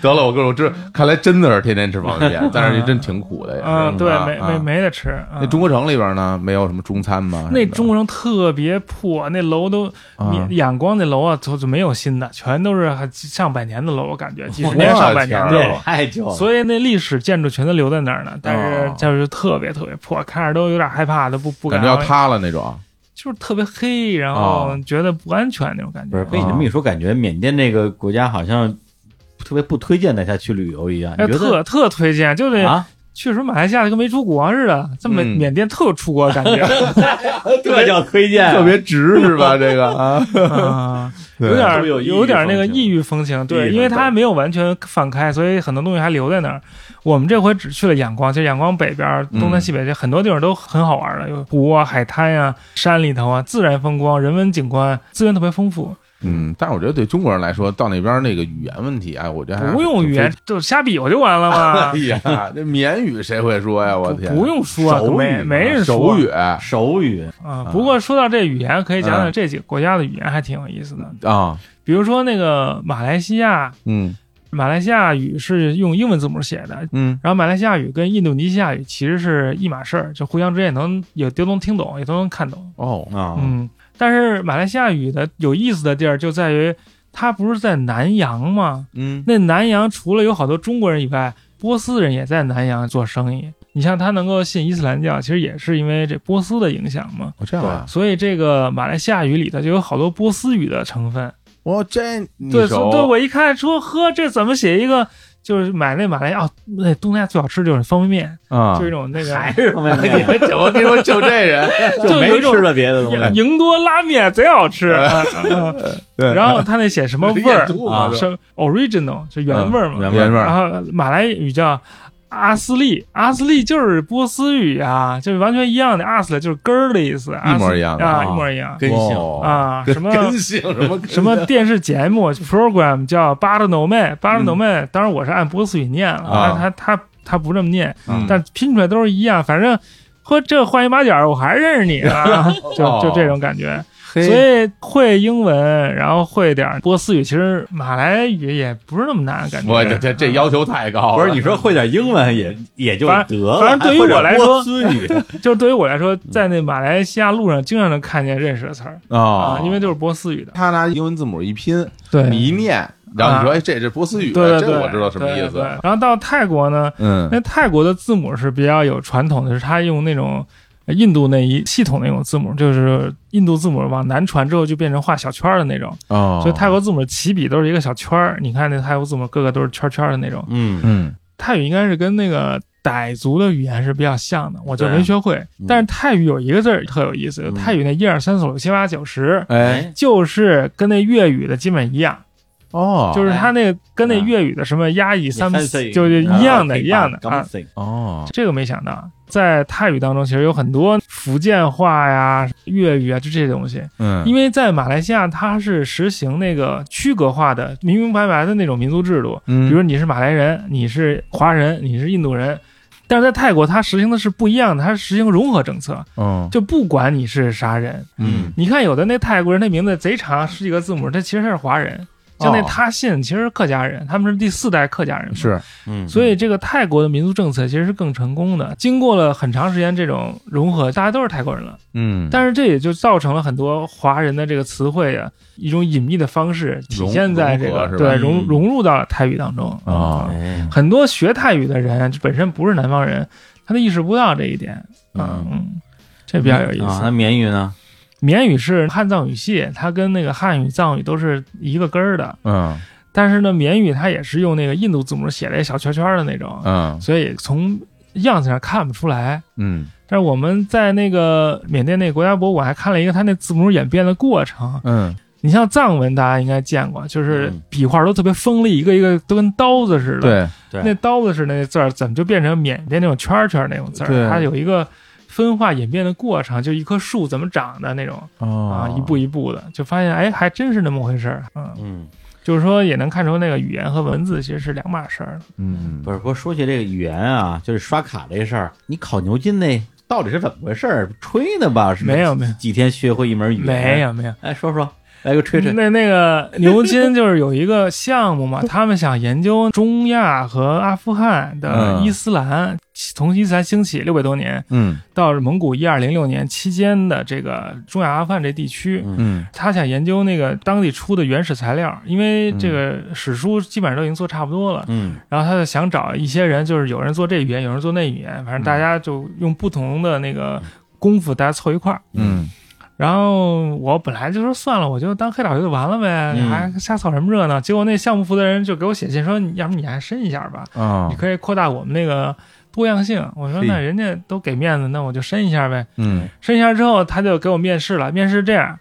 S1: 得了，我哥，我知道，看来真的是天天吃方便 面，但是这真挺苦的呀。
S3: 嗯，对，没
S1: 啊
S3: 没。没得吃。嗯
S1: 那中国城里边呢，没有什么中餐吗？
S3: 那
S1: 什么的
S3: 中国人特别破，那楼都
S1: 啊
S3: 你仰光那楼啊，就就没有新的，全都是上百年的楼，我感觉几十
S1: 我
S3: 年上百年
S1: 天
S3: 的楼
S1: 啊。
S2: 对，哎太久了，
S3: 所以那历史建筑全都留在那儿呢，但
S1: 哦
S3: 是就是特别特别破，看着都有点害怕，都不不
S1: 感
S3: 敢
S1: 觉要
S3: 往里
S1: 塌了那种。
S3: 就是特别黑，然后
S1: 哦
S3: 觉得不安全那种感
S2: 不是
S3: 觉。
S2: 被你这么一说，感觉缅甸这个国家好像特别不推荐大家去旅游一样。
S3: 哎，
S2: 你觉得
S3: 特特推荐，就得
S2: 啊，
S3: 去时候马来西亚就跟没出国似的，这么
S1: 嗯
S3: 缅甸特有出国的 感觉，
S2: 这叫推荐，啊
S1: 特别值是吧？这个啊，
S3: 啊
S1: 对
S3: 有点
S2: 都有异域
S3: 有点那个
S2: 风情
S3: 异域风情，
S2: 异域
S3: 对，
S2: 风
S3: 因为它还没有完全放开，所以很多东西还留在那儿。我们这回只去了仰光，就仰光北边、
S1: 嗯
S3: 东南西北这很多地方都很好玩的，有湖啊、海滩呀、山里头啊，自然风光、人文景观，资源特别丰富，
S1: 嗯，但是我觉得对中国人来说，到那边那个语言问题，哎，我觉得还是
S3: 不用语言就瞎比划就完了嘛
S1: 哎，呀，这缅语谁会说呀？我
S3: 不
S1: 天，
S3: 不用说，
S1: 手
S3: 都
S1: 语
S3: 没
S1: 嘛
S3: 没人说
S1: 手语
S2: 手语
S3: 啊。不过说到这语言，可以讲
S1: 嗯
S3: 讲这几个国家的语言，还挺有意思的。
S1: 啊，
S3: 比如说那个马来西亚，
S1: 嗯
S3: 马来西亚语是用英文字母写的，
S1: 嗯
S3: 然后马来西亚语跟印度尼西亚语其实是一码事儿，就互相之间也能也都能听懂，也都能看懂。
S1: 哦
S2: 啊，
S3: 嗯，但是马来西亚语的有意思的地儿就在于，它不是在南洋吗？
S1: 嗯
S3: 那南洋除了有好多中国人以外，波斯人也在南洋做生意。你像他能够信伊斯兰教，其实也是因为这波斯的影响嘛。
S1: 哦这样啊，
S3: 所以这个马来西亚语里头就有好多波斯语的成分。
S1: 我这你
S3: 对，
S1: 熟
S3: 对，我一看说，呵，这怎么写一个就是买那马来哦，那东南亚最好吃就是方便面，
S1: 啊 哎
S3: 就，一种那个
S2: 还是方便面，
S1: 我跟你说，就这人，
S3: 就有
S2: 没
S3: 一种
S2: 吃了别的东西。
S3: 赢多拉面贼好吃。 嗯
S1: 对
S3: 然后他那写什么味
S1: 练
S3: 儿
S1: 肚子
S2: 啊
S3: 是 original 是 原味儿嘛，啊
S1: 嗯原
S2: 原
S1: 味
S3: 然
S1: 儿，啊
S3: 后马来语叫阿斯利，阿斯利就是波斯语啊，就是完全一样的，阿斯利就是根儿的意思，阿斯
S1: 一模一样的
S3: 啊，
S2: 啊
S3: 一模一样
S2: 根性
S1: 哦
S3: 啊，
S1: 跟
S3: 什么。
S1: 跟性什么
S3: 什么电视节目 program 叫《巴勒诺妹》，巴勒诺妹，当然我是按波斯语念了，
S1: 嗯啊
S3: 他他他他不这么念，
S1: 嗯
S3: 但拼出来都是一样，反正和这换一马甲儿，我还认识 你啊，就
S1: 哦
S3: 就这种感觉。所以会英文，然后会点儿波斯语，其实马来语也不是那么难，感觉。
S1: 我这这这要求太高
S2: 不
S1: 了，
S2: 是你说会点英文也也就
S3: 啊反
S2: 得了，
S3: 反正对于我来说
S2: 波斯 语
S3: 就是对于我来说，在那马来西亚路上经常能看见认识的词儿
S1: 啊
S3: 啊，因为都是波斯语的。
S1: 他拿英文字母一拼，
S3: 对
S1: 你一念，然后你说
S3: 啊
S1: 哎，这这波斯语，
S3: 对对对，
S1: 这我知道什么意
S3: 对对哎
S1: 思，
S3: 然后到泰国呢，
S1: 嗯
S3: 那泰国的字母是比较有传统的，是它用那种呃印度那一系统那种字母，就是印度字母往南传之后就变成画小圈儿的那种，
S1: 哦
S3: 所以泰国字母起笔都是一个小圈儿。你看那泰国字母个个都是圈圈的那种。
S2: 嗯，
S1: 嗯
S3: 泰语应该是跟那个傣族的语言是比较像的，我就
S2: 对
S3: 没学会。但是泰语有一个字儿特有意思，
S2: 嗯
S3: 泰语那一二三四五六七八九十。
S1: 哎
S3: 就是跟那粤语的基本一样，
S1: 哦
S3: 就是它那个跟那
S2: 啊
S3: 粤语的什么压抑三
S2: 三岁
S3: 就是一样的，
S2: 然后
S3: 一样的啊。
S2: Gamsing
S1: 哦
S3: 这个没想到，在泰语当中其实有很多福建话呀、粤语啊，就这些东西。
S1: 嗯
S3: 因为在马来西亚，它是实行那个区隔化的、明明白白的那种民族制度，比
S1: 嗯
S3: 如你是马来人，你是华人，你是印度人。但是在泰国，它实行的是不一样的，它实行融合政策，
S1: 哦
S3: 就不管你是啥人。
S1: 嗯
S3: 你看有的那泰国人，那名字贼长，十几个字母，他其实是华人。像那
S1: 哦
S3: 他信，其实是客家人，他们是第四代客家人嘛。
S1: 是
S2: 嗯，
S3: 所以这个泰国的民族政策其实是更成功的。经过了很长时间这种融合，大家都是泰国人了，
S1: 嗯
S3: 但是这也就造成了很多华人的这个词汇啊，一种隐秘的方式体现在这
S1: 融
S3: 个
S1: 融合是吧
S3: 对
S2: 嗯
S3: 融融入到了泰语当中
S1: 哦
S2: 哎
S3: 很多学泰语的人就本身不是南方人，他都意识不到这一点啊
S1: 嗯，
S3: 嗯，这比较有意
S2: 啊，
S3: 思
S2: 那。缅语呢？
S3: 缅语是汉藏语系，它跟那个汉语、藏语都是一个根儿的，
S1: 嗯
S3: 但是呢，缅语它也是用那个印度字母写了一小圈圈的那种，
S1: 嗯
S3: 所以从样子上看不出来。
S1: 嗯
S3: 但是我们在那个缅甸那个国家博物馆还看了一个它那字母演变的过程。
S1: 嗯
S3: 你像藏文，大家应该见过，就是
S2: 嗯
S3: 笔画都特别锋利，一个一个都跟刀子似的。，
S1: 对
S2: 对
S3: 那刀子似的那字儿怎么就变成缅甸那种圈儿圈儿那种字
S1: 对
S3: 儿？它有一个分化演变的过程，就一棵树怎么长的那种啊，
S1: 哦
S3: 一步一步的，就发现哎，还真是那么回事儿。嗯，
S2: 嗯，
S3: 就是说也能看出那个语言和文字其实是两码事儿。
S1: 嗯
S2: 不是，不是说起这个语言啊，就是刷卡这事儿，你考牛津那到底是怎么回事儿？吹呢吧？是
S3: 没有没有
S2: 几天学会一门语言？
S3: 没。有没有。
S2: 哎，说说，来个吹吹。
S3: 那 那个牛津就是有一个项目嘛， 他们想研究中亚和阿富汗的
S1: 嗯
S3: 伊斯兰，从伊斯兰兴起六百多年
S1: 嗯
S3: 到蒙古一二零六年期间的这个中亚阿富汗这地区。
S2: 嗯
S1: 嗯
S3: 他想研究那个当地出的原始材料，因为这个史书基本上都已经做差不多了。
S2: 嗯
S3: 然后他就想找一些人，就是有人做这语言，有人做那语言，反正大家就用不同的那个功夫，大家凑一块儿。
S1: 嗯
S3: 然后我本来就说算了，我就当黑导游就完了呗，
S2: 嗯
S3: 还瞎凑什么热闹？结果那项目负责人就给我写信说，你要不你还申一下吧，
S1: 啊
S3: 你可以扩大我们那个多样性。我说
S1: 嘿
S3: 那人家都给面子，那我就申一下呗。
S1: 嗯
S3: 申一下之后，他就给我面试了。面试这样，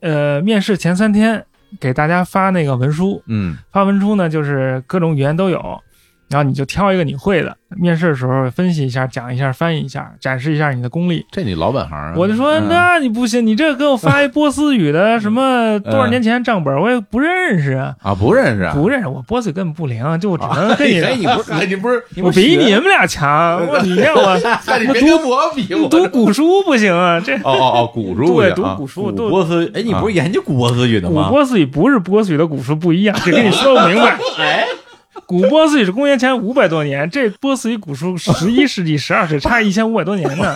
S3: 呃，面试前三天给大家发那个文书，
S1: 嗯
S3: 发文书呢就是各种语言都有，然后你就挑一个你会的，面试的时候分析一下，讲一下，翻译一下，展示一下你的功力。
S1: 这你老本行啊
S3: 我就说，
S1: 嗯
S3: 那你不行，你这给我发一波斯 语的什么多少年前账本，我也不认识啊，
S1: 啊不认识嗯啊
S3: 不认识，我波斯语根本不灵，就我只能跟你，
S1: 哎你不是 哎你不是
S3: 我比你们俩 强，我你让我
S1: 哎你别跟我比我
S3: 读古书不行啊，这
S1: 哦哦哦古书
S3: 对
S1: 呀
S3: 读
S1: 啊
S3: 古书
S2: 古
S3: 都
S2: 波斯，哎，你不是研究古波斯语的
S3: 古
S2: 吗？
S3: 波斯语不是波斯语的古书不一样，这跟你说不 明白。
S2: 哎，
S3: 古波斯语是公元前五百多年，这波斯语古书十一世纪、十二世纪，差一千五百多年 呢。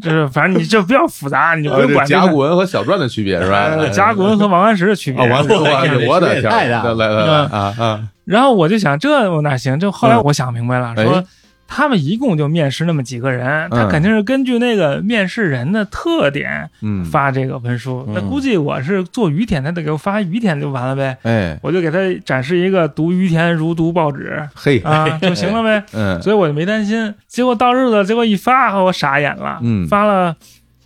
S3: 就是反正你就比较复杂，你就不
S1: 呃
S3: 用
S1: 这
S3: 管这
S1: 甲
S3: 个
S1: 骨文和小篆的区别是吧？
S3: 呃甲骨文和王安石的区别
S1: 啊，。完了，
S2: 哎呀
S1: 我我的
S2: 这区
S1: 天，
S2: 别太大
S1: 来来来啊啊，
S3: 然后我就想这我哪行？就后来
S1: 嗯
S3: 我想明白了，
S1: 哎
S3: 说他们一共就面试那么几个人，他
S1: 嗯
S3: 肯定是根据那个面试人的特点
S1: 嗯，
S3: 发这个文书。
S1: 嗯
S3: 那估计我是做于田，他得给我发于田就完了呗，
S1: 哎
S3: 我就给他展示一个读于田如读报纸
S1: 嘿，
S3: 啊就行了呗。
S1: 嗯
S3: 所以我就没担心。结果到日子，结果一发，我傻眼了，
S1: 嗯
S3: 发了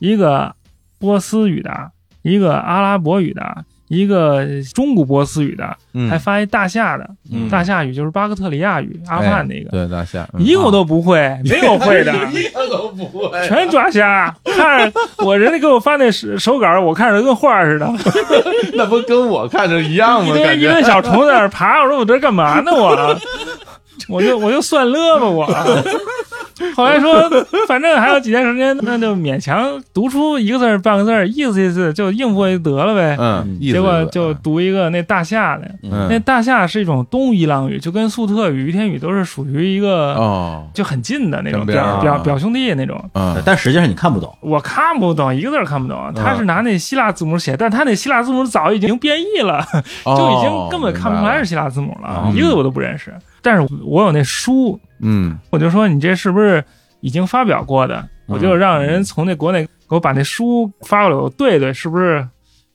S3: 一个波斯语的，一个阿拉伯语的，一个中古波斯语的，
S1: 嗯
S3: 还发一大夏的，
S2: 嗯
S3: 大夏语就是巴克特里亚语，阿富汗那个，
S1: 哎对大虾，嗯
S3: 一个我都不会，没有 会的。
S1: 一个都不会，
S3: 全抓瞎，看着我人家给我发那手手稿，我看着跟画儿似的，
S1: 那不跟我看着一样
S3: 一
S1: 吗？
S3: 堆
S1: 感
S3: 一
S1: 觉
S3: 堆小虫在那儿爬，我说我这干嘛呢 我？我就我就算乐吧我。后来说，反正还有几天时间，那就勉强读出一个字儿半个字儿，意思意思就应付就得了呗。
S1: 嗯，意思
S3: 结果
S1: 是
S3: 就读一个那大夏的，
S1: 嗯
S3: 那大夏是一种东伊朗语，就跟粟特语、于天语都是属于一个
S1: 哦
S3: 就很近的那种
S1: 江边儿
S3: 表表表兄弟那种。
S1: 啊
S2: 但实际上你看不懂，
S3: 我看不懂，一个字儿看不懂。他是拿那希腊字母写，但他那希腊字母早已经变异了，
S1: 哦
S3: 就已经根本看不出来是希腊字母了，
S1: 嗯
S3: 一个我都不认识。但是我有那书，
S1: 嗯
S3: 我就说你这是不是已经发表过的？我就让人从那国内给我把那书发过来，我对对，是不是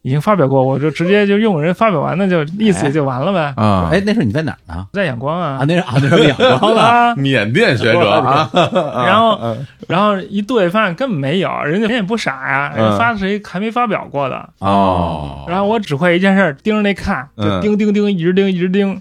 S3: 已经发表过？我就直接就用人发表完的就意思也就完了呗。
S1: 啊，
S2: 哎，那时候你在哪儿呢？
S3: 在眼光
S2: 啊，
S3: 啊，
S2: 那是啊，那是两张了。
S3: 啊，
S1: 缅甸学者啊， 嗯
S3: 然后然后一对，发现根本没有，人家人也不傻呀，人家发的是一个还没发表过的。
S1: 嗯哦
S3: 然后我只会一件事儿，盯着那看，就
S1: 嗯
S3: 盯盯盯，一直盯一直盯，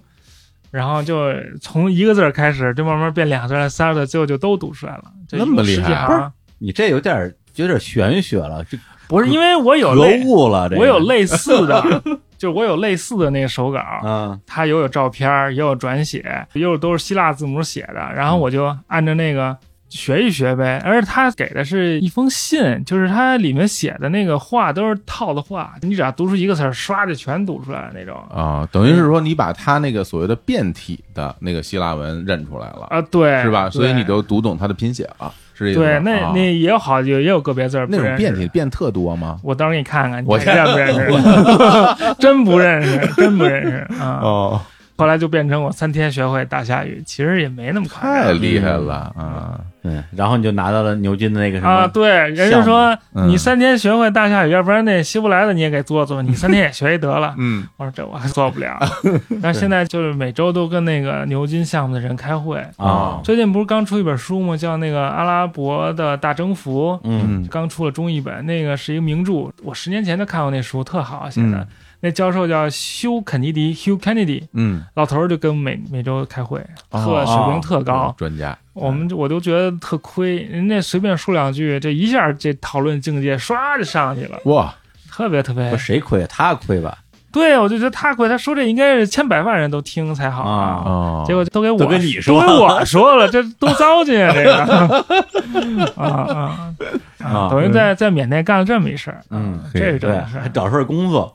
S3: 然后就从一个字儿开始，就慢慢变俩字儿、仨字儿，最后就都读出来了。就
S1: 那么厉害啊
S3: 十几行
S2: 你这有点儿有点儿玄学了，这
S3: 不是因为我有
S2: 格
S3: 类，
S2: 物了，这个
S3: 我有类似的， 就是我有类似的那个手稿，
S2: 啊，
S3: 它也有照片儿，也有转写，又都是希腊字母写的，然
S1: 嗯
S3: 后我就按照那个。学一学呗，而且他给的是一封信，就是它里面写的那个话都是套的话，你只要读出一个词儿，唰就全读出来了那种。
S1: 啊，等于是说你把他那个所谓的变体的那个希腊文认出来了，
S3: 啊，对，
S1: 是吧？所以
S3: 对
S1: 你就读懂他的拼写了，是这意思吗
S3: 对，那
S1: 啊
S3: 那也有好，也有个别字儿不
S1: 那种
S3: 认
S1: 变
S3: 识
S1: 体，变特多吗？
S3: 我到时候给你看看，你
S1: 我
S3: 看认不认 识？ 真不认识，真不认识 啊！
S1: 哦，
S3: 后来就变成我三天学会大夏语，其实也没那么夸
S1: 太
S3: 张
S1: 厉害了啊！
S2: 对，然后你就拿到了牛津的那个什
S3: 啊！
S2: 么，
S3: 对，人家说
S1: 嗯。
S3: 你三天学会大夏语，要不然那希伯来的你也给做做，你三天也学一得了
S1: 嗯，
S3: 我说这我还 做不了，但是现在就是每周都跟那个牛津项目的人开会。
S2: 啊，
S3: 最近不是刚出一本书吗？叫那个《阿拉伯的大征服》。
S2: 嗯，
S3: 刚出了中译本，那个是一个名著，我十年前就看过那书，特好写的。
S1: 嗯
S3: 那教授叫休肯尼迪 （Hugh Kennedy），
S1: 嗯，
S3: 老头儿就跟我每每周开会，
S1: 哦
S3: 特水平特高。
S1: 专家，
S3: 我们
S2: 嗯
S3: 我都觉得特亏，人家随便说两句，这一下这讨论境界唰就上去了，
S1: 哇，
S3: 特别特别
S2: 不。是谁亏啊他亏吧？
S3: 对，啊我就觉得他亏，他说这应该是千百万人都听才好
S2: 啊
S1: 哦，
S3: 结果都给我
S2: 都跟你说
S3: 都给我说了，这多糟践啊！这 个啊啊
S2: 啊
S3: 啊！等于在在缅甸干了这么一事儿，啊
S2: 嗯，
S3: 这是
S2: 对，
S3: 真的事
S2: 还
S3: 儿
S2: 找份工作，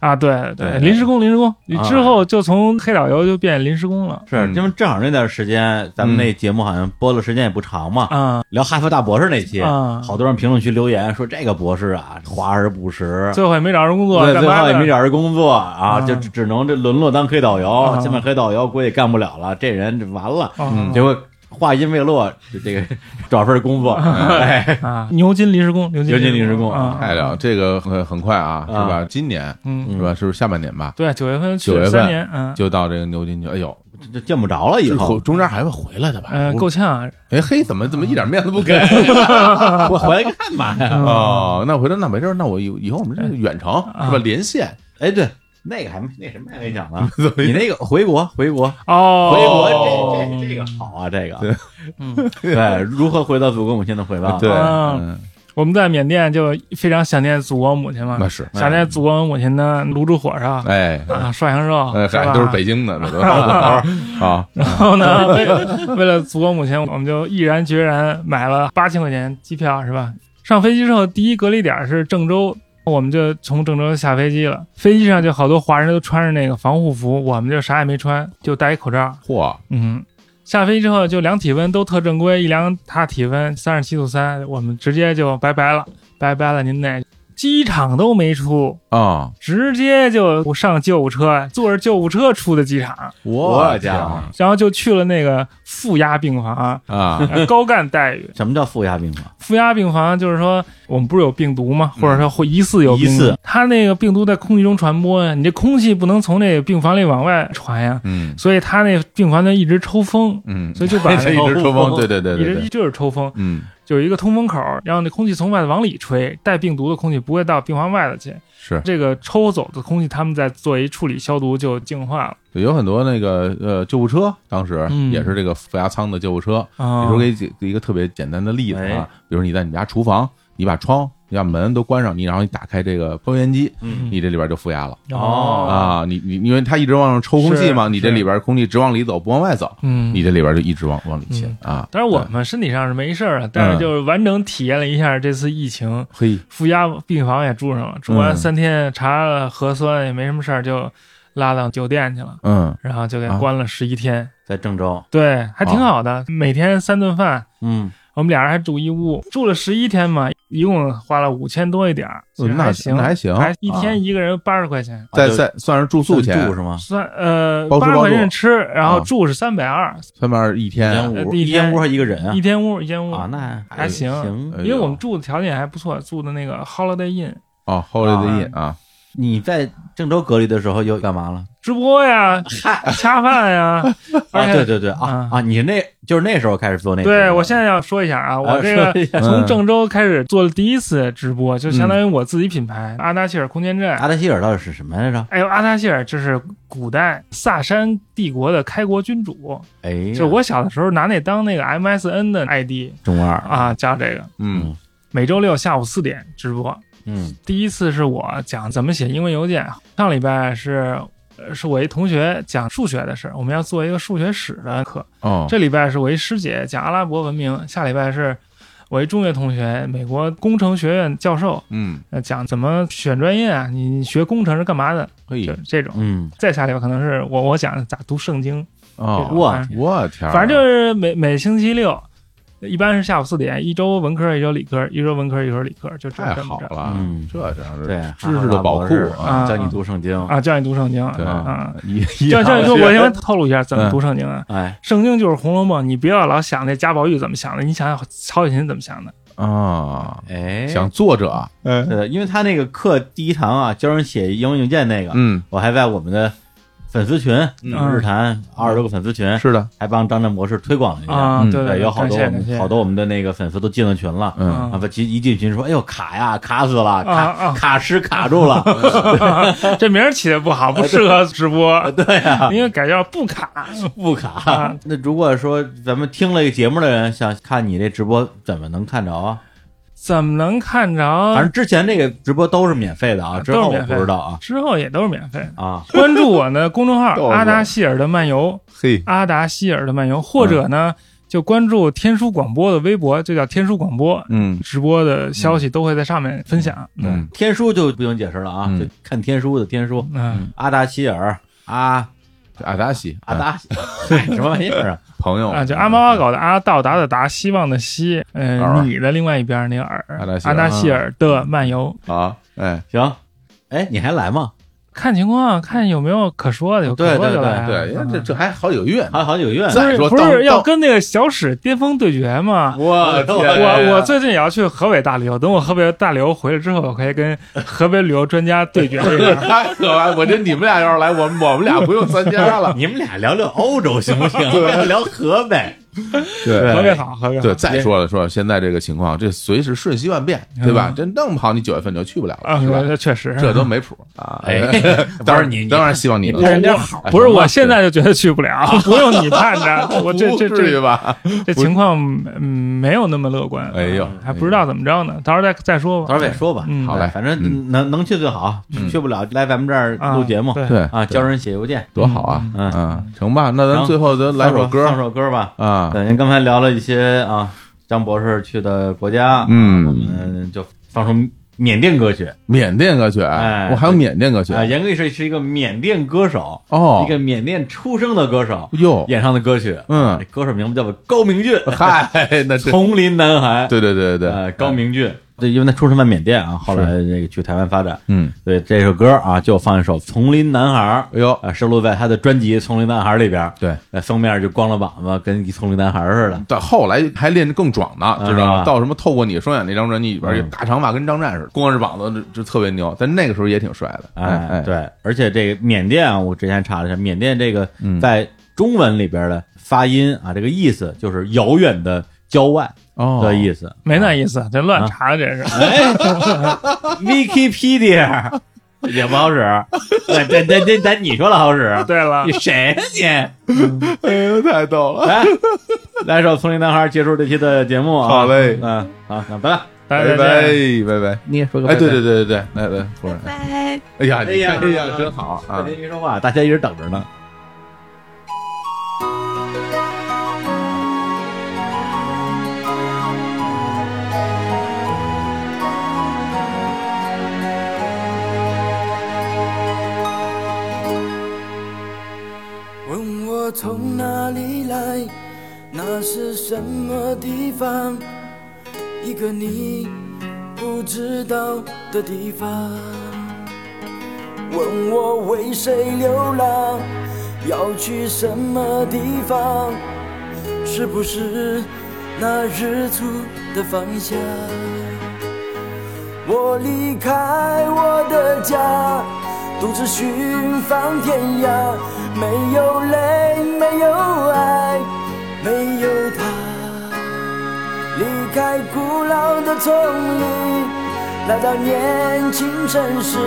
S3: 啊！对
S2: 对
S3: 对，临时工临时工，你
S2: 啊
S3: 之后就从黑导游就变临时工了
S2: 是
S1: 嗯
S2: 因为正好那段时间，咱们
S1: 嗯
S2: 那节目好像播了时间也不长嘛，
S3: 啊！
S2: 聊哈佛大博士那期，
S3: 啊
S2: 好多人评论区留言说这个博士啊，华而不实。
S3: 最后也没找着工作，
S2: 对，
S3: 干
S2: 最
S3: 嘛
S2: 后也
S3: 呢
S2: 没找着工作啊，
S3: 啊
S2: 就只只能这沦落当黑导游。
S3: 啊
S2: 现在黑导游估计干不了了，这人这完了。
S3: 啊
S1: 嗯
S2: 结果话音未落，就这个 找份工作，哎，
S3: 啊！牛津临时工，牛津
S2: 牛津临时工
S3: 啊！
S1: 太了，这个很很快啊，是吧？今年
S3: 嗯，
S1: 是吧？是不是下半年吧？
S3: 对，九月份去
S1: 九月份
S3: 三年，嗯
S1: 就到这个牛津去，哎呦，
S2: 这见不着了以
S1: 这
S2: 后
S1: 后，中间还会回来的吧？
S3: 呃，够呛
S1: 哎嘿，怎么怎么一点面子不给？
S2: 我回来干嘛呀？
S3: 嗯
S1: 哦，那回头那没事儿，那我以以后我们这个远程是吧？连线
S2: 哎，对，那个还没那什么还没讲 呢，你那个回国回国回
S3: 哦
S2: 国，这这这个好啊，这个
S3: 嗯，
S2: 对，哎如何回到祖国母亲的怀抱？
S1: 对，
S3: 啊
S1: 嗯
S3: 我们在缅甸就非常想念祖国母亲嘛
S1: 那，是
S3: 想念祖国母亲的卤煮火烧
S1: 哎，
S3: 啊，涮羊肉
S1: 哎，
S3: 是吧
S1: 都是北京的，这 都啊，
S3: 然后呢，为为了祖国母亲，我们就毅然决然买了八千块钱机票，是吧？上飞机之后，第一隔离点是郑州，我们就从郑州下飞机了。飞机上就好多华人都穿着那个防护服，我们就啥也没穿，就戴一口罩。
S1: 嚯，
S3: 嗯，下飞机之后就量体温都特正规，一量他体温三十七度三，我们直接就拜拜了，拜拜了您那。机场都没出，
S1: 啊，
S3: 直接就上救护车，坐着救护车出的机场。
S2: 我家伙
S1: 天啊
S3: 然后就去了那个负压病 房啊，
S1: 啊，
S3: 呃高干待遇。
S2: 什么叫负压病房？
S3: 负压病房就是说，我们不是有病毒吗？
S1: 嗯
S3: 或者说会疑似有病
S2: 疑
S3: 毒
S2: 似，
S3: 它那个病毒在空气中传播呀，你这空气不能从这个病房里往外传呀，
S1: 嗯
S3: 所以它那病房就一直抽风，
S1: 嗯，
S3: 所以就把
S1: 这
S3: 那
S1: 一直抽风， 对对对对
S3: 一直
S1: 对，
S3: 就是抽风，
S1: 嗯，
S3: 有一个通风口，让那空气从外往里吹，带病毒的空气不会到病房外头去。
S1: 是
S3: 这个抽走的空气，他们再做一处理消毒就净化了。
S1: 有很多那个呃救护车，当时
S3: 嗯
S1: 也是这个负压舱的救护车。
S3: 啊、
S1: 哦比如给几一个特别简单的例子
S3: 哎
S1: 啊，比如你在你们家厨房，你把窗、你把门都关上，你然后你打开这个抽油烟机，
S2: 嗯
S1: 你这里边就负压了。
S2: 哦
S1: 啊，你你因为它一直往上抽空气
S3: 是
S1: 嘛，你这
S3: 是
S1: 里边空气只往里走不往外走，
S3: 嗯，
S1: 你这里边就一直往往里进
S3: 嗯
S1: 啊。
S3: 当然我们身体上是没事儿的，啊
S1: 嗯
S3: 但是就是完整体验了一下这次疫情，
S1: 嘿，
S3: 负压病房也住上了，住完
S1: 嗯
S3: 三天查了核酸也没什么事儿，就拉到酒店去了，
S1: 嗯，
S3: 然后就给
S1: 啊
S3: 关了十一天。
S2: 在郑州，
S3: 对，还挺好的，每天三顿饭，
S2: 嗯，
S3: 我们俩人还住一屋，住了十一天嘛，一共花了五千多一点儿，其实
S1: 嗯那
S3: 还行，
S1: 那还行
S3: 还一
S2: 啊
S3: 天一个人八十块钱，
S1: 再
S2: 啊就
S1: 再算是住宿
S2: 算
S1: 钱
S2: 住，是吗？
S3: 算呃
S1: 包吃
S3: 八十
S1: 包
S3: 块
S1: 住
S3: 钱吃，然后
S1: 啊
S3: 住是三百二，
S1: 三百二一
S2: 一
S1: 天
S2: 间，屋，
S3: 呃一
S2: 一间
S3: 天
S2: 屋还一个人啊
S3: 一？天屋一间屋
S2: 啊，那
S3: 还行
S2: 行。
S1: 哎
S3: 因为
S1: 呦
S3: 我们住的条件还不错，住的那个 Holiday Inn
S1: 哦后来的印啊，
S2: 你在郑州隔离的时候又干嘛了？
S3: 直播呀，恰饭呀，而
S2: 啊，
S3: 且
S2: 对对对啊
S3: 嗯
S2: 啊！你那就是那时候开始做那个，
S3: 对我现在要说一下啊，
S2: 啊
S3: 我这
S2: 说
S3: 个
S2: 一下嗯
S3: 从郑州开始做了第一次直播，就相当于我自己品牌阿达切尔空间站。
S2: 阿达希尔到底是什么来着？
S3: 哎呦，阿达切尔就是古代萨珊帝国的开国君主，
S2: 哎呀，
S3: 就我小的时候拿那当那个 MSN 的 ID
S2: 中二，
S3: 啊，叫这个。
S1: 嗯
S3: 每周六下午四点直播，
S2: 嗯
S3: 第一次是我讲怎么写英文邮件，啊上礼拜是。呃是我一同学讲数学的事儿，我们要做一个数学史的课。
S1: 哦，
S3: 这礼拜是我一师姐讲阿拉伯文明，下礼拜是我一中学同学，美国工程学院教授，
S1: 嗯，
S3: 呃，讲怎么选专业啊，你你学工程是干嘛的，
S1: 嘿
S3: 就，是这种。
S2: 嗯，
S3: 再下礼拜可能是我我讲咋读圣经，
S1: 哦，
S3: 这
S1: 我
S3: 种
S2: 哇
S3: 反正
S1: 我天儿，啊
S3: 反正就是每每星期六，一般是下午四点，一周文科，一周理科，一周文科，一周理科，就这
S1: 太
S3: 这
S1: 好
S3: 么着
S1: 了
S2: 嗯，
S1: 这真是
S2: 对，
S1: 知识的宝库
S2: 哈佛大博士
S1: 啊，
S3: 啊
S2: 教你读圣经，
S3: 啊！教你读圣经
S1: 对
S3: 啊，
S1: 一
S3: 教教你说，
S1: 因
S3: 我先
S1: 为
S3: 透露一下怎么读圣经啊。
S2: 哎，
S3: 圣经就是《红楼梦》，你不要老想那贾宝玉怎么想的，你想想曹雪芹怎么想的。
S1: 啊，
S2: 哎，
S1: 想啊作者，
S2: 呃，因为他那个课第一堂啊，教人写英文邮件那个，
S1: 嗯，
S2: 我还在我们的粉丝群，
S3: 嗯
S2: 日坛二十多个粉丝
S3: 哎
S2: 群，
S1: 是的，
S2: 还帮张震博士推广了一下。
S3: 啊，
S1: 嗯
S3: 对
S2: 哎有好
S3: 感
S2: 多
S3: 谢
S2: 我
S3: 感谢
S2: 们好多我们的那个粉丝都进了群了，
S1: 嗯
S2: 啊，不，其实一进群说，哎呦卡呀，卡死了，
S3: 啊
S2: 卡
S3: 啊
S2: 卡师卡住了，
S3: 这名儿起的不好，不适合直播，
S2: 嗯 对呀，
S3: 因为改叫不 卡。
S2: 不卡
S3: 啊。
S2: 那如果说咱们听了一个节目的人想看你这直播，怎么能看着啊？
S3: 怎么能看
S2: 反
S3: 着？
S2: 正之前这个直播都是免费的啊，之后
S3: 嗯都是
S2: 我
S3: 免
S2: 不
S3: 费
S2: 知道啊
S3: 之后也都是免费的。
S2: 啊，
S3: 关注我的公众
S1: 逗
S3: 号
S1: 我
S3: “阿达希尔的漫游”，
S1: 嘿，
S3: 阿达希尔的
S2: 嗯
S3: 漫游，或者呢，就关注天书广播的微博，就叫天书广播，
S1: 嗯
S3: 直播的消
S2: 嗯
S3: 息都会在上面分享。
S1: 嗯，
S2: 天书就不用解释了啊，
S1: 嗯
S2: 就看天书的天书，
S3: 嗯，
S2: 阿达希尔阿
S1: 阿达西，嗯
S2: 阿达
S3: 嗯
S2: 希嗨什么玩意儿啊？
S1: 朋友
S3: 啊，就阿猫阿狗的阿，到达的达，希望的希，
S1: 耳
S3: 嗯，你的另外一边那个耳，
S1: 阿达希尔
S3: 阿达希尔的漫游。
S1: 啊，哎，
S2: 行，哎，你还来吗？
S3: 看情况，看有没有可说的，有可
S2: 对
S3: 说
S2: 对
S3: 的
S2: 对
S3: 来啊。
S1: 对，因为
S3: 嗯啊
S1: 这这还好几个月
S2: 还
S1: 呢，
S2: 有好几个月呢。
S1: 再说
S3: 不
S1: 到
S3: 是要
S1: 到
S3: 跟那个小史巅峰对决吗？
S1: 我
S2: 我
S1: 天啊呀
S3: 我我最近也要去河北大旅游，等我河北大旅游回来之后，我可以跟河北旅游专家对决一下。
S1: 太可爱！我这你们俩要是来，我们我们俩不用参加了。
S2: 你们俩聊聊欧洲行 不行？
S1: 啊
S2: 聊聊河北，
S1: 对
S3: 河北好，河北好
S1: 对，再说了说现在这个情况，这随时瞬息万变，对吧？这弄不好你九月份就去不了
S3: 嗯
S1: 了，
S3: 啊，
S1: 是吧？
S3: 这确实
S1: 这都没谱啊！
S2: 哎，
S1: 当
S2: 不是
S1: 然
S2: 你你
S1: 当然希望你能
S2: 我
S1: 去
S2: 人家
S1: 哎
S3: 我不是，我现在就觉得去 不了，不用你盼着，我这这
S1: 不至于
S3: 这
S1: 吧？
S3: 这情况嗯没有那么乐观，
S1: 哎呦，
S3: 嗯还不知道怎么着呢，到时候再再
S2: 到
S3: 说吧。
S2: 时候再说吧。
S3: 嗯
S1: 好嘞嗯
S2: 反正能能去最好，啊去不了来咱们这儿
S3: 啊
S2: 录节目
S3: 对
S1: 对
S2: 啊，教人写邮件，
S1: 多好啊！
S2: 嗯
S1: 嗯，成吧，那咱最后咱来
S2: 放首
S1: 首歌
S2: 放首歌吧。
S1: 啊，
S2: 对，您刚才聊了一些啊，张博士去的国家，
S1: 嗯，
S2: 嗯，就放首缅甸歌曲
S1: 缅甸歌曲，啊
S2: 哎
S1: 我还有缅甸歌曲
S2: 啊。严格意义上是一个缅甸歌手，
S1: 哦
S2: 一个缅甸出生的歌手
S1: 哟，
S2: 演唱的歌曲。
S1: 嗯
S2: 这歌手名字叫做高明俊，
S1: 嗨，那这
S2: 丛林男孩。
S1: 对对对对对
S2: 呃，高明俊，对，因为他出身在缅甸啊，后来这个去台湾发展。
S1: 嗯，
S2: 对这首歌啊，就放一首《丛林男孩》，
S1: 哎呦，
S2: 啊，收录在他的专辑《丛林男孩》里边。
S1: 对，
S2: 呃，封面就光了膀子，跟一丛林男孩似的。
S1: 到后来还练得更壮呢，知道
S2: 啊
S1: 吗？到什么透过你双眼那张专辑里边，
S2: 嗯
S1: 也大长发跟张战似的，光着膀子，这这特别牛。但那个时候也挺帅的，哎
S2: 哎，，对，而且这个缅甸啊，我之前查了一下，缅甸这个
S1: 嗯
S2: 在中文里边的发音啊，这个意思就是遥远的郊外
S1: 哦
S2: 的意思。
S3: 没那意思，这
S1: 啊
S3: 乱查这是。
S2: 哎
S1: 哦
S2: ，Wikipedia 也不好使，对这这这咱你说了好使，
S3: 对了
S2: 你，谁呀你？
S1: 哎呦，太逗了，
S2: 来， 来一首《丛林男孩》结束这期的节目啊。
S1: 好嘞
S2: 嗯，好，那拜拜。
S3: 大
S1: 拜拜
S3: 家
S1: 拜拜。
S2: 你也说
S1: 哎，对对对对对，来来，突然，
S4: 拜。
S1: 哎呀，你
S2: 哎呀
S1: 看哎呀，真好啊！
S2: 别没说话，大家一直等着呢。
S6: 问我从哪里来，那是什么地方？一个你不知道的地方。问我为谁流浪，要去什么地方？是不是那日出的方向？我离开我的家，独自寻访天涯，没有泪，没有爱，没有他。离开古老的丛林，来到年轻城市，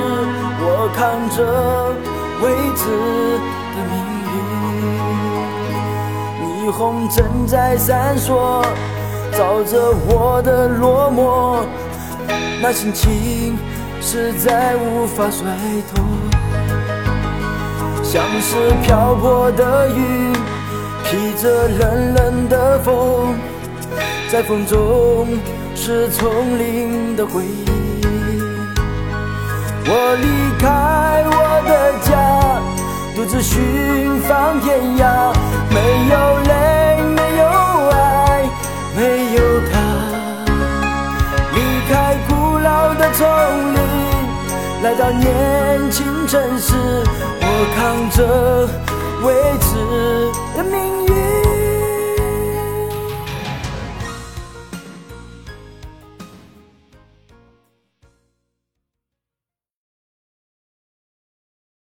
S6: 我扛着未知的命运。霓虹正在闪烁，照着我的落寞，那心情实在无法甩脱。像是漂泊的云，披着冷冷的风，在风中是丛林的回忆。我离开我的家，独自寻访天涯，没有泪，没有爱，没有他。离开古老的丛林，来到年轻城市，我扛着未知的命运。